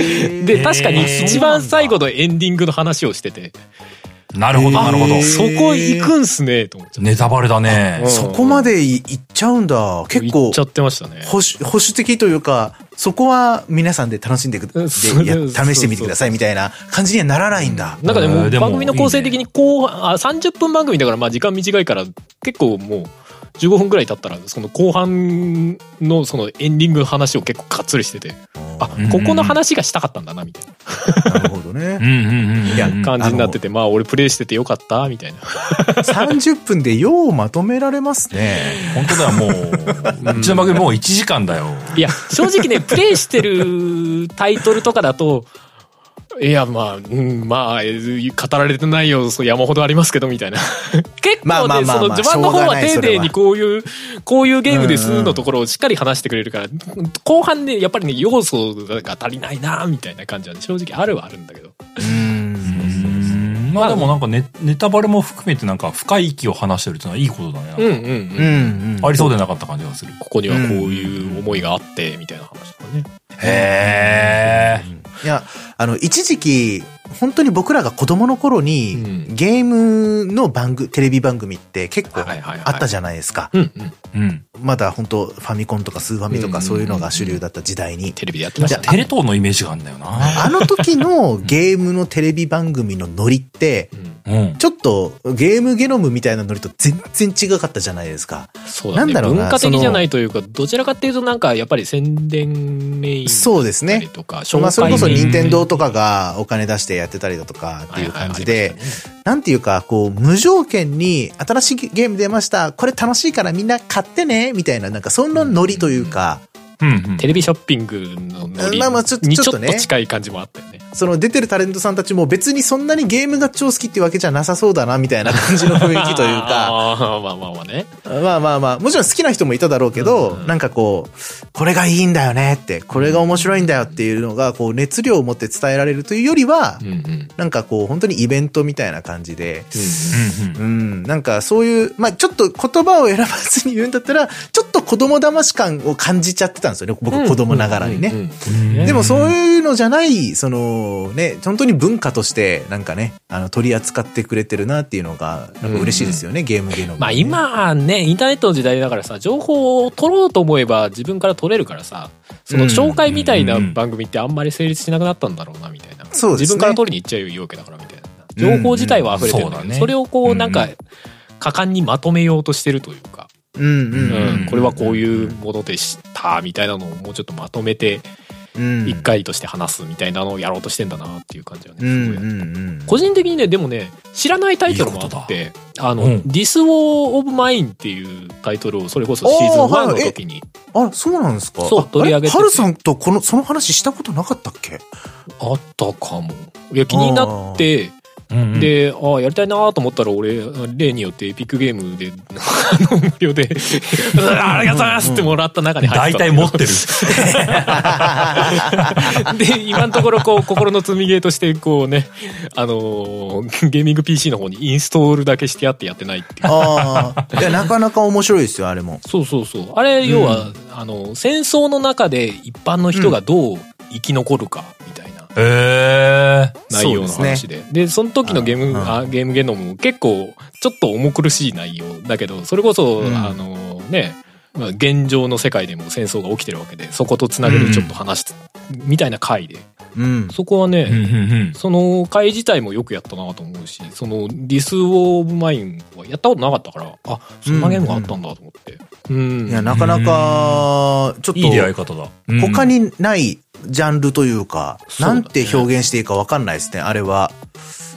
Speaker 3: ー
Speaker 2: で確かに
Speaker 1: へー
Speaker 2: 一番最後のエンディングの話をしてて
Speaker 1: うんなるほど、なるほど
Speaker 3: へ。ー
Speaker 2: そこ行くんすねと思っちゃって
Speaker 1: ネタバレだね
Speaker 2: うん。
Speaker 3: そこまでいいっちゃうんだ。結
Speaker 2: 行
Speaker 3: 構
Speaker 2: っちゃ、ってましたね
Speaker 3: 保守、保守的というか、そこは皆さんで楽しんでく、
Speaker 2: う
Speaker 3: で
Speaker 2: んそう
Speaker 3: いや
Speaker 2: そう
Speaker 3: 試してみてくださいみたいな感じにはならないんだ。
Speaker 2: なんかで
Speaker 1: え
Speaker 2: も
Speaker 1: ーでも
Speaker 2: 番組の構成的に後半あ30分番組だからまあ時間短いから結構もう15分ぐらい経ったらその後半のそのエンディングの話を結構がっつりしててあ
Speaker 1: うん
Speaker 2: ここの話がしたかったんだなみたい
Speaker 3: なるほど
Speaker 1: うんうん
Speaker 3: ね。
Speaker 1: うん。
Speaker 3: いや
Speaker 2: な感じになっててまあ俺プレイしててよかったみたいな
Speaker 3: 30分でようまとめられますね。
Speaker 1: 本当だよ、もう。うちの番組もう1時間だよ。
Speaker 2: いや正直 [laughs] ねプレイしてるタイトルとかだといやまあ、うん、まあえー語られてないよそう山ほどありますけどみたいな [laughs] 結
Speaker 3: まあ
Speaker 2: 構
Speaker 3: まあ
Speaker 2: ね
Speaker 3: まあ
Speaker 2: そ
Speaker 3: ま
Speaker 2: の
Speaker 3: あ
Speaker 2: 序盤の方
Speaker 3: しょうが
Speaker 2: は
Speaker 3: ない
Speaker 2: 丁
Speaker 3: それ
Speaker 2: 寧
Speaker 3: は
Speaker 2: にこういうこういうゲームで
Speaker 3: うんう
Speaker 2: す
Speaker 3: ん
Speaker 2: のところをしっかり話してくれるから後半ねやっぱりね要素が足りないなみたいな感じは、ね、正直あるはあるんだけど
Speaker 1: うんまあでもなんかネネタバレも含めてなんか深い息を話してるっていうのはいいことだね。
Speaker 2: うんうんう
Speaker 3: う
Speaker 2: ん、
Speaker 3: んうん。
Speaker 1: ありそうでなかった感じがする。
Speaker 2: ここにはこういう思いがあってみたいな話とかね
Speaker 1: へえ。
Speaker 3: いや、あの、一時期、本当に僕らが子供の頃に、
Speaker 2: うん
Speaker 3: ゲームの番組、テレビ番組って結構
Speaker 2: はいはいはい
Speaker 3: あったじゃないですか。
Speaker 2: うんうん
Speaker 1: うん。
Speaker 3: まだ本当ファミコンとかスーファミと
Speaker 2: うんうんう
Speaker 3: か
Speaker 2: ん
Speaker 3: そういうのが主流だった時代に。
Speaker 2: テレビでやってましたね
Speaker 1: テレ東のイメージがあるんだよな。
Speaker 3: あの時のゲームのテレビ番組のノリって、
Speaker 2: うん
Speaker 1: うん。
Speaker 3: ちょっとゲームゲノムみたいなノリと全然違かったじゃないですか。
Speaker 2: そうだね。
Speaker 3: なんだろうな
Speaker 2: 文化的じゃないというか、どちらかっていうとなんかやっぱり宣伝メインだ
Speaker 3: そうです
Speaker 2: った
Speaker 3: ね
Speaker 2: り。とか、紹介
Speaker 3: まあ、それこそ
Speaker 2: メイン
Speaker 3: 任天堂とかがお金出してやってたりだとかっていう感じ
Speaker 2: はいは
Speaker 3: で
Speaker 2: いありまし、
Speaker 3: なんていうか、こう、無条件に新しいゲーム出ました、これ楽しいからみんな買ってね、みたいな、なんかそんなノリというか、
Speaker 1: うんうん
Speaker 2: テレビショッピングのノリ
Speaker 3: まあまあちょっと
Speaker 2: に
Speaker 3: ち
Speaker 2: ち
Speaker 3: ょ
Speaker 2: ょ
Speaker 3: っ
Speaker 2: っ
Speaker 3: と
Speaker 2: と
Speaker 3: ね
Speaker 2: 近い感じもあったよね。
Speaker 3: その出てるタレントさんたちも別にそんなにゲームが超好きってわけじゃなさそうだな、みたいな感じの雰囲気というか、
Speaker 2: [laughs] ああ、まあまあまあね。
Speaker 3: まあまあまあ、もちろん好きな人もいただろうけど、
Speaker 2: うん
Speaker 3: なんかこう、これがいいんだよねって、これが面白いんだよっていうのが、こう、熱量を持って伝えられるというよりは
Speaker 2: うん、うん。
Speaker 3: なんかこう、本当にイベントみたいな感じで、
Speaker 1: うんうん
Speaker 3: うん、なんかそういう、まあちょっと言葉を選ばずに言うんだったら、ちょっと子供騙し感を感じちゃってたんですよね。僕子供ながらに
Speaker 2: うんうん
Speaker 3: ね。
Speaker 2: うんうん
Speaker 3: でもそういうのじゃない、そのね、本当に文化としてなんかね、あの取り扱ってくれてるなっていうのが、なんか嬉しいですよね、ゲームゲノム、
Speaker 2: まあ。今ね、インターネットの時代だからさ、情報を取ろうと思えば自分から取れるからさ、その紹介みたいな番組ってあんまり成立しなくなったんだろうな、みたいな。
Speaker 3: そうですね
Speaker 2: 自分から取りに行っちゃうわけだから、みたいな。情報自体は溢れてるんだ
Speaker 1: うんうんそうだ
Speaker 2: けど、
Speaker 1: ね
Speaker 2: それをこうなん
Speaker 1: う
Speaker 2: か
Speaker 1: ん、
Speaker 2: 果敢にまとめようとしてるというか。
Speaker 3: うんうん。
Speaker 2: うん、これはこういうものでしたみたいなのをもうちょっとまとめて
Speaker 3: うん
Speaker 2: 一回として話すみたいなのをやろうとしてんだなっていう感じはね
Speaker 3: うん
Speaker 2: すごいあ
Speaker 3: う
Speaker 2: る、
Speaker 3: んうん。
Speaker 2: 個人的にねでもね知らないタイトルもあってあの、
Speaker 1: うん
Speaker 2: ディス・ウォー・オブ・マインっていうタイトルをそれこそシーズン
Speaker 3: おーはい
Speaker 2: 1の時に
Speaker 3: あ、そうなんですか
Speaker 2: そう取り上げて
Speaker 3: あ
Speaker 2: て
Speaker 3: れハルさんとこの、その話したことなかったっけ
Speaker 2: あったかもいや気になって
Speaker 1: うんうん、
Speaker 2: で、ああ、やりたいなと思ったら、俺、例によってエピックゲームで、 [laughs] あの、無料で、 [laughs] うわありがとうございますってもらった中に入っ
Speaker 1: 大
Speaker 2: てたんだけ
Speaker 1: 体持っ
Speaker 2: ど。
Speaker 1: て
Speaker 2: [laughs]
Speaker 1: る。
Speaker 2: で、今のところ、こう、心の積みゲーとして、こうね、あのーゲーミング PC の方にインストールだけしてあってやってないっていう。
Speaker 3: ああ。いや、なかなか面白いですよ、あれも。
Speaker 2: そうそうそう。あれ、要は、あの、戦争の中で一般の人がどう生き残るか、みたいな
Speaker 1: へえ。
Speaker 2: 内容の話で。でその時のゲーム、
Speaker 3: あ
Speaker 2: あゲームゲノムも結構、ちょっと重苦しい内容だけど、それこそ、
Speaker 3: うん
Speaker 2: あのね、まあ現状の世界でも戦争が起きてるわけで、そことつなげるちょっと話す、みたいな回で、
Speaker 3: うん。
Speaker 2: そこはね、
Speaker 1: うんうんうん
Speaker 2: その会自体もよくやったなと思うし、そのディス・オブ・マインはやったことなかったから、あ、そんなゲームがあったんだと思って。うん。
Speaker 3: いや、なかなか、ちょっと、
Speaker 1: いい出会い方だ。うん
Speaker 3: 他にないジャンルというか、
Speaker 2: うだ
Speaker 3: な
Speaker 2: ね
Speaker 3: んて表現していいかわかんないですね、あれは。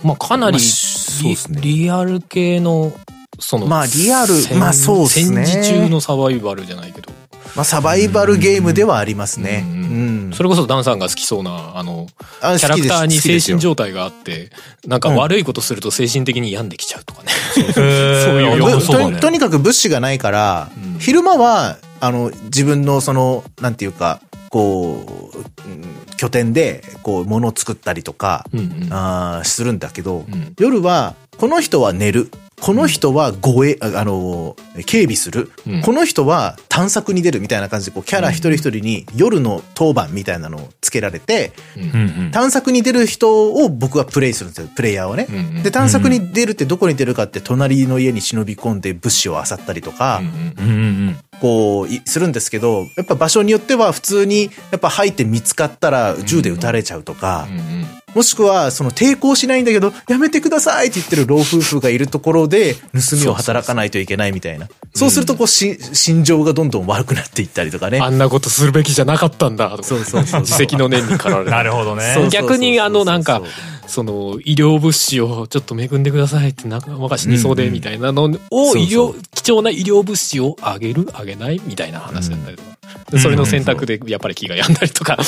Speaker 2: まあかな
Speaker 3: ま
Speaker 2: り
Speaker 3: あ
Speaker 2: リ、
Speaker 3: そうですね
Speaker 2: リアル系の、その、
Speaker 3: まあリアル
Speaker 2: 戦
Speaker 3: まあそうっすね
Speaker 2: 戦時中のサバイバルじゃないけど、
Speaker 3: まあ、サバイバルゲームではありますね。う
Speaker 2: うん
Speaker 3: ん。
Speaker 2: それこそダンさんが好きそうな、あの、
Speaker 3: あ好
Speaker 2: キャラ
Speaker 3: き
Speaker 2: ク
Speaker 3: です
Speaker 2: ターに
Speaker 3: 好きで
Speaker 2: 精
Speaker 3: すよ
Speaker 2: 神状態があって、なんか悪いことすると精神的に病んできちゃうとかね。
Speaker 1: へー
Speaker 2: そういう
Speaker 1: いや
Speaker 2: 要
Speaker 1: そう
Speaker 3: ぶ
Speaker 1: だ
Speaker 3: と
Speaker 1: ね
Speaker 3: とにかく物資がないから、
Speaker 2: うん
Speaker 3: 昼間はあの、自分のその、なんていうか、こう、うん拠点で、こう、物を作ったりとか、
Speaker 2: うんうん
Speaker 3: あーするんだけど、
Speaker 2: うん
Speaker 3: 夜は、この人は寝る。この人は護衛、ああの、警備する。
Speaker 2: うん
Speaker 3: この人は探索に出るみたいな感じで、こう、キャラ一人一人に夜の当番みたいなのをつけられて、
Speaker 1: うんうん
Speaker 3: 探索に出る人を僕はプレイするんですよ、プレイヤーはね。
Speaker 2: うんうん
Speaker 3: で、探索に出るってどこに出るかって、隣の家に忍び込んで物資を漁ったりとか、
Speaker 2: うん
Speaker 1: うんうん
Speaker 3: こうい、するんですけど、やっぱ場所によっては普通に、やっぱ入って見つかったら銃で撃たれちゃうとか
Speaker 2: う、ん
Speaker 3: もしくは、その抵抗しないんだけど、やめてくださいって言ってる老夫婦がいるところで、盗みを働かないといけないみたいな。そうすると、こう、し、心情がどんどん悪くなっていったりとかね。
Speaker 2: あんなことするべきじゃなかったんだとか
Speaker 3: そうそうそうそう
Speaker 2: 自責の念に駆られ
Speaker 1: な
Speaker 2: て
Speaker 1: るほどね。
Speaker 3: そう
Speaker 2: 逆にあのなん
Speaker 3: そ
Speaker 2: か
Speaker 3: うそうそ
Speaker 2: その医療物資をちょっと恵んでくださいってなんかか死にそう
Speaker 3: うん
Speaker 2: で
Speaker 3: うん
Speaker 2: みたいなのを
Speaker 3: そうそう
Speaker 2: 医療貴重な医療物資をあげるあげないみたいな話だったりとかでそれの選択でやっぱり気が病んだりとか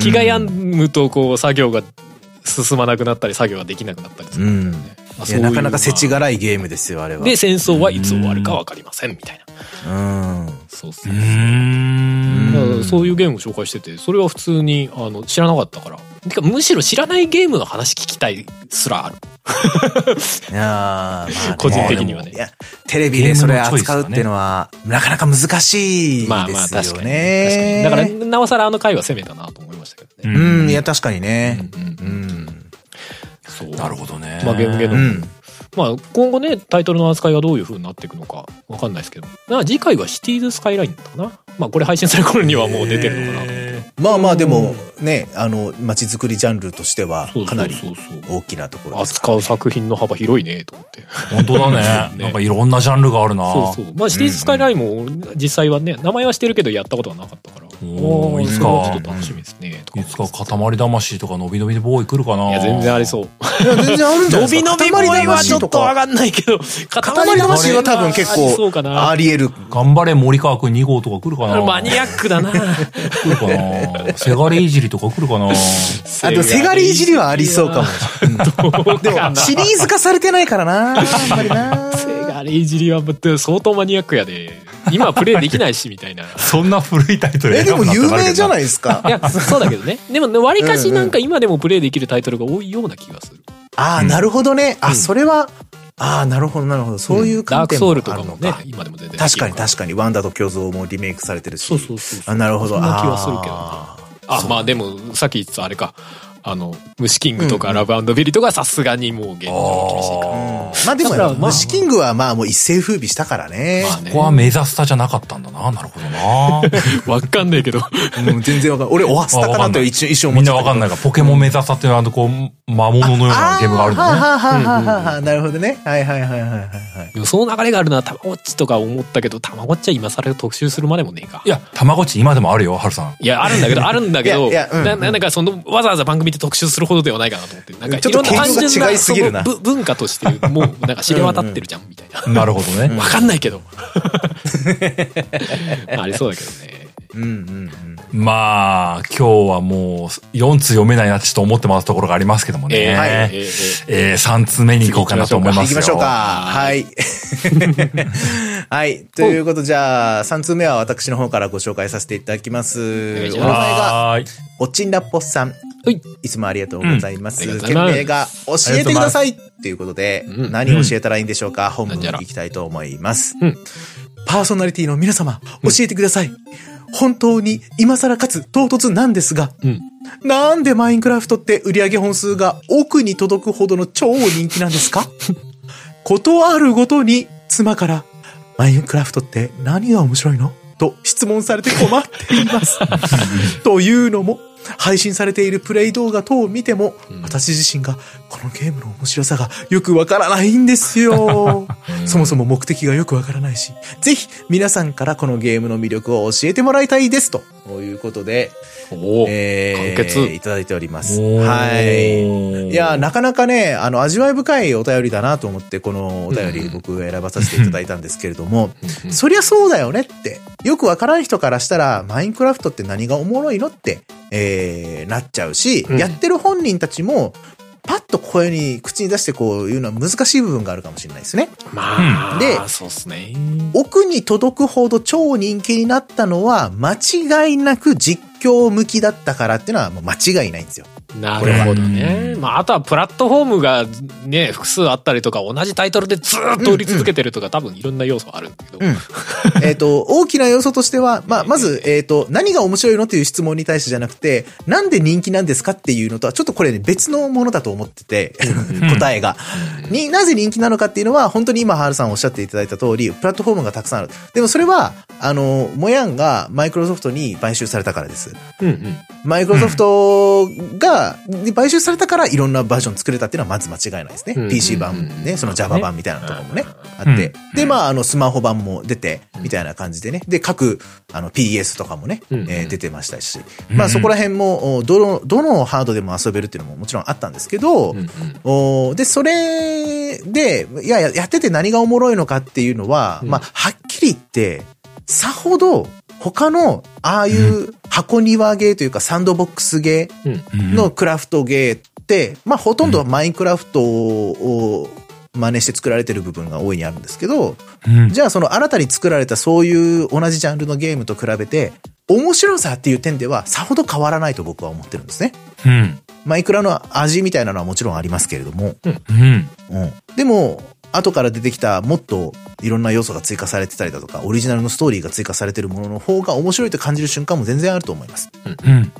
Speaker 2: 気が病むとこう作業が進まなくなったり作業ができなくなったりするんだよねまあ
Speaker 3: い
Speaker 2: そ
Speaker 3: や
Speaker 2: ういう
Speaker 3: なかなか世知
Speaker 2: まあ
Speaker 3: 辛いゲームですよ、あれは。
Speaker 2: で戦争はいつ終わるかわかりませんみたい
Speaker 3: う
Speaker 2: な
Speaker 3: ん。
Speaker 2: そうそうう
Speaker 1: ーん。
Speaker 2: だからそういうゲームを紹介しててそれは普通にあの知らなかったからてかむしろ知らないゲームの話聞きたいすらある
Speaker 3: いやーまあ
Speaker 2: [laughs] 個人的にはね
Speaker 3: いや、テレビでそれ扱うっていうのは、なかなか難しいですよね。
Speaker 2: まあまあ確かに確かにだからなおさらあの回は攻めたなと思いましたけどね、
Speaker 3: うん、いや、確かにね。
Speaker 2: う
Speaker 3: うんん。
Speaker 2: そう
Speaker 1: なるほどね。
Speaker 2: まあゲームゲー
Speaker 3: う
Speaker 2: ム
Speaker 3: ん。
Speaker 2: まあ今後ねタイトルの扱いがどういう風になっていくのかわかんないですけどまあ次回はシティーズスカイラインだったかなまあこれ配信する頃にはもう出てるのかな
Speaker 1: へー
Speaker 3: まあまあ、でも、ね、あの、街づくりジャンルとしては
Speaker 2: そう、
Speaker 3: か
Speaker 2: そ
Speaker 3: な
Speaker 2: う
Speaker 3: り
Speaker 2: そうそう
Speaker 3: 大きなところですか
Speaker 2: 扱う作品の幅広いねと思って
Speaker 1: 本当だね。
Speaker 2: ね
Speaker 1: なんかいろんなジャンルがあるな。
Speaker 2: そうそうまあシティーズスカイラインも実際はね名前はしてるけどやったことはなかったから
Speaker 1: おー
Speaker 2: あー
Speaker 1: いつか
Speaker 2: それはちょっと楽しみですねとか
Speaker 1: いつか塊魂とかのびのびでボーイ来るかないい
Speaker 2: や全然あり [laughs] そう
Speaker 3: いや全然あるんじゃないで
Speaker 2: 伸
Speaker 3: す
Speaker 2: び
Speaker 3: か。
Speaker 2: 伸び声は
Speaker 3: 塊
Speaker 2: ちょ
Speaker 3: 魂
Speaker 2: っとわ
Speaker 3: か。
Speaker 2: かんないけ [laughs] ど、
Speaker 3: 塊魂は多分結
Speaker 2: ありそうか
Speaker 3: 構、あ
Speaker 2: な。
Speaker 3: り得る。
Speaker 1: 頑張れ森川くん2号とか来る [laughs] かな
Speaker 2: マニアックだな。
Speaker 1: 来るかなせがれいじりとか来るかな
Speaker 3: あと、せがれいじりはありそうかも。
Speaker 2: も。
Speaker 3: でも、シリーズ化されてないから [laughs] な、あんまりな。
Speaker 2: せがれいじりは相当マニアックやで。今はプレイできないし、みたいな。い
Speaker 1: そんな古いタイトル
Speaker 3: え、でも有名じゃないいですか。
Speaker 2: や、そうだけどね。でもね、わりかしなんか今でもプレイできるタイトルが多いような気がする。
Speaker 3: [laughs] ああ、なるほどね。あ、それは、ああ、なるほど、なるほど。そういう
Speaker 2: ダー
Speaker 3: 観
Speaker 2: ク
Speaker 3: 点
Speaker 2: ソ
Speaker 3: も
Speaker 2: ウ
Speaker 3: あ
Speaker 2: ル
Speaker 3: る
Speaker 2: とかも
Speaker 3: の
Speaker 2: ね
Speaker 3: か、。
Speaker 2: 今でも全然で
Speaker 3: 確
Speaker 2: きる
Speaker 3: かに確かに、ワンダと巨像もリメイクされてるし。
Speaker 2: そうそうそうそう
Speaker 3: あなるほど。
Speaker 2: そんな気は
Speaker 3: あー
Speaker 2: するけどあ、まあでも、さっき言ってたあれか。あの、虫キングとかラブビリとかさすがにもう現状厳しいから。
Speaker 3: うんまあでも
Speaker 2: だからまあ
Speaker 3: 虫キングはまあもう一世風靡したからね。
Speaker 2: まあね
Speaker 1: ここは目指したじゃなかったんだななるほどな
Speaker 2: わかんないけど。
Speaker 3: うん全然わかんない。俺、オハスタかなと一瞬、一瞬思
Speaker 1: みん
Speaker 3: っちゃ
Speaker 1: な
Speaker 3: った
Speaker 1: わ
Speaker 3: け
Speaker 1: か
Speaker 3: ど。
Speaker 1: んないがポケモン目指したっていうあのこう魔物のようなゲームがあるん
Speaker 3: は
Speaker 1: だね
Speaker 3: はははははなるほどね。はいはいはいはいはいはい。
Speaker 2: でもその流れがあるのはたまごっちとか思ったけどたまごっちは今更特集するまでもねえか
Speaker 1: いやたまごっち今でもあるよハルさん
Speaker 2: いやあるん
Speaker 3: [laughs]
Speaker 2: だけどあるんだけど
Speaker 3: いやいやうん
Speaker 2: なななんかそのわざわざ番組で特集するほどではないかなと思ってなんか
Speaker 3: ちょ
Speaker 2: い
Speaker 3: っ
Speaker 2: ろ
Speaker 3: と
Speaker 2: んな単純
Speaker 3: 形が違
Speaker 2: ない
Speaker 3: すぎるな
Speaker 2: そのぶ文化としてもうなんか知れ渡ってるじゃんみたいな
Speaker 1: なるほどね
Speaker 2: わかんないけど [laughs] まあありそうだけどね
Speaker 3: うんうんうん。
Speaker 1: まあ今日はもう4通読めないなってちょっと思ってますところがありますけどもね、
Speaker 2: えーはいえーえ
Speaker 1: えー、3通目に行こうかなと思いますよ
Speaker 3: 行きましょうか。はい。はい。ということでじゃあ、3通目は私の方からご紹介させていただきます。お
Speaker 2: 願
Speaker 3: 名
Speaker 2: いし
Speaker 3: 前
Speaker 2: ます
Speaker 3: が、
Speaker 1: はーい
Speaker 3: おちんらっぽっさん。
Speaker 2: はい
Speaker 3: いつもありがとうございます。
Speaker 2: うんありがと
Speaker 3: 件
Speaker 2: うございます
Speaker 3: 名が教えてくださいということで、
Speaker 2: うん
Speaker 3: 何を教えたらいいんでしょうか、本
Speaker 2: なん
Speaker 3: 文
Speaker 2: じゃら
Speaker 3: 行きたいと思います。
Speaker 2: うん
Speaker 3: パーソナリティの皆様、教えてください。本当に今更かつ唐突なんですが、
Speaker 2: うん
Speaker 3: なんでマインクラフトって売り上げ本数が奥に届くほどの超人気なんですかことあるごとに妻から、マインクラフトって何が面白いのと質問されて困っています。というのも、配信されているプレイ動画等を見ても、私自身がこのゲームの面白さがよくわからないんですよ。そもそも目的がよくわからないし、ぜひ皆さんからこのゲームの魅力を教えてもらいたいです。ということで、
Speaker 2: おお、
Speaker 3: えー、
Speaker 2: 完結
Speaker 3: いただいております。
Speaker 1: おー
Speaker 3: はい。いや、なかなかね、あの、味わい深いお便りだなと思って、このお便り僕選ばさせていただいたんですけれども、そりゃそうだよねって、よくわからん人からしたら、マインクラフトって何がおもろいのって、えー、なっちゃうし、
Speaker 2: うん
Speaker 3: やってる本人たちも、パッと声に、口に出してこういうのは難しい部分があるかもしれないですね。
Speaker 2: まあ、
Speaker 3: うんで
Speaker 2: そうっすね。
Speaker 3: 奥に届くほど超人気になったのは、間違いなく実況向きだったからっていうのはもう間違いないんですよ。
Speaker 2: なるほど
Speaker 1: う
Speaker 2: ね。まあ、あとはプラットフォームがね、複数あったりとか、同じタイトルでずーっと売り続けてるとか、多分いろんな要素はあるんだけど。
Speaker 3: うん。 [laughs] えっと、大きな要素としては、まあ、まず、えっ、と、何が面白いのという質問に対してじゃなくて、なんで人気なんですかっていうのとは、ちょっとこれね、別のものだと思ってて、答えが。に、なぜ人気なのかっていうのは、本当に今、ハールさんおっしゃっていただいた通り、プラットフォームがたくさんある。でもそれは、あの、モヤンがマイクロソフトに買収されたからです。
Speaker 2: うんうん。
Speaker 3: マイクロソフトが、で買収されたからいろんなバージョン作れたっていうのはまず間違いないですね。
Speaker 2: うん
Speaker 3: PC
Speaker 2: う
Speaker 3: 版
Speaker 2: ん、
Speaker 3: ね、その Java 版みたいなところもね、あ
Speaker 1: ん
Speaker 3: って。で、まあ、あの、スマホ版も出て、みたいな感じでね。で、各、あの、PS とかもね、
Speaker 2: うん
Speaker 3: えー出てましたし。まあ、そこら辺も、おどの、どのハードでも遊べるっていうのももちろんあったんですけど、
Speaker 2: うんうん。
Speaker 3: おーで、それで、いや、ややってて何がおもろいのかっていうのは、
Speaker 2: うん
Speaker 3: まあ、はっきり言って、さほど、他の、ああいう箱庭ゲーというかサンドボックスゲ
Speaker 2: うん。
Speaker 3: ーのクラフトゲーって、まあ、ほとんどはマインクラフトを真似して作られてる部分が大いにあるんですけど、
Speaker 1: うん
Speaker 3: じゃあその新たに作られたそういう同じジャンルのゲームと比べて、面白さっていう点ではさほど変わらないと僕は思ってるんですね。
Speaker 1: うん
Speaker 3: マイクラの味みたいなのはもちろんありますけれども、
Speaker 1: うん
Speaker 3: うん。でも、後から出てきたもっといろんな要素が追加されてたりだとか、オリジナルのストーリーが追加されてるものの方が面白いと感じる瞬間も全然あると思います。
Speaker 1: うん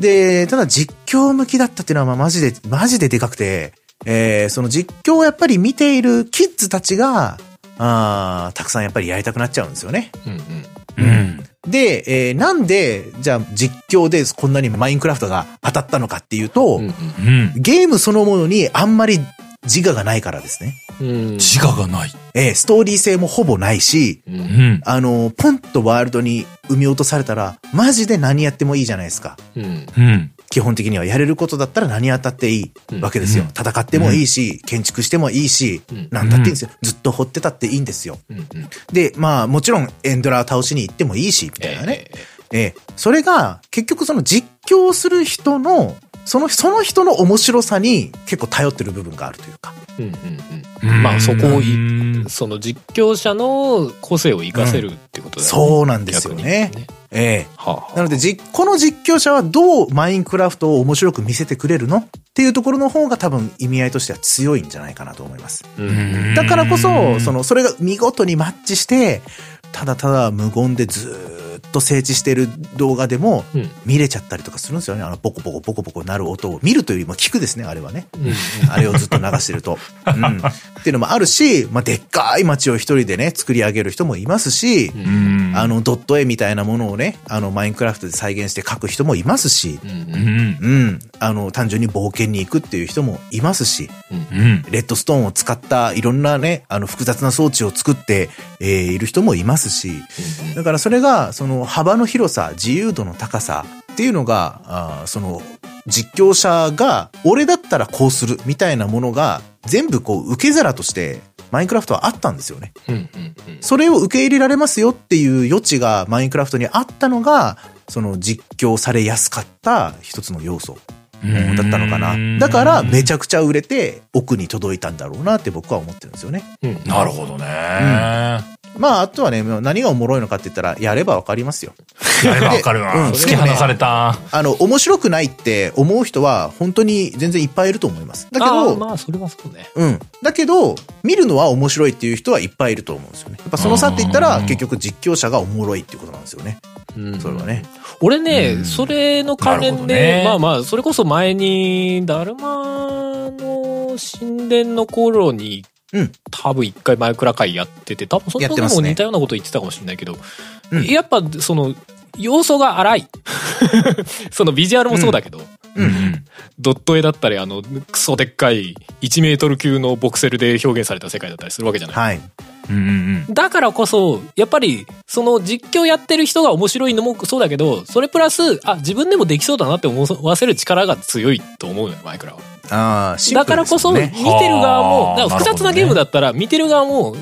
Speaker 3: で、ただ実況向きだったっていうのはまあマジで、マジででかくて、えー、その実況をやっぱり見ているキッズたちが、あーたくさんやっぱりやりたくなっちゃうんですよね。
Speaker 2: うんうん。
Speaker 1: うん
Speaker 3: で、えー、なんで、じゃあ実況でこんなにマインクラフトが当たったのかっていうと、
Speaker 2: うんう
Speaker 1: う
Speaker 2: ん
Speaker 1: ん
Speaker 3: ゲームそのものにあんまり自我がないからですね。
Speaker 2: うん
Speaker 1: 自我がない
Speaker 3: えー、ストーリー性もほぼないし、
Speaker 2: う
Speaker 1: うんん
Speaker 3: あの、ポンとワールドに産み落とされたら、マジで何やってもいいじゃないですか。
Speaker 2: うん
Speaker 1: うん
Speaker 3: 基本的にはやれることだったら何やったっていいわけですよ。
Speaker 1: うん
Speaker 3: 戦ってもいいし、建築してもいいし
Speaker 2: うん、
Speaker 3: 何だっていいんですよ。ずっと掘ってたっていいんですよ。
Speaker 2: うんうん
Speaker 3: で、まあもちろんエンドラー倒しに行ってもいいし、みたいなね。
Speaker 2: ええ
Speaker 3: ええそれが結局その実況する人の、その、その人の面白さに結構頼ってる部分があるというか。
Speaker 2: うんうんうんまあそこをい
Speaker 1: うん
Speaker 2: その実況者の個性を生かせるってことだよね
Speaker 3: そうなんですよね
Speaker 2: 逆。に
Speaker 3: ええ
Speaker 2: はあはあ
Speaker 3: なので、じこの実況者はどうマインクラフトを面白く見せてくれるのっていうところの方が多分意味合いとしては強いんじゃないかなと思います。
Speaker 2: うん
Speaker 1: うん
Speaker 3: だからこそ、その、それが見事にマッチして、ただただ無言でずーっと整地してる動画でも
Speaker 2: うん
Speaker 3: 見れちゃったりとかするんですよね。あの、ボコボコボコボコなる音を見るというよりも聞くですね、あれはね。
Speaker 2: うん
Speaker 3: あれをずっと流してると。うん。っていうのもあるし、まあ、でっかい街を一人でね、作り上げる人もいますし、
Speaker 1: うん
Speaker 3: あの、ドット絵みたいなものをね、あの、マインクラフトで再現して描く人もいますし、
Speaker 2: うんう
Speaker 1: うんん
Speaker 3: うん。あの、単純に冒険に行くっていう人もいますし、
Speaker 1: うん
Speaker 3: レッドストーンを使ったいろんなね、あの、複雑な装置を作って、えーいる人もいますし、だからそれが、その、幅の広さ、自由度の高さっていうのが、あーその、実況者が、俺だったらこうするみたいなものが、全部こう、受け皿として、マインクラフトはあったんですよね。
Speaker 2: うんうんうん
Speaker 3: それを受け入れられますよっていう余地がマインクラフトにあったのが、その実況されやすかった一つの要素
Speaker 1: うん
Speaker 3: だったのかな。だからめちゃくちゃ売れて奥に届いたんだろうなって僕は思ってるんですよね。
Speaker 2: うん
Speaker 1: なるほどね
Speaker 3: まああとはね、何がおもろいのかって言ったらやればわかりますよ。
Speaker 1: やればわかる
Speaker 3: うん
Speaker 1: わ突き放された
Speaker 3: あの、面白くないって思う人は本当に全然いっぱいいると思います。だけ
Speaker 2: ああ
Speaker 3: ど、
Speaker 2: まあそれはそうね
Speaker 3: うん。だけど、見るのは面白いっていう人はいっぱいいると思うんですよね。やっぱその差って言ったら
Speaker 1: うん
Speaker 3: 結局実況者がおもろいっていうことなんですよね。
Speaker 2: うん
Speaker 3: それはね。
Speaker 2: 俺ね、
Speaker 1: うん
Speaker 2: それの関連で、
Speaker 1: なるほどね
Speaker 2: まあまあ、それこそ前に、だるまの神殿の頃に、
Speaker 3: うん
Speaker 2: 多分一回マイクラ会やってて、多分その
Speaker 3: やって
Speaker 2: 時
Speaker 3: ます
Speaker 2: も
Speaker 3: ね
Speaker 2: 似たようなこと言ってたかもしれないけど、
Speaker 3: うん
Speaker 2: やっぱその、要素が荒い。 [laughs] そのビジュアルもそうだけど、
Speaker 3: う
Speaker 1: うんん
Speaker 2: ドット絵だったり、あの、クソでっかい1メートル級のボクセルで表現された世界だったりするわけじゃない。
Speaker 3: はい。
Speaker 1: うんうん
Speaker 2: だからこそ、やっぱり、その実況やってる人が面白いのもそうだけど、それプラス、あ、自分でもできそうだなって思わせる力が強いと思うのよ、マイクラは。
Speaker 3: ああ、シンプ
Speaker 2: だ
Speaker 3: ル
Speaker 2: から
Speaker 3: です
Speaker 2: こそ、
Speaker 3: よ
Speaker 2: 見
Speaker 3: ね
Speaker 2: てる側も
Speaker 1: は、あ
Speaker 2: だから複雑なゲームだったら、見てる側も、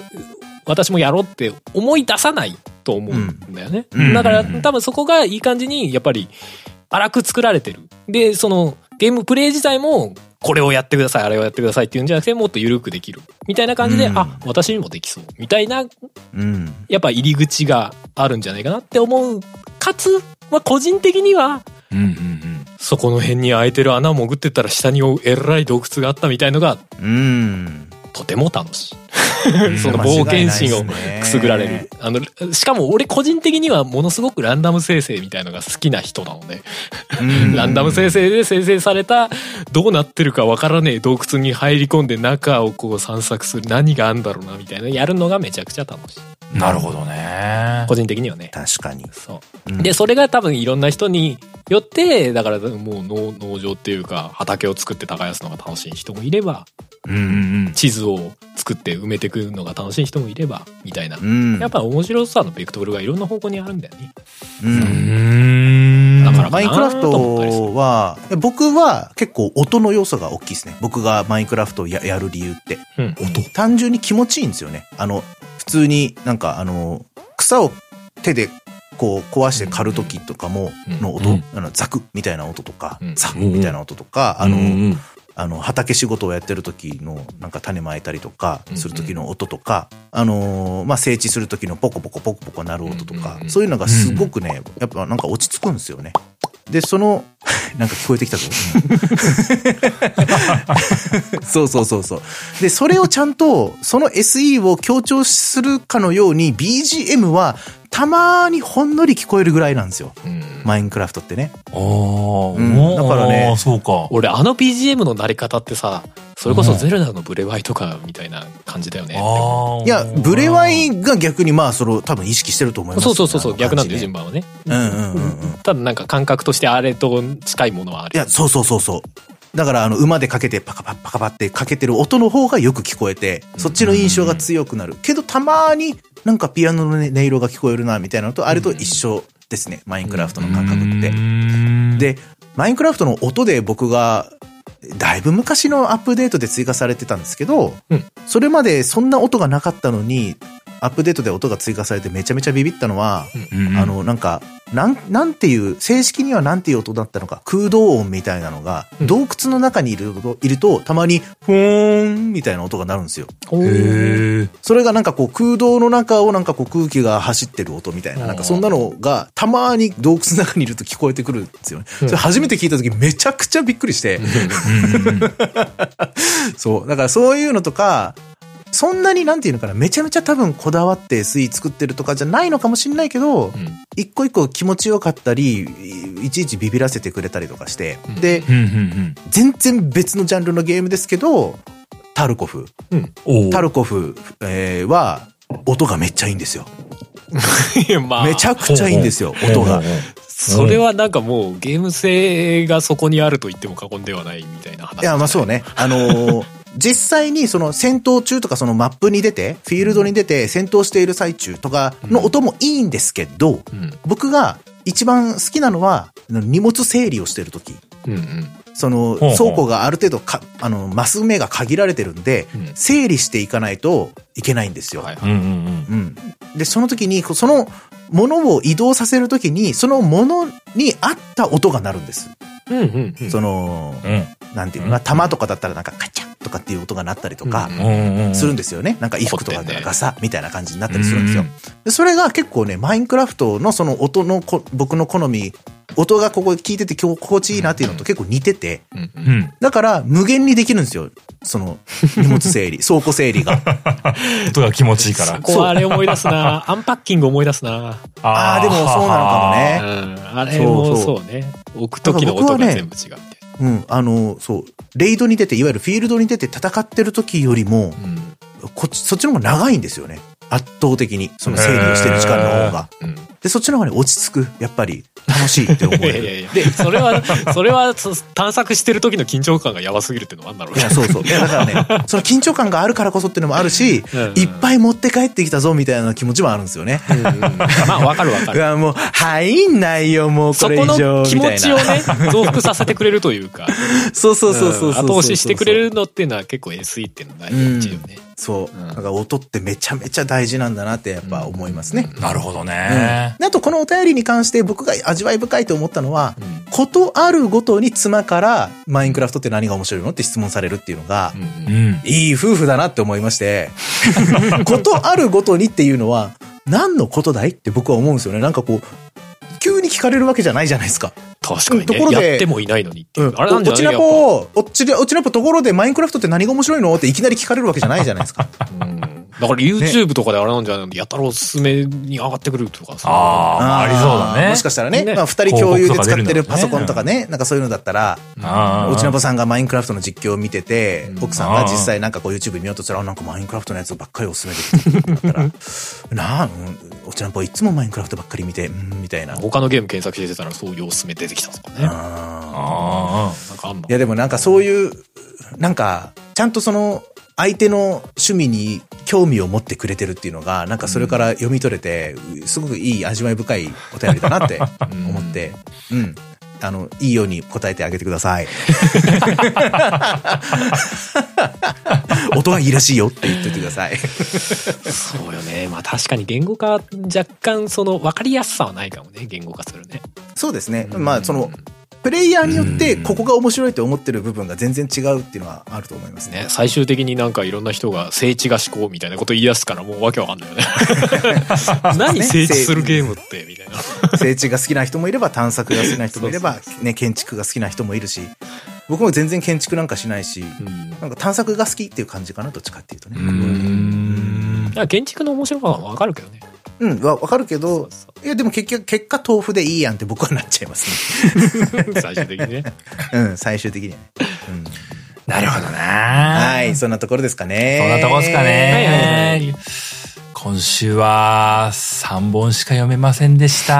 Speaker 2: 私もやろうって思い出さないと思うんだよね。
Speaker 1: うん
Speaker 2: だから、
Speaker 1: うん
Speaker 2: 多分そこがいい感じに、やっぱり、荒く作られてる。で、その、ゲームプレイ自体も、これをやってください、あれをやってくださいっていうんじゃなくて、もっと緩くできる。みたいな感じで、
Speaker 3: うん
Speaker 2: あ、私にもできそう。みたいな、
Speaker 3: うん。
Speaker 2: やっぱ入り口があるんじゃないかなって思う。かつ、まあ、個人的には、
Speaker 1: うんうんうん。
Speaker 2: そこの辺に空いてる穴を潜ってったら下にえらい洞窟があったみたいのが、
Speaker 3: うん。
Speaker 2: とても楽しい。その
Speaker 3: 間違い
Speaker 2: 冒
Speaker 3: ない
Speaker 2: 険
Speaker 3: っすね
Speaker 2: 心をくすぐられる。あの、しかも俺個人的にはものすごくランダム生成みたいのが好きな人なので、
Speaker 3: うん
Speaker 2: ランダム生成で生成された、どうなってるかわからねえ洞窟に入り込んで中をこう散策する何があんだろうなみたいな、やるのがめちゃくちゃ楽しい。
Speaker 1: なるほどね。
Speaker 2: 個人的にはね。
Speaker 3: 確かに。
Speaker 2: そ
Speaker 3: う
Speaker 2: う。
Speaker 3: ん
Speaker 2: で、それが多分いろんな人によって、だからもう農農場っていうか畑を作って耕すのが楽しい人もいれば、
Speaker 1: うんうん
Speaker 2: 地図を作って埋めてくのが楽しい人もいれば、みたいな
Speaker 3: う。ん。
Speaker 2: やっぱ面白さのベクトルがいろんな方向にあるんだよね。
Speaker 3: う。
Speaker 1: うん。うんん。
Speaker 2: だから
Speaker 3: マインクラフ
Speaker 2: と思ったりする
Speaker 3: トは、僕は結構音の要素が大きいですね。僕がマインクラフトをややる理由って。
Speaker 2: うん。
Speaker 1: 音。
Speaker 3: 単純に気持ちいいんですよね。あの、普通になんかあの、草を手でこう壊して刈る時とかも、
Speaker 2: うん
Speaker 3: の音、
Speaker 1: うん
Speaker 3: あのザクみたいな音とか
Speaker 2: うん、
Speaker 3: ザッみたいな音とか、あ
Speaker 1: うん
Speaker 3: の、
Speaker 1: うん
Speaker 3: あの、畑仕事をやってる時の、なんか種まいたりとか
Speaker 2: うん、
Speaker 3: する時の音とか、あのー、まあ、整地する時のポコポコポコポコ鳴る音と
Speaker 2: う
Speaker 3: か
Speaker 2: んうん、
Speaker 3: そういうのがすごくね、やっぱなんか落ち着くんですよね。で、その、 [laughs] なんか聞こえてきた
Speaker 2: [laughs]
Speaker 3: ぞ。そうそうそうそう。で、それをちゃんと、その SE を強調するかのように、BGM はたまーにほんのり聞こえるぐらいなんですよ。
Speaker 2: うん
Speaker 3: マインクラフトってね。
Speaker 1: あー
Speaker 3: うんだからね
Speaker 1: あーそうか。
Speaker 2: 俺、あの BGM の慣れ方ってさ、それこそゼルダのブレワイとかみたいな感じだよね。
Speaker 1: あー
Speaker 3: いや、ブレワイが逆にまあ、それを多分意識してると思います
Speaker 2: そ
Speaker 3: よ
Speaker 2: うそうそうそう、
Speaker 3: あの
Speaker 2: 逆なんだ
Speaker 3: 感
Speaker 2: よ、
Speaker 3: じね
Speaker 2: 順番はね。
Speaker 3: うんうんうんうん。
Speaker 2: ただなんか感覚としてあれと近いものはあ
Speaker 3: い
Speaker 2: る。
Speaker 3: や、そうそうそうそう。だから、あの、馬でかけて、パカパッパカパってかけてる音の方がよく聞こえて、そっちの印象が強くなる。けど、たまーになんかピアノのね音色が聞こえるな、みたいなのと、あれと一緒ですね。マインクラフトの感覚って
Speaker 1: う。ん
Speaker 3: で、マインクラフトの音で僕が、だいぶ昔のアップデートで追加されてたんですけど、
Speaker 2: うん
Speaker 3: それまでそんな音がなかったのに、アップデートで音が追加されてめちゃめちゃビビったのは、
Speaker 1: うん
Speaker 3: あの、なんか、なん、なんていう、正式にはなんていう音だったのか、空洞音みたいなのが、
Speaker 2: うん
Speaker 3: 洞窟の中にいると、いると、たまに、ふーんみたいな音が鳴るんですよ。
Speaker 2: おー
Speaker 1: へえ。
Speaker 3: それがなんかこう空洞の中をなんかこう空気が走ってる音みたいな、なんかそんなのがたまに洞窟の中にいると聞こえてくるんですよね。それ初めて聞いた時めちゃくちゃびっくりして、そう。だからそういうのとか、そんなになんていうのかな、めちゃめちゃ多分こだわって SE 作ってるとかじゃないのかもしれないけど、
Speaker 2: うん
Speaker 3: 一個一個気持ちよかったり、いいちいちビビらせてくれたりとかして、
Speaker 2: うん
Speaker 3: で、
Speaker 1: うんうん
Speaker 3: 全然別のジャンルのゲームですけど、タルコフ。
Speaker 1: うん。おう
Speaker 3: タルコフ、えーは、音がめっちゃいいんですよ。
Speaker 2: [laughs] いやまあ
Speaker 3: めちゃくちゃいいんですよ、音が。。
Speaker 2: それはなんかもうゲーム性がそこにあると言っても過言ではないみたいな話。
Speaker 3: いや、まあそうね。あ [laughs] のー実際にその戦闘中とかそのマップに出て、フィールドに出て戦闘している最中とかの音もいいんですけど、
Speaker 2: うん。
Speaker 3: 僕が一番好きなのは、あの荷物整理をしてる時。
Speaker 2: うんうん。
Speaker 3: そ
Speaker 1: ほ
Speaker 3: の
Speaker 1: うほう
Speaker 3: 倉庫がある程度か、あの、マス目が限られてるんで
Speaker 2: うん、
Speaker 3: 整理していかないといけないんですよ。
Speaker 2: はいは
Speaker 1: うんうんうん。
Speaker 3: うん。で、その時に、こうそのものを移動させる時に、そのものに合った音が鳴るんです。
Speaker 2: い。うんうんうん。
Speaker 3: その、
Speaker 1: う
Speaker 3: なんていうのかな、弾とかだったらなんかカチャンとかっていう音が鳴ったりとか
Speaker 2: うん
Speaker 1: んうんうん。
Speaker 3: するん
Speaker 1: で
Speaker 3: ですよね。なんか衣服とかだったらガサみたいな感じになったりするんですよ。
Speaker 1: う
Speaker 3: でそれが結構ね、マインクラフトのその音のこ僕の好み、音がここ聞いてて今日心地いいなっていうのと結構似てて、
Speaker 2: うんうん
Speaker 1: うん。
Speaker 3: だから無限にできるんですよ。その荷物整理、倉庫整理が。
Speaker 1: 音が気持ちいいから
Speaker 2: そ。こはあれ思い出す [laughs] な。アンパッキング思い出すな。
Speaker 3: ああ、でもそうなのかもね。
Speaker 2: うん。あれも
Speaker 3: そう
Speaker 2: そうね。置く時の音が全部違うみたい
Speaker 3: うん、あの、そう。レイドに出て、いわゆるフィールドに出て戦ってる時よりも、
Speaker 2: な。うん。
Speaker 3: こっち、そっちの方が長いんですよね。圧倒的に。その整理をしてる時間の方が。
Speaker 2: うん
Speaker 3: で、そっちの方がね、落ち着く。やっぱり、楽しいって思
Speaker 2: [laughs] い
Speaker 3: え
Speaker 2: や
Speaker 3: る。
Speaker 2: いやいや。で、それは、 [laughs] それはそ探索してる時の緊張感がやばすぎるっていうのもあんだろう
Speaker 3: いや、
Speaker 2: ね。
Speaker 3: そうそう。いや、だからね、その緊張感があるからこそっていうのもあるし、
Speaker 2: うんうん
Speaker 3: いっぱい持って帰ってきたぞみたいな気持ちもあるんですよね。
Speaker 2: うんうんまあわかるわ
Speaker 3: [laughs]
Speaker 2: か
Speaker 3: う
Speaker 2: る。
Speaker 3: わ、もう、入んないよ、もう、
Speaker 2: [laughs] そ
Speaker 3: これ
Speaker 2: こ
Speaker 3: 以上、
Speaker 2: の気
Speaker 3: みた
Speaker 2: 持
Speaker 3: い
Speaker 2: ちを
Speaker 3: な。
Speaker 2: ね、 [laughs] 増幅させてくれるというか。
Speaker 3: そうそうそうそうそうそう。
Speaker 2: 後押ししてくれるのっていうのは結構 SE っていうの大事よね。
Speaker 3: そう。
Speaker 2: うん
Speaker 3: だから、音ってめちゃめちゃ大事なんだなって、やっぱ思いますね。
Speaker 1: なるほどね。
Speaker 3: う
Speaker 1: ね。
Speaker 3: であとこのお便りに関して僕が味わい深いと思ったのは、ことあるごとに妻からマインクラフトって何が面白いのって質問されるっていうのが、
Speaker 1: うん。
Speaker 3: いい夫婦だなって思いまして、ことあるごとにっていうのは、何のことだいって僕は思うんですよね。なんかこう、急に聞かれるわけじゃないじゃないですか。
Speaker 2: 確かに
Speaker 3: とこ
Speaker 2: ね
Speaker 3: ろで
Speaker 2: やってもいないのにって
Speaker 3: う、
Speaker 2: いうんあれなんじゃな
Speaker 3: おおち
Speaker 2: い
Speaker 3: なぽを、おっちおちなぽところでマインクラフトって何が面白いのっていきなり聞かれるわけじゃないじゃないですか。
Speaker 2: うんだから YouTube とかであれなんじゃないのやたらおすすめに上がってくるとかさ。
Speaker 1: ああ、
Speaker 3: ー
Speaker 1: ありそうだね。
Speaker 3: もしかしたらね、
Speaker 2: ね
Speaker 3: まあ二人共有で使っ
Speaker 1: 広告とか出る
Speaker 3: てる
Speaker 1: んだろうね
Speaker 3: パソコンとかね、なんかそういうのだったら、
Speaker 1: あー
Speaker 3: おちなぼさんがマインクラフトの実況を見てて、奥さんが
Speaker 1: あー
Speaker 3: 実際なんかこう YouTube 見ようとしたら、あなんかマインクラフトのやつばっかりおすすめできるってなったら、なあ、うんおちなぼいつもマインクラフトばっかり見て、うん、みたいな。
Speaker 2: 他のゲーム検索してたらそういうおすすめ出てきたとかね。なん
Speaker 3: あー
Speaker 1: あ
Speaker 2: かあんの
Speaker 3: いやでもなんかそういう、なんか、ちゃんとその、相手の趣味に興味を持ってくれてるっていうのが、なんかそれから読み取れて、すごくいい味わい深いお便りだな [laughs] って思って、うん。あの、いいように答えてあげてくだ [laughs] さい。音はいいらしいよって言っててください。
Speaker 2: そうよね。まあ確かに言語化若干その分かりやすさはないかもね。言語化するね。
Speaker 3: そうですね。まあ、その、プレイヤーによってここが面白いと思ってる部分が全然違うっていうのはあると思いますね。
Speaker 2: ね。最終的になんかいろんな人が聖地が思考みたいなこと言い出すからもうわけわかんない
Speaker 3: [laughs]
Speaker 2: よね。何聖地するゲームってみたいな。
Speaker 3: 聖地が好きな人もいれば探索が好きな人もいれば、ね、建築が好きな人もいるし、僕も全然建築なんかしないし、
Speaker 2: うん
Speaker 3: なんか探索が好きっていう感じかな、どっちかっていうと
Speaker 1: ー。うー
Speaker 3: ね。
Speaker 1: ん
Speaker 2: い。や建築の面白さはわかるけど
Speaker 1: [laughs]
Speaker 2: ね。
Speaker 3: うん、わ、わかるけど
Speaker 2: そ、
Speaker 3: いや、でも結局、結果豆腐でいいやんって僕はなっちゃいます
Speaker 2: 最終的にね。
Speaker 3: ね。うん、最終的にはね。うん
Speaker 1: なるほどな
Speaker 3: は、。
Speaker 1: はい
Speaker 3: そんなところですかね。
Speaker 1: そんなとこですか
Speaker 2: はいはい
Speaker 1: ね。今週は3本しか読めませんでした。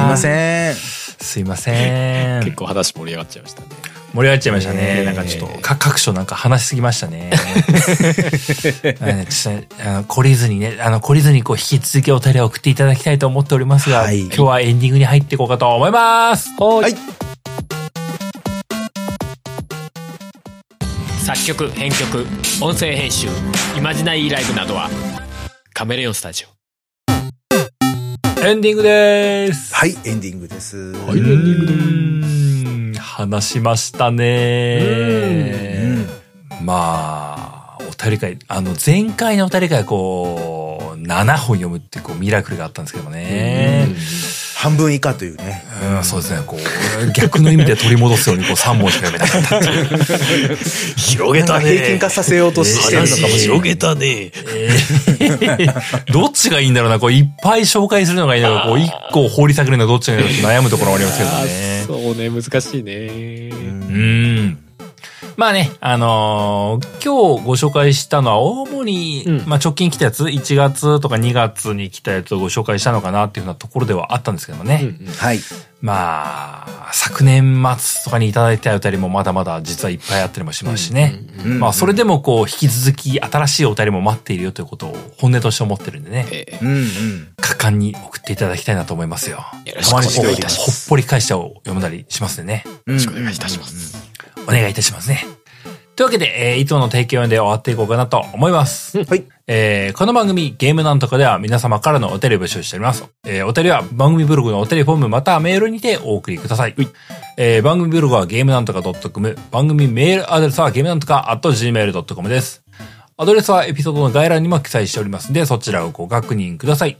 Speaker 3: すいません。
Speaker 1: すいません。
Speaker 2: 結構話盛り上がっちゃいましたね。
Speaker 1: 盛り上がっちゃいましたね。
Speaker 3: ね
Speaker 1: なんかちょっと、か各所なんか話しすぎましたね。
Speaker 3: [laughs]
Speaker 1: あのねちょっとねあの、懲りずにね、あの、懲りずにこう、引き続きお便りを送っていただきたいと思っておりますが、
Speaker 3: はい
Speaker 1: 今日はエンディングに入っていこうかと思います。
Speaker 2: は
Speaker 3: はい。
Speaker 2: 作曲編曲音声編集イマジナイライブなどはカメレオンスタジオ
Speaker 1: エンディングです。
Speaker 3: はい、エンディングです。
Speaker 1: うーん話しました
Speaker 3: うん
Speaker 1: ね。まあ、お便り会、あの、前回のお便り会はこう、7本読むっていうこうミラクルがあったんですけどもね。
Speaker 3: 半分以下というね。
Speaker 1: うん、そうですね。こう、逆の意味で取り戻すように、こう、3本し [laughs] か読めなかったっていう。
Speaker 2: 広
Speaker 3: なんか平均化させようとしてるのかもしれない。
Speaker 1: 話広
Speaker 2: げたね
Speaker 1: えー [laughs] どっちがいいんだろうな、こう、いっぱい紹介するのがいいのか、こう、1個掘り下げるのがどっちがいいのか悩むところはありますけどね。
Speaker 2: そうね難しいね
Speaker 1: うん。まあね、あのー今日ご紹介したのは主に、
Speaker 2: うん
Speaker 1: まあ直近来たやつ、1月とか2月に来たやつをご紹介したのかなっていうふうなところではあったんですけどもね。
Speaker 3: はい。
Speaker 1: まあ、昨年末とかにいただいたお便りもまだまだ実はいっぱいあったりもしますしね。
Speaker 3: うん
Speaker 1: まあ、それでもこう、引き続き新しいお便りも待っているよということを本音として思ってるんでね、
Speaker 2: え
Speaker 3: うんうん。
Speaker 1: 果敢に送っていただきたいなと思いますよ。
Speaker 2: よろしくお願いいた
Speaker 1: たま
Speaker 2: します
Speaker 1: にこうほっぽり返したを読んだりしますんでね。
Speaker 3: よろ
Speaker 2: しくお願いいたします。
Speaker 1: お願いいたしますね。というわけで、えー、いつもの提供読んで終わっていこうかなと思います。
Speaker 3: はい。
Speaker 1: えーこの番組、ゲームなんとかでは皆様からのお便りを募集しております。えーお便りは番組ブログのお便りフォームまたはメールにてお送りください。えー番組ブログはゲームなんとか .com、番組メールアドレスはゲームなんとか .gmail.com です。アドレスはエピソードの概要欄にも記載しておりますので、そちらをご確認ください。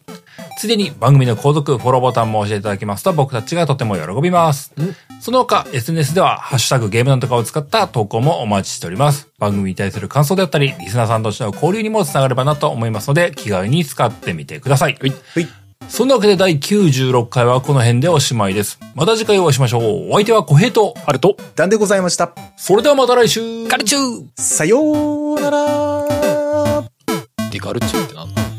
Speaker 1: ついでに番組の購読、フォローボタンも押していただきますと僕たちがとても喜びます。その他、SNS では、ハッシュタグゲームなんとかを使った投稿もお待ちしております。番組に対する感想であったり、リスナーさんとしての交流にもつながればなと思いますので、気軽に使ってみてください。
Speaker 3: はい。
Speaker 1: そんなわけで第96回はこの辺でおしまいです。また次回お会いしましょう。お相手は小平と、
Speaker 2: あると
Speaker 3: なんでございました。
Speaker 1: それではまた来週
Speaker 2: カルチュー
Speaker 3: さようなら
Speaker 2: デカルチューってなんだ